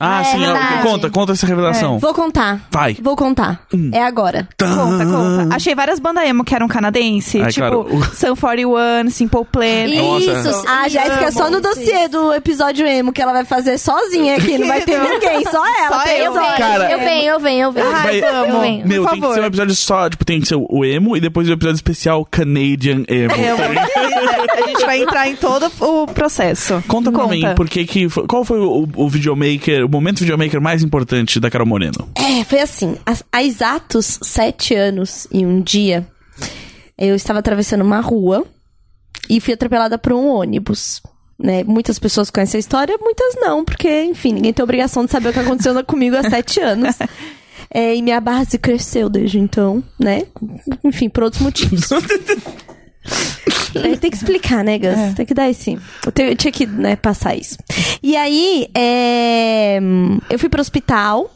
Speaker 1: Ah,
Speaker 4: Ah, é
Speaker 1: sim, ela-
Speaker 4: verdade.
Speaker 1: conta, conta essa revelação.
Speaker 2: É. Vou contar.
Speaker 1: Vai.
Speaker 2: Vou contar. É agora.
Speaker 3: Conta, conta. Achei várias bandas emo que eram canadense.
Speaker 1: Ah. Ai,
Speaker 3: tipo,
Speaker 1: claro, o-
Speaker 3: Sun 41, Simple Plan.
Speaker 1: Nossa.
Speaker 4: Isso,
Speaker 2: Ah, já
Speaker 4: isso.
Speaker 2: é só no dossiê do episódio emo que ela vai fazer sozinha aqui. Não vai ter ninguém, só ela.
Speaker 3: Só
Speaker 2: três
Speaker 3: eu.
Speaker 2: horas.
Speaker 1: Cara,
Speaker 4: eu venho, eu venho, eu venho.
Speaker 3: Ai,
Speaker 1: Vai-
Speaker 3: vamos.
Speaker 4: Eu venho.
Speaker 1: Meu,
Speaker 3: Por
Speaker 1: tem que
Speaker 3: favor.
Speaker 1: ser um episódio só, tipo, tem que ser o emo e depois o episódio especial Canadian Emo.
Speaker 3: A gente vai entrar em todo o processo.
Speaker 1: Conta pra mim, por que que foi- qual foi o, o videomaker, o momento videomaker mais importante da Carol Moreno?
Speaker 2: É, foi assim. Há, há exatos sete anos e um dia, eu estava atravessando uma rua e fui atropelada por um ônibus. Né? Muitas pessoas conhecem a história, muitas não, porque, enfim, ninguém tem obrigação de saber o que aconteceu comigo há sete anos. É, e minha base cresceu desde então, né? Enfim, por outros motivos. É, tem que explicar, né, Gus? Tem que dar esse. Eu, te- eu tinha que né, passar isso. E aí, é, eu fui pro hospital,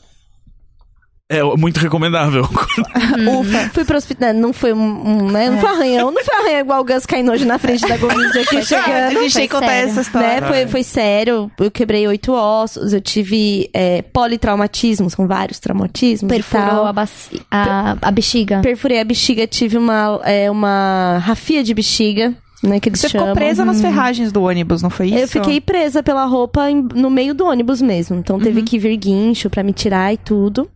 Speaker 1: É muito recomendável.
Speaker 2: Ufa. Fui pro hospital. Não foi um. um, né?
Speaker 3: É.
Speaker 2: Não foi arranhão. Não foi arranhão igual o Gus caindo hoje na frente da Gomídia aqui
Speaker 3: A
Speaker 2: Tá chegando.
Speaker 3: gente tem que contar
Speaker 4: sério.
Speaker 3: essa história.
Speaker 2: Né? Foi, foi sério. Eu quebrei oito ossos. Eu tive é, politraumatismos, são vários traumatismos. e
Speaker 4: Perfurou
Speaker 2: tal.
Speaker 4: a, baci- a, a bexiga.
Speaker 2: Perfurei a bexiga, tive uma, é, uma rafia de bexiga, né? Que eles
Speaker 3: Você ficou
Speaker 2: chamam.
Speaker 3: presa nas ferragens do ônibus, não foi isso?
Speaker 2: Eu fiquei presa pela roupa em- no meio do ônibus mesmo. Então teve
Speaker 4: Uhum.
Speaker 2: que vir guincho pra me tirar e tudo.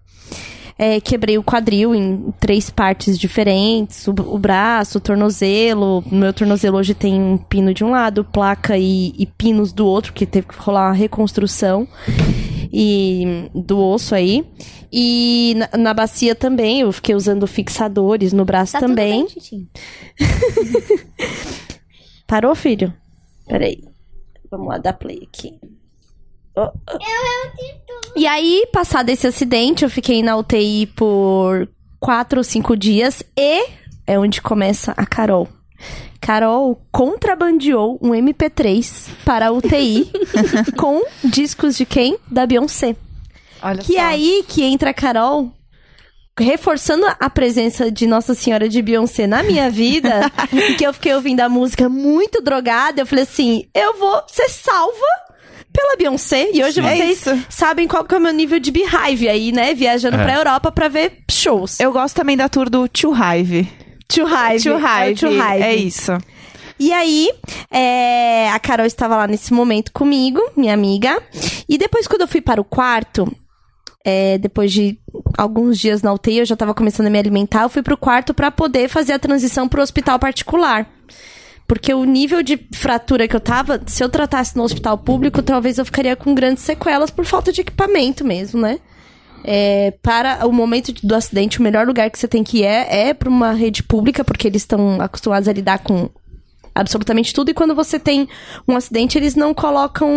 Speaker 2: É, quebrei o quadril em três partes diferentes: o, o braço, o tornozelo. O meu tornozelo hoje tem um pino de um lado, placa e, e pinos do outro, porque teve que rolar uma reconstrução e do osso aí. E na, na bacia também, eu fiquei usando fixadores no braço
Speaker 4: Tá tudo
Speaker 2: também.
Speaker 4: bem, Titim.
Speaker 2: Parou, filho? Peraí. Vamos lá, dar play aqui. E aí, passado esse acidente, eu fiquei na UTI por quatro ou cinco dias e é onde começa a Carol. Carol contrabandeou um MP3 para a UTI com discos de quem? Da Beyoncé.
Speaker 3: Olha
Speaker 2: Que é aí que entra a Carol, reforçando a presença de Nossa Senhora de Beyoncé na minha vida, e que eu fiquei ouvindo a música muito drogada. Eu falei assim: eu vou ser salva pela Beyoncé. E hoje
Speaker 3: É
Speaker 2: vocês
Speaker 3: isso.
Speaker 2: sabem qual que é o meu nível de beehive aí, né? Viajando
Speaker 1: É.
Speaker 2: pra Europa pra ver shows.
Speaker 3: Eu gosto também da tour do Tio Hive.
Speaker 2: Tio Hive.
Speaker 3: Tio
Speaker 2: é o
Speaker 3: Hive.
Speaker 2: Tio Hive.
Speaker 3: É isso.
Speaker 2: E aí, é, a Carol estava lá nesse momento comigo, minha amiga. E depois, quando eu fui para o quarto, é, depois de alguns dias na UTI, eu já estava começando a me alimentar. Eu fui para o quarto para poder fazer a transição para o hospital particular. Porque o nível de fratura que eu tava, se eu tratasse no hospital público, talvez eu ficaria com grandes sequelas por falta de equipamento mesmo, né? É, para o momento do acidente, o melhor lugar que você tem que ir é, é para uma rede pública, porque eles estão acostumados a lidar com absolutamente tudo. E quando você tem um acidente, eles não colocam.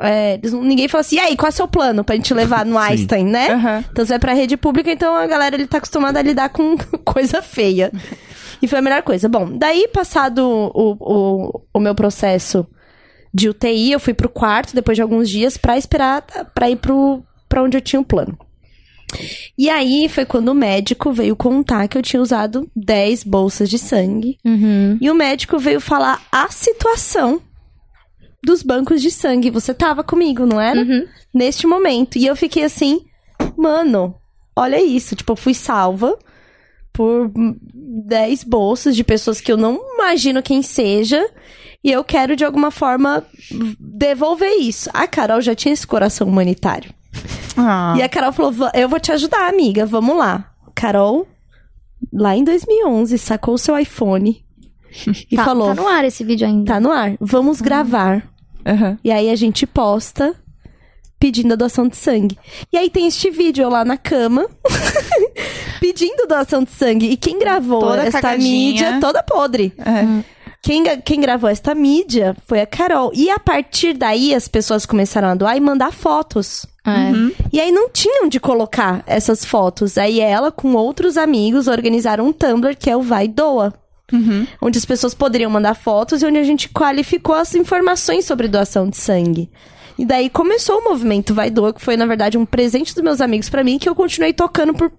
Speaker 2: é, eles não- ninguém fala assim, e aí, qual é o seu plano pra gente levar no Einstein, né?
Speaker 3: Aham.
Speaker 2: Então você vai pra rede pública, então a galera ele tá acostumada a lidar com coisa feia. E foi a melhor coisa. Bom, daí passado o, o, o meu processo de UTI, eu fui pro quarto depois de alguns dias pra esperar pra ir pro, pra onde eu tinha o plano. E aí foi quando o médico veio contar que eu tinha usado 10 bolsas de sangue.
Speaker 4: Uhum.
Speaker 2: E o médico veio falar a situação dos bancos de sangue. Você tava comigo, não era?
Speaker 4: Uhum.
Speaker 2: Neste momento. E eu fiquei assim, mano, olha isso. Tipo, eu fui salva por 10 bolsas de pessoas que eu não imagino quem seja. E eu quero, de alguma forma, devolver isso. A Carol já tinha esse coração humanitário.
Speaker 3: Ah.
Speaker 2: E a Carol falou: "Va- Eu vou te ajudar, amiga, vamos lá. Carol, lá em 2011, sacou o seu iPhone e
Speaker 4: tá,
Speaker 2: falou: "Tá
Speaker 4: Tá no ar esse vídeo ainda.
Speaker 2: ar, vamos gravar.
Speaker 3: Aham.
Speaker 2: E aí a gente posta pedindo a doação de sangue. E aí tem este vídeo eu lá na cama pedindo doação de sangue. E quem gravou
Speaker 3: Toda
Speaker 2: esta
Speaker 3: cagadinha.
Speaker 2: mídia toda podre.
Speaker 3: É.
Speaker 2: Quem, ga- quem gravou esta mídia foi a Carol. E a partir daí as pessoas começaram a doar e mandar fotos.
Speaker 1: Uhum.
Speaker 4: É.
Speaker 2: E aí não tinham de colocar essas fotos. Aí ela, com outros amigos, organizaram um Tumblr que é o Vai Doa. Onde as pessoas poderiam mandar fotos e onde a gente qualificou as informações sobre doação de sangue. E daí começou o movimento Vai Doa, que foi, na verdade, um presente dos meus amigos pra mim, que eu continuei tocando por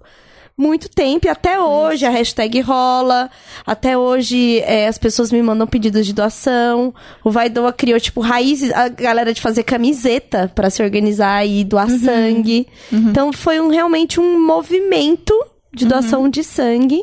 Speaker 2: muito tempo e até hoje a hashtag rola. Até hoje é, as pessoas me mandam pedidos de doação. O Vai Doa criou, tipo, raízes, a galera de fazer camiseta pra se organizar e doar sangue. Então foi um- realmente um movimento de doação de sangue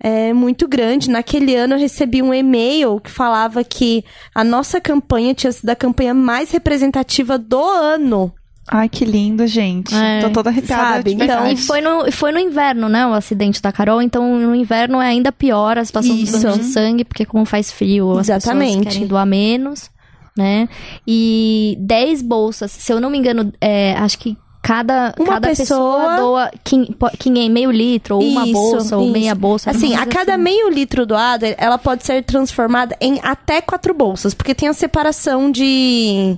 Speaker 2: é, muito grande. Naquele ano eu recebi um e-mail que falava que a nossa campanha tinha sido a campanha mais representativa do ano.
Speaker 3: Ai, que lindo, gente.
Speaker 4: É.
Speaker 3: Tô toda arrepiada.
Speaker 2: Sabe, Então,
Speaker 3: de verdade.
Speaker 4: E foi, no, e foi no inverno, né? O acidente da Carol. Então, no inverno é ainda pior a situação
Speaker 2: Isso.
Speaker 4: dos bancos de sangue, porque como faz frio, as
Speaker 2: Exatamente.
Speaker 4: pessoas querem doar menos, né? E 10 bolsas, se eu não me engano, é, acho que cada,
Speaker 2: Uma
Speaker 4: cada pessoa,
Speaker 2: pessoa-
Speaker 4: doa quin, po- quin- meio litro, ou uma
Speaker 2: Isso,
Speaker 4: bolsa, ou
Speaker 2: isso.
Speaker 4: meia bolsa.
Speaker 2: Assim,
Speaker 4: alguma
Speaker 2: a
Speaker 4: coisa
Speaker 2: cada
Speaker 4: assim.
Speaker 2: meio litro doado, ela pode ser transformada em até quatro bolsas, porque tem a separação de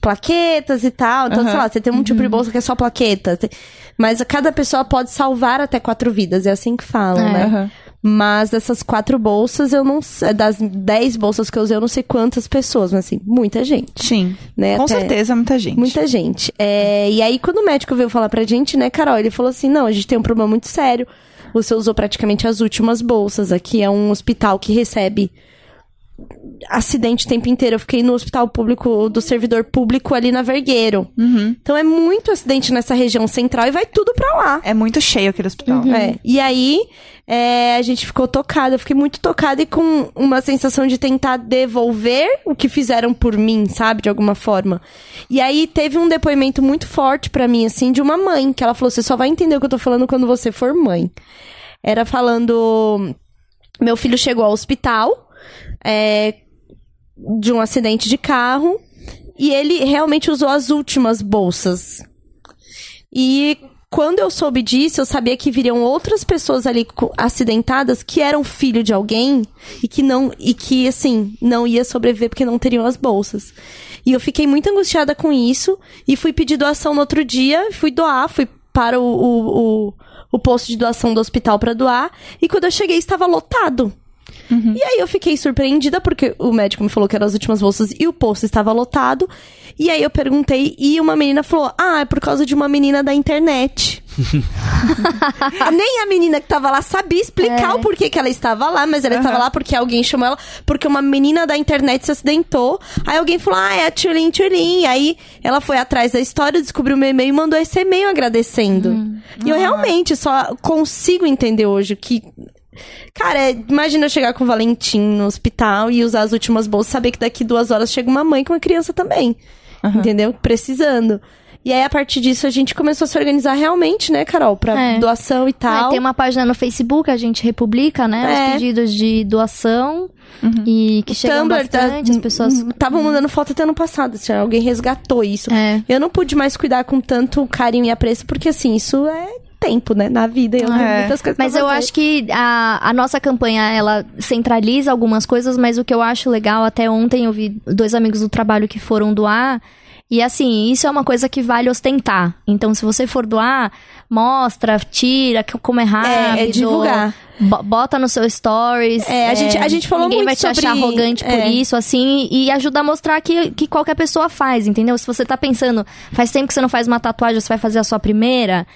Speaker 2: plaquetas e tal. Então, sei lá, você tem um tipo de
Speaker 4: Uhum.
Speaker 2: bolsa que é só plaqueta. tem- Mas a cada pessoa pode salvar até quatro vidas, é assim que falam,
Speaker 4: É.
Speaker 2: né?
Speaker 3: Aham.
Speaker 2: Mas dessas quatro bolsas, eu não sei. Das dez bolsas que eu usei, eu não sei quantas pessoas, mas assim, muita gente,
Speaker 3: Sim.
Speaker 2: né?
Speaker 3: Com
Speaker 2: Até-
Speaker 3: certeza, muita gente.
Speaker 2: Muita gente. É, e aí, quando o médico veio falar pra gente, né, Carol, ele falou assim: não, a gente tem um problema muito sério. Você usou praticamente as últimas bolsas. Aqui é um hospital que recebe acidente o tempo inteiro. Eu fiquei no hospital público, do servidor público ali na Vergueiro.
Speaker 3: Uhum.
Speaker 2: Então é muito acidente nessa região central e vai tudo pra lá.
Speaker 3: É muito cheio aquele hospital.
Speaker 2: É, E aí, é, a gente ficou tocada. Eu fiquei muito tocada e com uma sensação de tentar devolver o que fizeram por mim, sabe? De alguma forma. E aí, teve um depoimento muito forte pra mim, assim, de uma mãe. Que ela falou, você só vai entender o que eu tô falando quando você for mãe. Era falando... Meu filho chegou ao hospital é, de um acidente de carro. E ele realmente usou as últimas bolsas. E Quando eu soube disso, eu sabia que viriam outras pessoas ali co- acidentadas que eram filho de alguém e que não e que assim, não ia sobreviver porque não teriam as bolsas. E eu fiquei muito angustiada com isso e fui pedir doação no outro dia, fui doar, fui para o, o, o, o posto de doação do hospital para doar e quando eu cheguei estava lotado. E aí eu fiquei surpreendida porque o médico me falou que eram as últimas bolsas e o posto estava lotado. E aí eu perguntei e uma menina falou: "Ah, é por causa de uma menina da internet". Nem a menina que estava lá sabia explicar o porquê que ela estava lá, mas ela estava lá porque alguém chamou ela, porque uma menina da internet se acidentou. Aí alguém falou: "Ah, é a Tchulin Tchulin". Aí ela foi atrás da história, descobriu meu e-mail e mandou esse e-mail agradecendo. E eu realmente só consigo entender hoje que Cara, é- imagina eu chegar com o Valentim no hospital e usar as últimas bolsas, saber que daqui duas horas chega uma mãe com uma criança também. Entendeu? Precisando. E aí, a partir disso, a gente começou a se organizar realmente, né, Carol? Pra
Speaker 4: É.
Speaker 2: doação e
Speaker 4: Ah,
Speaker 2: tal.
Speaker 4: tem uma página no Facebook, a gente republica, né?
Speaker 2: É. Uhum.
Speaker 4: Os pedidos de doação. E que chegam
Speaker 2: Tumblr tá-
Speaker 4: bastante, as pessoas... hum.
Speaker 2: Estavam mandando foto até ano passado, assim, alguém resgatou isso.
Speaker 4: É.
Speaker 2: Eu não pude mais cuidar com tanto carinho e apreço, porque assim, isso é tempo, né? Na vida, eu tenho
Speaker 3: É.
Speaker 2: muitas coisas pra
Speaker 4: Mas eu
Speaker 2: fazer.
Speaker 4: acho que a, a nossa campanha, ela centraliza algumas coisas, mas o que eu acho legal, até ontem eu vi dois amigos do trabalho que foram doar. E assim, isso é uma coisa que vale ostentar. Então, se você for doar, mostra, tira, que- como é rápido.
Speaker 2: É, é divulgar.
Speaker 4: bo- Bota no seu stories.
Speaker 2: É, a gente- a gente falou
Speaker 4: ninguém
Speaker 2: muito
Speaker 4: vai te achar
Speaker 2: sobre-
Speaker 4: arrogante por
Speaker 2: é.
Speaker 4: isso, assim, e ajuda a mostrar que, que qualquer pessoa faz, entendeu? Se você tá pensando, faz tempo que você não faz uma tatuagem, você vai fazer a sua primeira,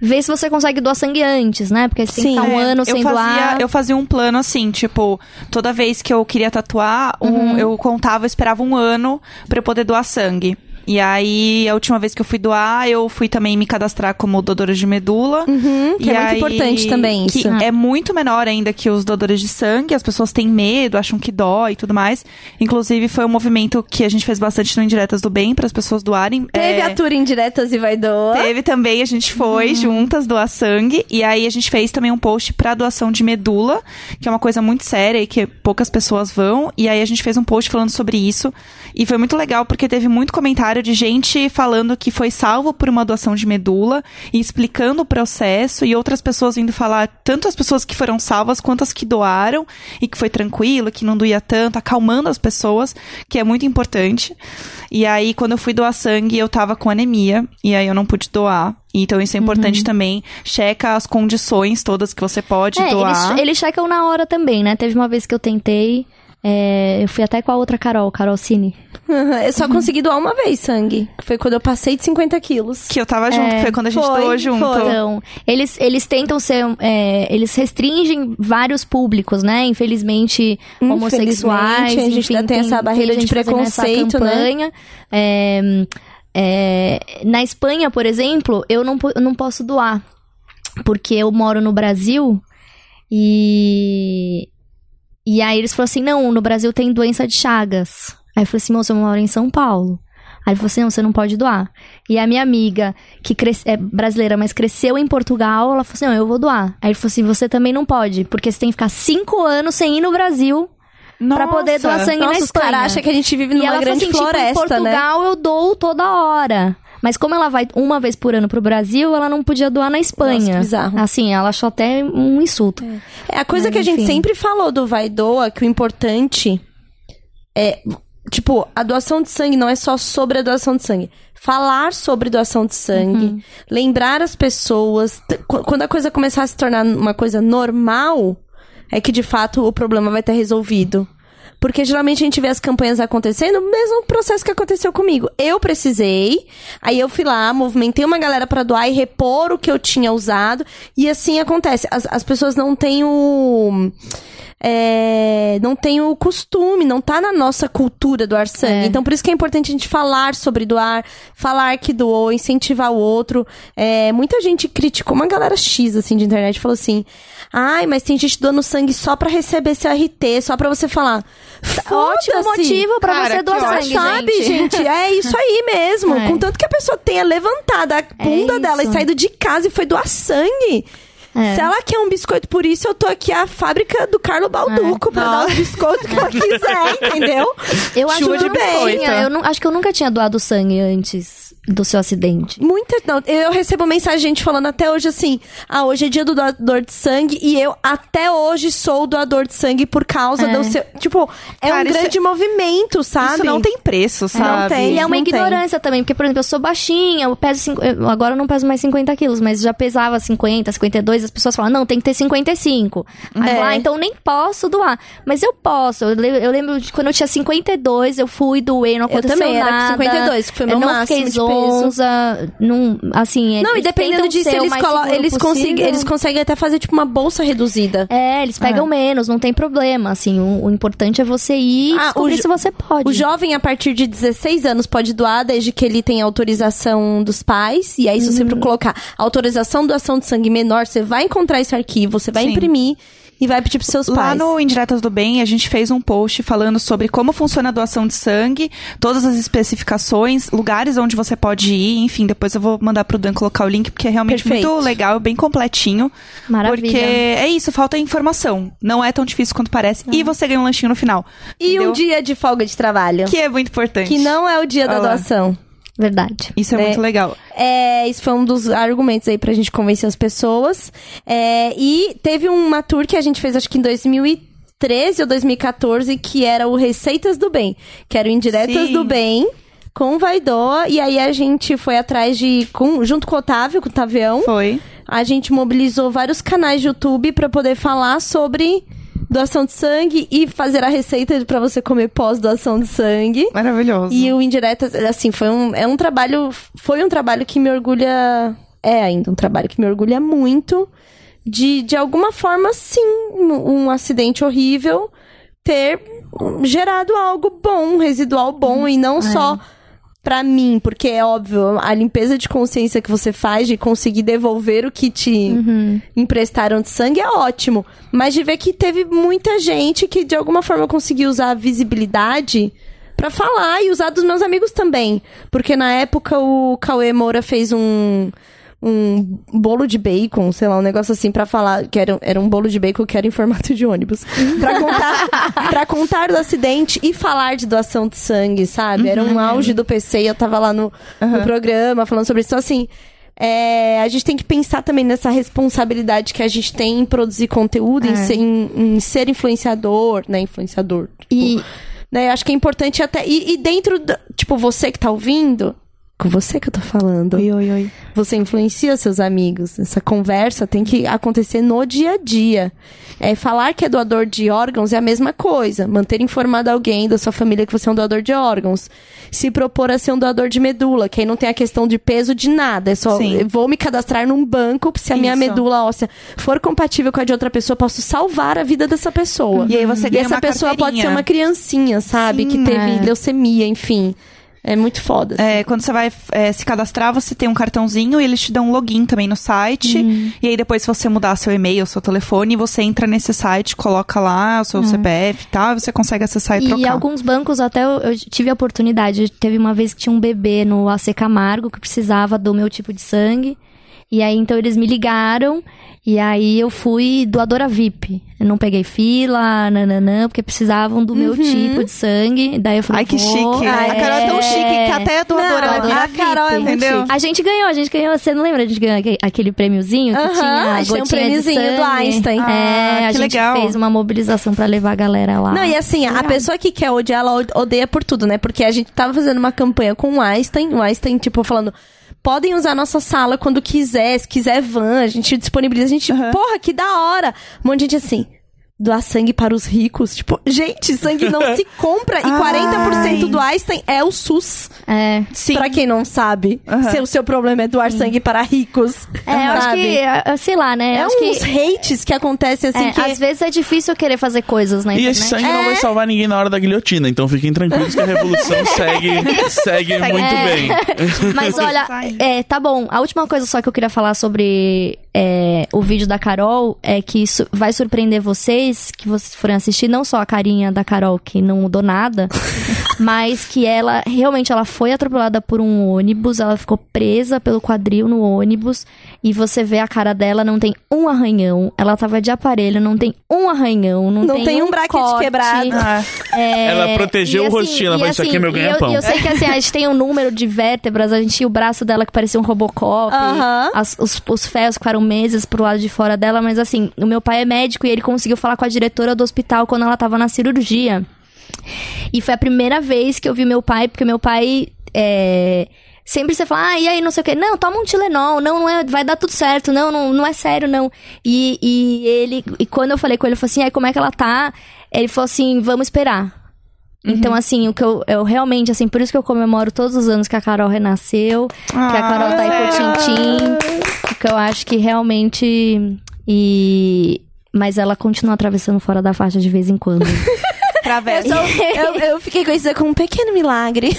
Speaker 4: vê se você consegue doar sangue antes, né? Porque você tem
Speaker 2: Sim.
Speaker 4: que tá um
Speaker 3: É,
Speaker 4: ano
Speaker 3: eu
Speaker 4: sem
Speaker 3: fazia,
Speaker 4: doar.
Speaker 3: Eu fazia um plano assim, tipo, toda vez que eu queria tatuar, um-
Speaker 2: Uhum.
Speaker 3: eu contava, eu esperava um ano pra eu poder doar sangue. E aí, a última vez que eu fui doar, eu fui também me cadastrar como doadora de medula.
Speaker 2: que é
Speaker 3: E
Speaker 2: muito importante também
Speaker 3: que
Speaker 2: isso.
Speaker 3: É muito menor ainda que os doadores de sangue, as pessoas têm medo, acham que dói e tudo mais. Inclusive, foi um movimento que a gente fez bastante no Indiretas do Bem, para as pessoas doarem.
Speaker 2: Teve
Speaker 3: é,
Speaker 2: a tour em diretas e vai doar.
Speaker 3: Teve também, a gente foi juntas doar sangue. E aí a gente fez também um post pra doação de medula, que é uma coisa muito séria e que poucas pessoas vão. E aí a gente fez um post falando sobre isso. E foi muito legal porque teve muito comentário de gente falando que foi salvo por uma doação de medula e explicando o processo. E outras pessoas vindo falar, tanto as pessoas que foram salvas quanto as que doaram e que foi tranquilo, que não doía tanto, acalmando as pessoas, que é muito importante. E aí, quando eu fui doar sangue, eu tava com anemia, e aí eu não pude doar. Então, isso é importante também. Checa as condições todas que você pode
Speaker 4: Uhum. É,
Speaker 3: doar.
Speaker 4: eles, eles checam na hora também, né? Teve uma vez que eu tentei. é, eu fui até com a outra Carol, Carol Cine.
Speaker 2: Aham, Eu só consegui doar uma vez sangue. que Foi quando eu passei de 50 quilos.
Speaker 3: Que eu tava junto,
Speaker 4: É,
Speaker 3: foi quando a gente
Speaker 2: foi,
Speaker 3: doou junto.
Speaker 2: foi.
Speaker 4: Então, eles, eles tentam ser. é, eles restringem vários públicos, né? Infelizmente, homossexuais.
Speaker 2: Infelizmente, a gente
Speaker 4: enfim,
Speaker 2: ainda tem essa barreira de
Speaker 4: gente fazendo essa
Speaker 2: preconceito, né?
Speaker 4: campanha. É, é, na Espanha, por exemplo, eu não, po- eu não posso doar. Porque eu moro no Brasil e. E aí eles falaram assim: não, no Brasil tem doença de Chagas. Aí eu falei assim: moço, eu moro em São Paulo. Aí ele falou assim: não, você não pode doar. E a minha amiga, que cres- é brasileira, mas cresceu em Portugal, ela falou assim: não, eu vou doar. Aí ele falou assim: você também não pode, porque você tem que ficar cinco anos sem ir no Brasil pra poder doar sangue na
Speaker 2: Nossa, os
Speaker 4: Espanha.
Speaker 2: caras acham que a gente vive
Speaker 4: E
Speaker 2: numa
Speaker 4: ela
Speaker 2: grande
Speaker 4: falou assim,
Speaker 2: floresta,
Speaker 4: tipo, em
Speaker 2: né?
Speaker 4: Portugal eu dou toda hora. Mas como ela vai uma vez por ano pro Brasil, ela não podia doar na Espanha.
Speaker 2: Nossa, que bizarro.
Speaker 4: Assim, ela achou até um insulto.
Speaker 2: É a coisa
Speaker 4: Mas,
Speaker 2: que a gente
Speaker 4: enfim.
Speaker 2: sempre falou do vai doa, que o importante é, tipo, a doação de sangue não é só sobre a doação de sangue. Falar sobre doação de sangue,
Speaker 4: Uhum.
Speaker 2: lembrar as pessoas, t- qu- quando a coisa começar a se tornar uma coisa normal, é que de fato o problema vai estar resolvido. Porque geralmente a gente vê as campanhas acontecendo, o mesmo processo que aconteceu comigo. Eu precisei, aí eu fui lá, movimentei uma galera pra doar e repor o que eu tinha usado. E assim acontece. As, as pessoas não têm o. é, não têm o costume, não tá na nossa cultura doar sangue.
Speaker 4: É.
Speaker 2: Então, por isso que é importante a gente falar sobre doar, falar que doou, incentivar o outro. É, muita gente criticou, uma galera X, assim, de internet, falou assim: ai, mas tem gente doando sangue só pra receber seu RT, só pra você falar.
Speaker 4: Ótimo
Speaker 2: Foda-se.
Speaker 4: motivo pra
Speaker 3: Cara,
Speaker 4: você
Speaker 3: que
Speaker 4: doar
Speaker 2: Só
Speaker 4: sangue,
Speaker 2: sabe, Tá gente. É isso aí mesmo.
Speaker 4: É.
Speaker 2: Contanto que a pessoa tenha levantado a bunda
Speaker 4: isso.
Speaker 2: dela e saído de casa e foi doar sangue. Se ela quer um biscoito por isso, eu tô aqui a fábrica do Carlo Balduco pra dar os biscoitos que ela quiser, entendeu?
Speaker 4: Eu acho
Speaker 2: Chuva
Speaker 4: que eu
Speaker 2: de
Speaker 4: não
Speaker 2: biscoito.
Speaker 4: tinha, eu não, acho que eu nunca tinha doado sangue antes. do seu acidente.
Speaker 2: Muitas não. Eu recebo mensagem de gente falando até hoje assim: ah, hoje é dia do doador de sangue e eu até hoje sou doador de sangue por causa do seu. Tipo, é
Speaker 3: Cara,
Speaker 2: um
Speaker 3: isso-
Speaker 2: grande movimento, sabe?
Speaker 3: Isso não tem preço, sabe?
Speaker 2: tem.
Speaker 4: E é uma
Speaker 2: não
Speaker 4: ignorância também, porque, por exemplo, eu sou baixinha, eu peso. cinco- eu- agora eu não peso mais 50 quilos, mas já pesava 50, 52. As pessoas falam, não, tem que ter 55. Aí eu
Speaker 2: É.
Speaker 4: falo, ah, então eu nem posso doar. Mas eu posso. Eu, le- eu lembro de quando eu tinha 52, eu fui, doei, não
Speaker 2: Eu
Speaker 4: aconteceu
Speaker 2: também era com
Speaker 4: nada.
Speaker 2: 52, que foi o meu
Speaker 4: eu não
Speaker 2: máximo
Speaker 4: fiquei
Speaker 2: de peso.
Speaker 4: zonza, não, assim,
Speaker 2: Não, e
Speaker 4: eles
Speaker 2: dependendo
Speaker 4: tentam
Speaker 2: disso,
Speaker 4: ser o
Speaker 2: eles,
Speaker 4: mais
Speaker 2: colo-
Speaker 4: seguro
Speaker 2: eles, conseguem,
Speaker 4: possível.
Speaker 2: eles conseguem até fazer, tipo, uma bolsa reduzida.
Speaker 4: É, eles pegam menos, não tem problema, assim, o, o importante é você ir e
Speaker 2: Ah, o
Speaker 4: descobrir
Speaker 2: jo-
Speaker 4: se você pode.
Speaker 2: O jovem, a partir de 16 anos, pode doar desde que ele tenha autorização dos pais. E aí, se você colocar autorização doação de sangue menor, você vai encontrar esse arquivo, você vai
Speaker 3: Sim.
Speaker 2: imprimir e vai pedir pros seus
Speaker 3: Lá
Speaker 2: pais.
Speaker 3: no Indiretas do Bem, a gente fez um post falando sobre como funciona a doação de sangue, todas as especificações, lugares onde você pode ir, enfim, depois eu vou mandar pro Dan colocar o link, porque é realmente
Speaker 2: Perfeito.
Speaker 3: muito legal, bem completinho.
Speaker 4: Maravilha.
Speaker 3: Porque é isso, falta informação. Não é tão difícil quanto parece. E você ganha um lanchinho no final.
Speaker 2: E
Speaker 3: entendeu?
Speaker 2: um dia de folga de trabalho.
Speaker 3: Que é muito importante.
Speaker 2: Que não é o dia da
Speaker 3: Olha lá.
Speaker 2: doação.
Speaker 4: Verdade.
Speaker 3: Isso é,
Speaker 2: né?
Speaker 3: muito legal.
Speaker 2: É, isso foi um dos argumentos aí pra gente convencer as pessoas. É, e teve uma tour que a gente fez, acho que em 2013 ou 2014, que era o Receitas do Bem, que era o Indiretas
Speaker 3: Sim.
Speaker 2: do Bem. Com o Vaidoa, e aí a gente foi atrás de. com- junto com o Otávio, com o Tavião,
Speaker 3: Foi.
Speaker 2: a gente mobilizou vários canais de YouTube pra poder falar sobre doação de sangue e fazer a receita pra você comer pós-doação de sangue.
Speaker 3: Maravilhoso.
Speaker 2: E o Indiretas, assim, foi um, é um trabalho. Foi um trabalho que me orgulha. É ainda um trabalho que me orgulha muito. De, de alguma forma, sim, um, um acidente horrível ter gerado algo bom, um residual bom, e não só pra mim, porque é óbvio, a limpeza de consciência que você faz de conseguir devolver o que te emprestaram de sangue é ótimo. Mas de ver que teve muita gente que de alguma forma conseguiu usar a visibilidade pra falar e usar dos meus amigos também. Porque na época o Cauê Moura fez um. Um bolo de bacon, sei lá, um negócio assim pra falar que era, era um bolo de bacon que era em formato de ônibus. Pra contar, pra contar do acidente e falar de doação de sangue, sabe? Era um auge do PC e eu tava lá no, no programa falando sobre isso. Então, assim, é, a gente tem que pensar também nessa responsabilidade que a gente tem em produzir conteúdo, em, ser, em- em ser influenciador, né? Influenciador. tipo,
Speaker 4: E-
Speaker 2: né? Acho que é importante até. E, e dentro, da- tipo, você que tá ouvindo. Com você que eu tô falando.
Speaker 3: Oi, oi, oi.
Speaker 2: Você influencia seus amigos. Essa conversa tem que acontecer no dia a dia. É, falar que é doador de órgãos é a mesma coisa. Manter informado alguém da sua família que você é um doador de órgãos. Se propor a ser um doador de medula, que aí não tem a questão de peso de nada. É só
Speaker 3: Sim.
Speaker 2: eu vou me cadastrar num banco se a minha
Speaker 3: Isso.
Speaker 2: medula óssea for compatível com a de outra pessoa, eu posso salvar a vida dessa pessoa.
Speaker 3: E aí você
Speaker 2: E
Speaker 3: ganha
Speaker 2: essa
Speaker 3: uma
Speaker 2: pessoa pode
Speaker 3: carteirinha.
Speaker 2: ser uma criancinha, sabe? que teve
Speaker 4: é.
Speaker 2: leucemia, enfim. É muito foda. assim.
Speaker 3: É, quando você vai é, se cadastrar, você tem um cartãozinho e eles te dão um login também no site.
Speaker 4: Uhum.
Speaker 3: E aí depois, se você mudar seu e-mail, seu telefone, você entra nesse site, coloca lá o seu CPF e tal, e você consegue acessar e,
Speaker 4: Uhum. E
Speaker 3: trocar.
Speaker 4: alguns bancos até eu, eu tive a oportunidade. Teve uma vez que tinha um bebê no AC Camargo que precisava do meu tipo de sangue. E aí, então, eles me ligaram. E aí, eu fui doadora VIP. Eu não peguei fila, nananã, porque precisavam do
Speaker 2: Uhum.
Speaker 4: meu tipo de sangue. Daí eu falei,
Speaker 3: Ai, que
Speaker 4: "Vou".
Speaker 3: chique.
Speaker 2: Ah,
Speaker 3: A Carol é tão
Speaker 4: é.
Speaker 3: chique que até a doadora
Speaker 2: Não,
Speaker 3: vai virar
Speaker 2: a Carol é
Speaker 3: VIP,
Speaker 2: muito
Speaker 3: entendeu?
Speaker 2: chique.
Speaker 4: A gente ganhou, a gente ganhou. Você não lembra? A gente ganhou aque- aquele prêmiozinho que
Speaker 2: Aham,
Speaker 4: tinha
Speaker 2: a gente tem um
Speaker 4: gotinha de
Speaker 2: prêmiozinho do
Speaker 4: sangue?
Speaker 2: Einstein.
Speaker 4: é,
Speaker 3: Ah,
Speaker 4: a
Speaker 3: que
Speaker 4: gente
Speaker 3: legal.
Speaker 4: fez uma mobilização pra levar a galera lá.
Speaker 2: Não, e assim, a pessoa que quer odiar, ela od- odeia por tudo, né? Porque a gente tava fazendo uma campanha com o Einstein, o Einstein, tipo, falando. Podem usar nossa sala quando quiser, se quiser van, a gente disponibiliza, a gente, porra, que da hora. Um monte de gente assim, doar sangue para os ricos. Tipo, gente, sangue não se compra e 40% do Einstein é o SUS.
Speaker 4: É.
Speaker 3: Sim.
Speaker 2: Pra quem não sabe, se o seu problema é doar sangue para ricos.
Speaker 4: É, eu acho
Speaker 2: sabe?
Speaker 4: que, eh, eh, sei lá, né?
Speaker 2: É
Speaker 4: Eu
Speaker 2: uns
Speaker 4: acho que,
Speaker 2: hates que acontecem assim
Speaker 4: é,
Speaker 2: que...
Speaker 4: Às vezes é difícil querer fazer coisas na
Speaker 1: E
Speaker 4: internet.
Speaker 1: esse sangue não
Speaker 2: É.
Speaker 1: vai salvar ninguém na hora da guilhotina, então fiquem tranquilos que a revolução segue, segue muito
Speaker 2: É.
Speaker 1: bem.
Speaker 4: Ah, Mas olha,
Speaker 3: Sai.
Speaker 4: é, tá bom. A última coisa só que eu queria falar sobre é, o vídeo da Carol é que isso vai surpreender vocês que vocês forem assistir não só a carinha da Carol que não mudou nada, Mas que ela, realmente, ela foi atropelada por um ônibus, ela ficou presa pelo quadril no ônibus. E você vê a cara dela, não tem um arranhão. Ela tava de aparelho, não tem um arranhão, não,
Speaker 2: Não tem um bracket
Speaker 4: corte.
Speaker 2: quebrado.
Speaker 3: Ah,
Speaker 4: É,
Speaker 1: Ela protegeu
Speaker 4: e
Speaker 1: o rostinho, ela
Speaker 4: e
Speaker 1: falou, "Isso aqui é meu
Speaker 4: e eu-
Speaker 1: ganha-pão."
Speaker 4: E eu, sei que assim, a gente tem um número de vértebras, a gente tinha o braço dela que parecia um Robocop,
Speaker 2: Aham.
Speaker 4: as- os, os ferros que ficaram meses pro lado de fora dela, mas assim, o meu pai é médico e ele conseguiu falar com a diretora do hospital quando ela tava na cirurgia. E foi a primeira vez que eu vi meu pai, porque meu pai é, Sempre você fala, ah, e aí, não sei o quê. Não, toma um Tilenol. Não, não é, vai dar tudo certo. Não, não, não é sério, não. E, e ele, e quando eu falei com ele, eu falei assim, aí, como é que ela tá? Ele falou assim, vamos esperar. Então, assim, o que eu, eu realmente, assim, por isso que eu comemoro todos os anos que a Carol renasceu, que a Carol tá aí
Speaker 3: Ah.
Speaker 4: com o Tintim, porque eu acho que realmente. E. Mas ela continua atravessando fora da faixa de vez em quando.
Speaker 2: Eu,
Speaker 3: Travessa.
Speaker 2: sou- eu, eu fiquei conhecida como um pequeno milagre.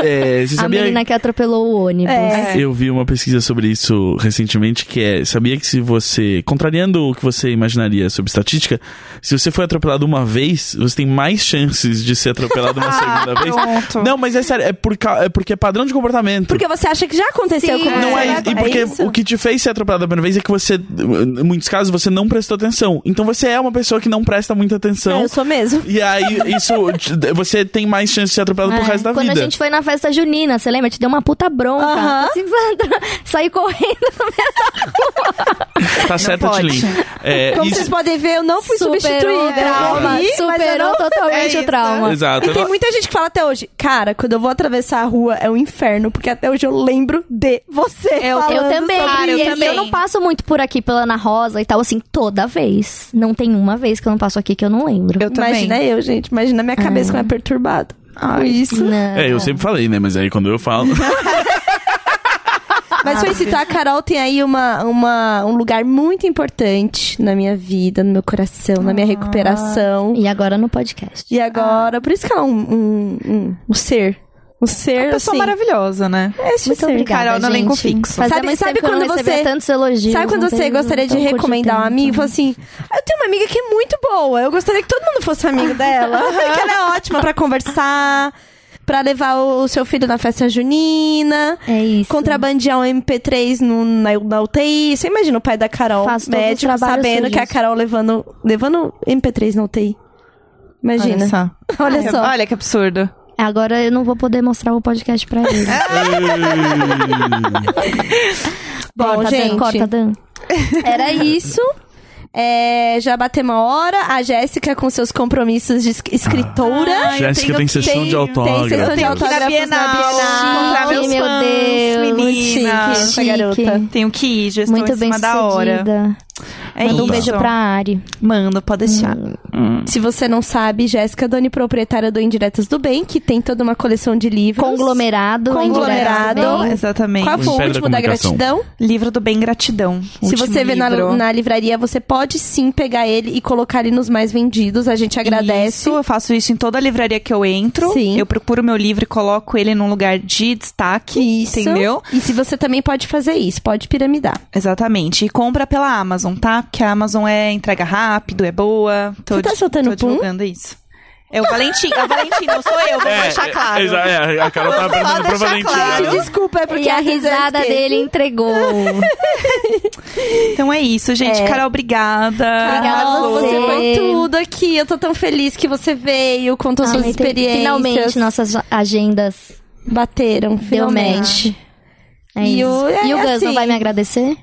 Speaker 1: É, você
Speaker 4: a
Speaker 1: sabia
Speaker 4: menina que atropelou o ônibus.
Speaker 2: né? É.
Speaker 1: Eu vi uma pesquisa sobre isso recentemente, que é, sabia que se você, contrariando o que você imaginaria sobre estatística, se você foi atropelado uma vez, você tem mais chances de ser atropelado uma
Speaker 2: Ah,
Speaker 1: segunda vez.
Speaker 3: Pronto.
Speaker 1: Não, mas é sério, é, por, ca- é porque é padrão de comportamento.
Speaker 2: Porque você acha que já aconteceu
Speaker 4: Sim,
Speaker 2: com
Speaker 1: não
Speaker 2: você.
Speaker 1: é, e porque
Speaker 2: isso?
Speaker 1: o que te fez ser atropelado a primeira vez é que você, em muitos casos, você não prestou atenção. Então você é uma pessoa que não presta muita
Speaker 2: É,
Speaker 1: atenção.
Speaker 2: eu sou mesmo.
Speaker 1: E aí, isso. te- Você tem mais chance de ser atropelado pro
Speaker 4: É.
Speaker 1: resto da
Speaker 4: Quando
Speaker 1: vida.
Speaker 4: a gente foi na festa junina, você lembra? Te deu uma puta bronca.
Speaker 2: Aham.
Speaker 4: Assim, saí correndo.
Speaker 1: Tá certa,
Speaker 3: pode.
Speaker 1: Tilin. É,
Speaker 2: Como
Speaker 1: isso-
Speaker 2: vocês podem ver, eu não fui substituída.
Speaker 4: Superou o
Speaker 2: Eu
Speaker 4: trauma.
Speaker 2: ri, mas eu
Speaker 4: Superou
Speaker 2: não-
Speaker 4: totalmente
Speaker 3: É
Speaker 4: o trauma.
Speaker 1: Exato.
Speaker 2: E tem muita gente que fala até hoje, cara, quando eu vou atravessar a rua é um inferno, porque até hoje eu lembro de você.
Speaker 3: Eu-
Speaker 2: falando
Speaker 4: Eu também,
Speaker 2: sobre
Speaker 3: Cara, eu
Speaker 4: e
Speaker 2: isso.
Speaker 4: assim,
Speaker 3: também.
Speaker 4: eu não passo muito por aqui pela Ana Rosa e tal, assim, toda vez. Não tem uma vez que eu não passo aqui que eu não lembro.
Speaker 3: Eu também.
Speaker 2: Imagina eu, gente. Imagina minha cabeça como é perturbada. com isso.
Speaker 4: Não.
Speaker 1: É, eu sempre falei, né? Mas aí quando eu falo.
Speaker 2: Mas foi citar, a Carol tem aí uma, uma, um lugar muito importante na minha vida, no meu coração, na minha recuperação.
Speaker 4: E agora no podcast.
Speaker 2: E
Speaker 4: Ah.
Speaker 2: agora, por isso que ela é um, um, um, um ser. Um ser,
Speaker 3: Uma pessoa
Speaker 2: assim,
Speaker 3: maravilhosa, né?
Speaker 2: é esse
Speaker 4: Muito
Speaker 2: ser.
Speaker 4: obrigada,
Speaker 3: Carol no
Speaker 4: gente.
Speaker 3: elenco fixo.
Speaker 4: Fazia
Speaker 2: Sabe-
Speaker 4: muito
Speaker 2: sabe
Speaker 4: tempo que eu não
Speaker 2: quando você-
Speaker 4: recebia tantos elogios.
Speaker 2: Sabe quando
Speaker 4: não
Speaker 2: você
Speaker 4: tenho-
Speaker 2: gostaria de
Speaker 4: não curti
Speaker 2: recomendar um
Speaker 4: tanto.
Speaker 2: amigo e falar assim: "Ah, Eu tenho uma amiga que é muito boa, eu gostaria que todo mundo fosse amigo dela. que ela é ótima pra conversar, pra levar o, o seu filho na festa junina,
Speaker 4: É isso.
Speaker 2: contrabandear um MP3 no- na, na UTI. Você imagina o pai da Carol,
Speaker 4: Faz todos os
Speaker 2: médico,
Speaker 4: trabalhos
Speaker 2: sabendo que é a
Speaker 4: sujos.
Speaker 2: Carol levando, levando MP3 na UTI. Imagina.
Speaker 3: Olha só.
Speaker 2: Olha
Speaker 3: Olha,
Speaker 2: só.
Speaker 3: que absurdo.
Speaker 4: Agora eu não vou poder mostrar o podcast pra ele.
Speaker 2: É, Bom,
Speaker 4: corta, Dan,
Speaker 2: gente.
Speaker 4: corta, Dan.
Speaker 2: Era isso. É, já bateu uma hora. A Jéssica com seus compromissos de es- escritora.
Speaker 3: Ai, eu
Speaker 1: Jéssica
Speaker 3: tenho-
Speaker 1: tem sessão
Speaker 3: tem-
Speaker 1: de
Speaker 3: tem
Speaker 1: autógrafos.
Speaker 2: sessão de
Speaker 3: Tenho que ir na
Speaker 2: Autógrafos na
Speaker 3: Bienal.
Speaker 2: Bienal.
Speaker 3: Encontrar meus
Speaker 4: Meu
Speaker 3: fãs,
Speaker 4: Deus,
Speaker 3: meninas.
Speaker 2: Essa garota.
Speaker 3: Tenho que ir, já estou
Speaker 4: Muito
Speaker 3: em
Speaker 4: bem
Speaker 3: cima da hora.
Speaker 4: sucedida.
Speaker 3: É
Speaker 4: Manda um
Speaker 3: isso.
Speaker 4: beijo pra Ari. Hum,
Speaker 3: Manda, pode deixar.
Speaker 2: Se você não sabe, Jéssica Doni, proprietária do Indiretas do Bem, que tem toda uma coleção de livros.
Speaker 4: Conglomerado.
Speaker 2: Conglomerado.
Speaker 4: Indiretas do Bem.
Speaker 3: Exatamente.
Speaker 2: Qual foi o
Speaker 1: Império da
Speaker 2: último da,
Speaker 1: Comunicação.
Speaker 2: gratidão?
Speaker 3: Livro do Bem Gratidão.
Speaker 2: Se você vê na, na livraria, você pode sim pegar ele e colocar ele nos mais vendidos. A gente agradece.
Speaker 3: Isso, eu faço isso em toda livraria que eu entro.
Speaker 2: Sim.
Speaker 3: Eu procuro meu livro e coloco ele num lugar de destaque.
Speaker 2: Isso.
Speaker 3: Entendeu?
Speaker 2: E se você também pode fazer isso, pode piramidar.
Speaker 3: Exatamente. E compra pela Amazon, tá? Porque a Amazon é entrega rápido, é boa. Tô
Speaker 2: Você tá
Speaker 3: di-
Speaker 2: soltando
Speaker 3: tô
Speaker 2: pum?
Speaker 3: divulgando isso. É o Valentim. É o Valentim, não sou eu, vou deixar claro.
Speaker 1: É, a Carol tava
Speaker 3: Só
Speaker 1: perguntando pro
Speaker 3: deixar
Speaker 1: Valentim.
Speaker 3: Ah, claro.
Speaker 1: né?
Speaker 2: Gente, desculpa, é porque
Speaker 4: E a
Speaker 2: às vezes eu
Speaker 4: risada
Speaker 2: esqueço.
Speaker 4: dele entregou.
Speaker 3: Então é isso, gente. Carol, obrigada.
Speaker 4: Obrigada a
Speaker 3: Arrasou.
Speaker 4: você.
Speaker 2: Você foi tudo aqui. Eu tô tão feliz que você veio, contou
Speaker 4: Ai,
Speaker 2: suas
Speaker 4: tem-
Speaker 2: experiências.
Speaker 4: Ah, então, Finalmente nossas agendas
Speaker 2: bateram,
Speaker 4: deu
Speaker 2: finalmente.
Speaker 4: match. É
Speaker 2: E
Speaker 4: isso.
Speaker 2: o- é
Speaker 4: e o Gus
Speaker 2: assim.
Speaker 4: não vai me agradecer?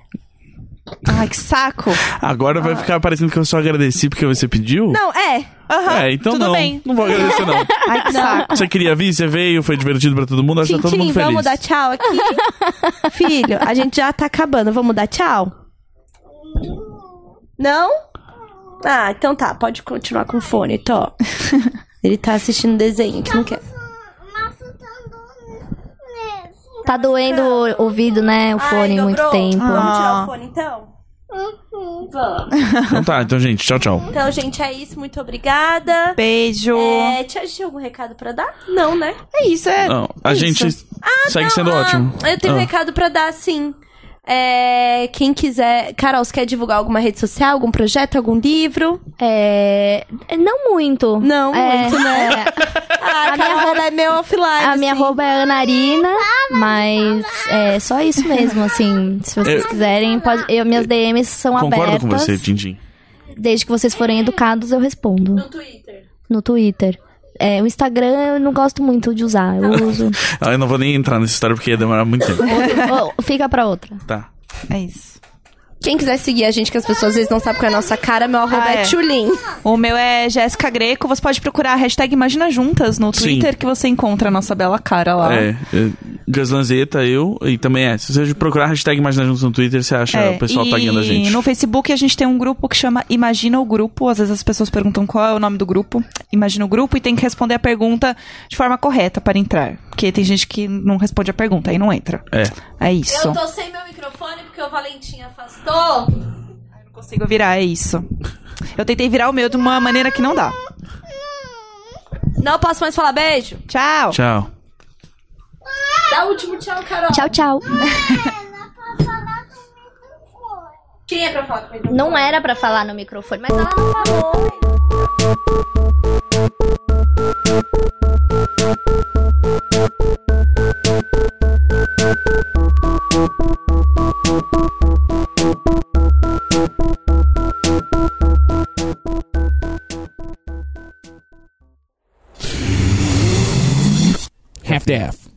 Speaker 3: Ai, que saco.
Speaker 1: Agora vai ficar parecendo que eu só agradeci porque você pediu?
Speaker 2: Não, é.
Speaker 3: Aham,
Speaker 1: É, então
Speaker 3: tudo
Speaker 1: não.
Speaker 3: bem.
Speaker 1: Não vou agradecer, não.
Speaker 3: Ai, que saco.
Speaker 1: Você queria vir, você veio, foi divertido pra todo mundo, acho que tá todo
Speaker 2: Tintim,
Speaker 1: mundo feliz.
Speaker 2: vamos dar tchau aqui? Filho, a gente já tá acabando. Vamos dar tchau? Não? Ah, então tá. Pode continuar com o fone, Tó. Ele tá assistindo desenho que não quer.
Speaker 5: Mas eu tô doendo mesmo.
Speaker 4: Tá doendo o ouvido, né? O fone muito tempo.
Speaker 2: Vamos tirar
Speaker 3: Ah.
Speaker 2: o fone, então?
Speaker 5: Uhum.
Speaker 1: Então tá, então, gente, tchau, tchau.
Speaker 2: Então, gente, é isso. Muito obrigada.
Speaker 3: Beijo.
Speaker 2: É, tia, a gente tem algum recado pra dar? Não, né?
Speaker 3: É isso, é.
Speaker 1: Não, a
Speaker 3: isso.
Speaker 1: gente segue sendo
Speaker 2: Ah,
Speaker 1: ótimo.
Speaker 2: Eu tenho
Speaker 1: Ah.
Speaker 2: um recado pra dar, sim. É, quem quiser... Carol, você quer divulgar alguma rede social, algum projeto, algum livro?
Speaker 4: É... Não muito.
Speaker 2: Não,
Speaker 4: É,
Speaker 2: muito, né?
Speaker 4: é.
Speaker 2: Ah, é meu offline.
Speaker 4: A minha
Speaker 2: assim.
Speaker 4: arroba é Anarina, mas é só isso mesmo, assim. Se vocês
Speaker 1: Eu-
Speaker 4: quiserem, pode, eu, minhas DMs são
Speaker 1: Concordo
Speaker 4: abertas.
Speaker 1: com você, Dindim.
Speaker 4: Desde que vocês forem educados, eu respondo.
Speaker 6: No Twitter.
Speaker 4: No Twitter. É, o Instagram eu não gosto muito de usar, eu uso.
Speaker 1: Ah, Eu não vou nem entrar nessa história porque ia demorar muito tempo.
Speaker 4: Ô, fica pra outra.
Speaker 1: Tá.
Speaker 3: É isso.
Speaker 2: Quem quiser seguir a gente, que as pessoas às vezes não sabem qual é a nossa cara, meu arroba
Speaker 3: Ah,
Speaker 2: é,
Speaker 3: é.
Speaker 2: Tchulin.
Speaker 3: O meu é Jéssica Greco. Você pode procurar a hashtag Imagina Juntas no
Speaker 1: Sim.
Speaker 3: Twitter que você encontra a nossa bela cara lá.
Speaker 1: É, é Gaslanzeta, eu e também é. Se você procurar a hashtag Imagina Juntos no Twitter, você acha o pessoal
Speaker 3: É. e
Speaker 1: taguando a gente.
Speaker 3: no Facebook a gente tem um grupo que chama Imagina o Grupo. Às vezes as pessoas perguntam qual é o nome do grupo. Imagina o Grupo e tem que responder a pergunta de forma correta para entrar. Porque tem gente que não responde a pergunta, aí não entra.
Speaker 1: É.
Speaker 3: É isso.
Speaker 6: Eu tô sem meu microfone porque o Valentim afastou.
Speaker 3: Não consigo virar, é isso. Eu tentei virar o meu de uma maneira que não dá.
Speaker 6: Não posso mais falar beijo.
Speaker 3: Tchau!
Speaker 1: Tchau.
Speaker 6: Dá o último tchau, Carol.
Speaker 4: Tchau, tchau.
Speaker 5: Ela pode falar comigo fora.
Speaker 6: Quem é pra falar comigo?
Speaker 4: Não era pra falar no microfone, mas ela não falou.
Speaker 7: half-deaf.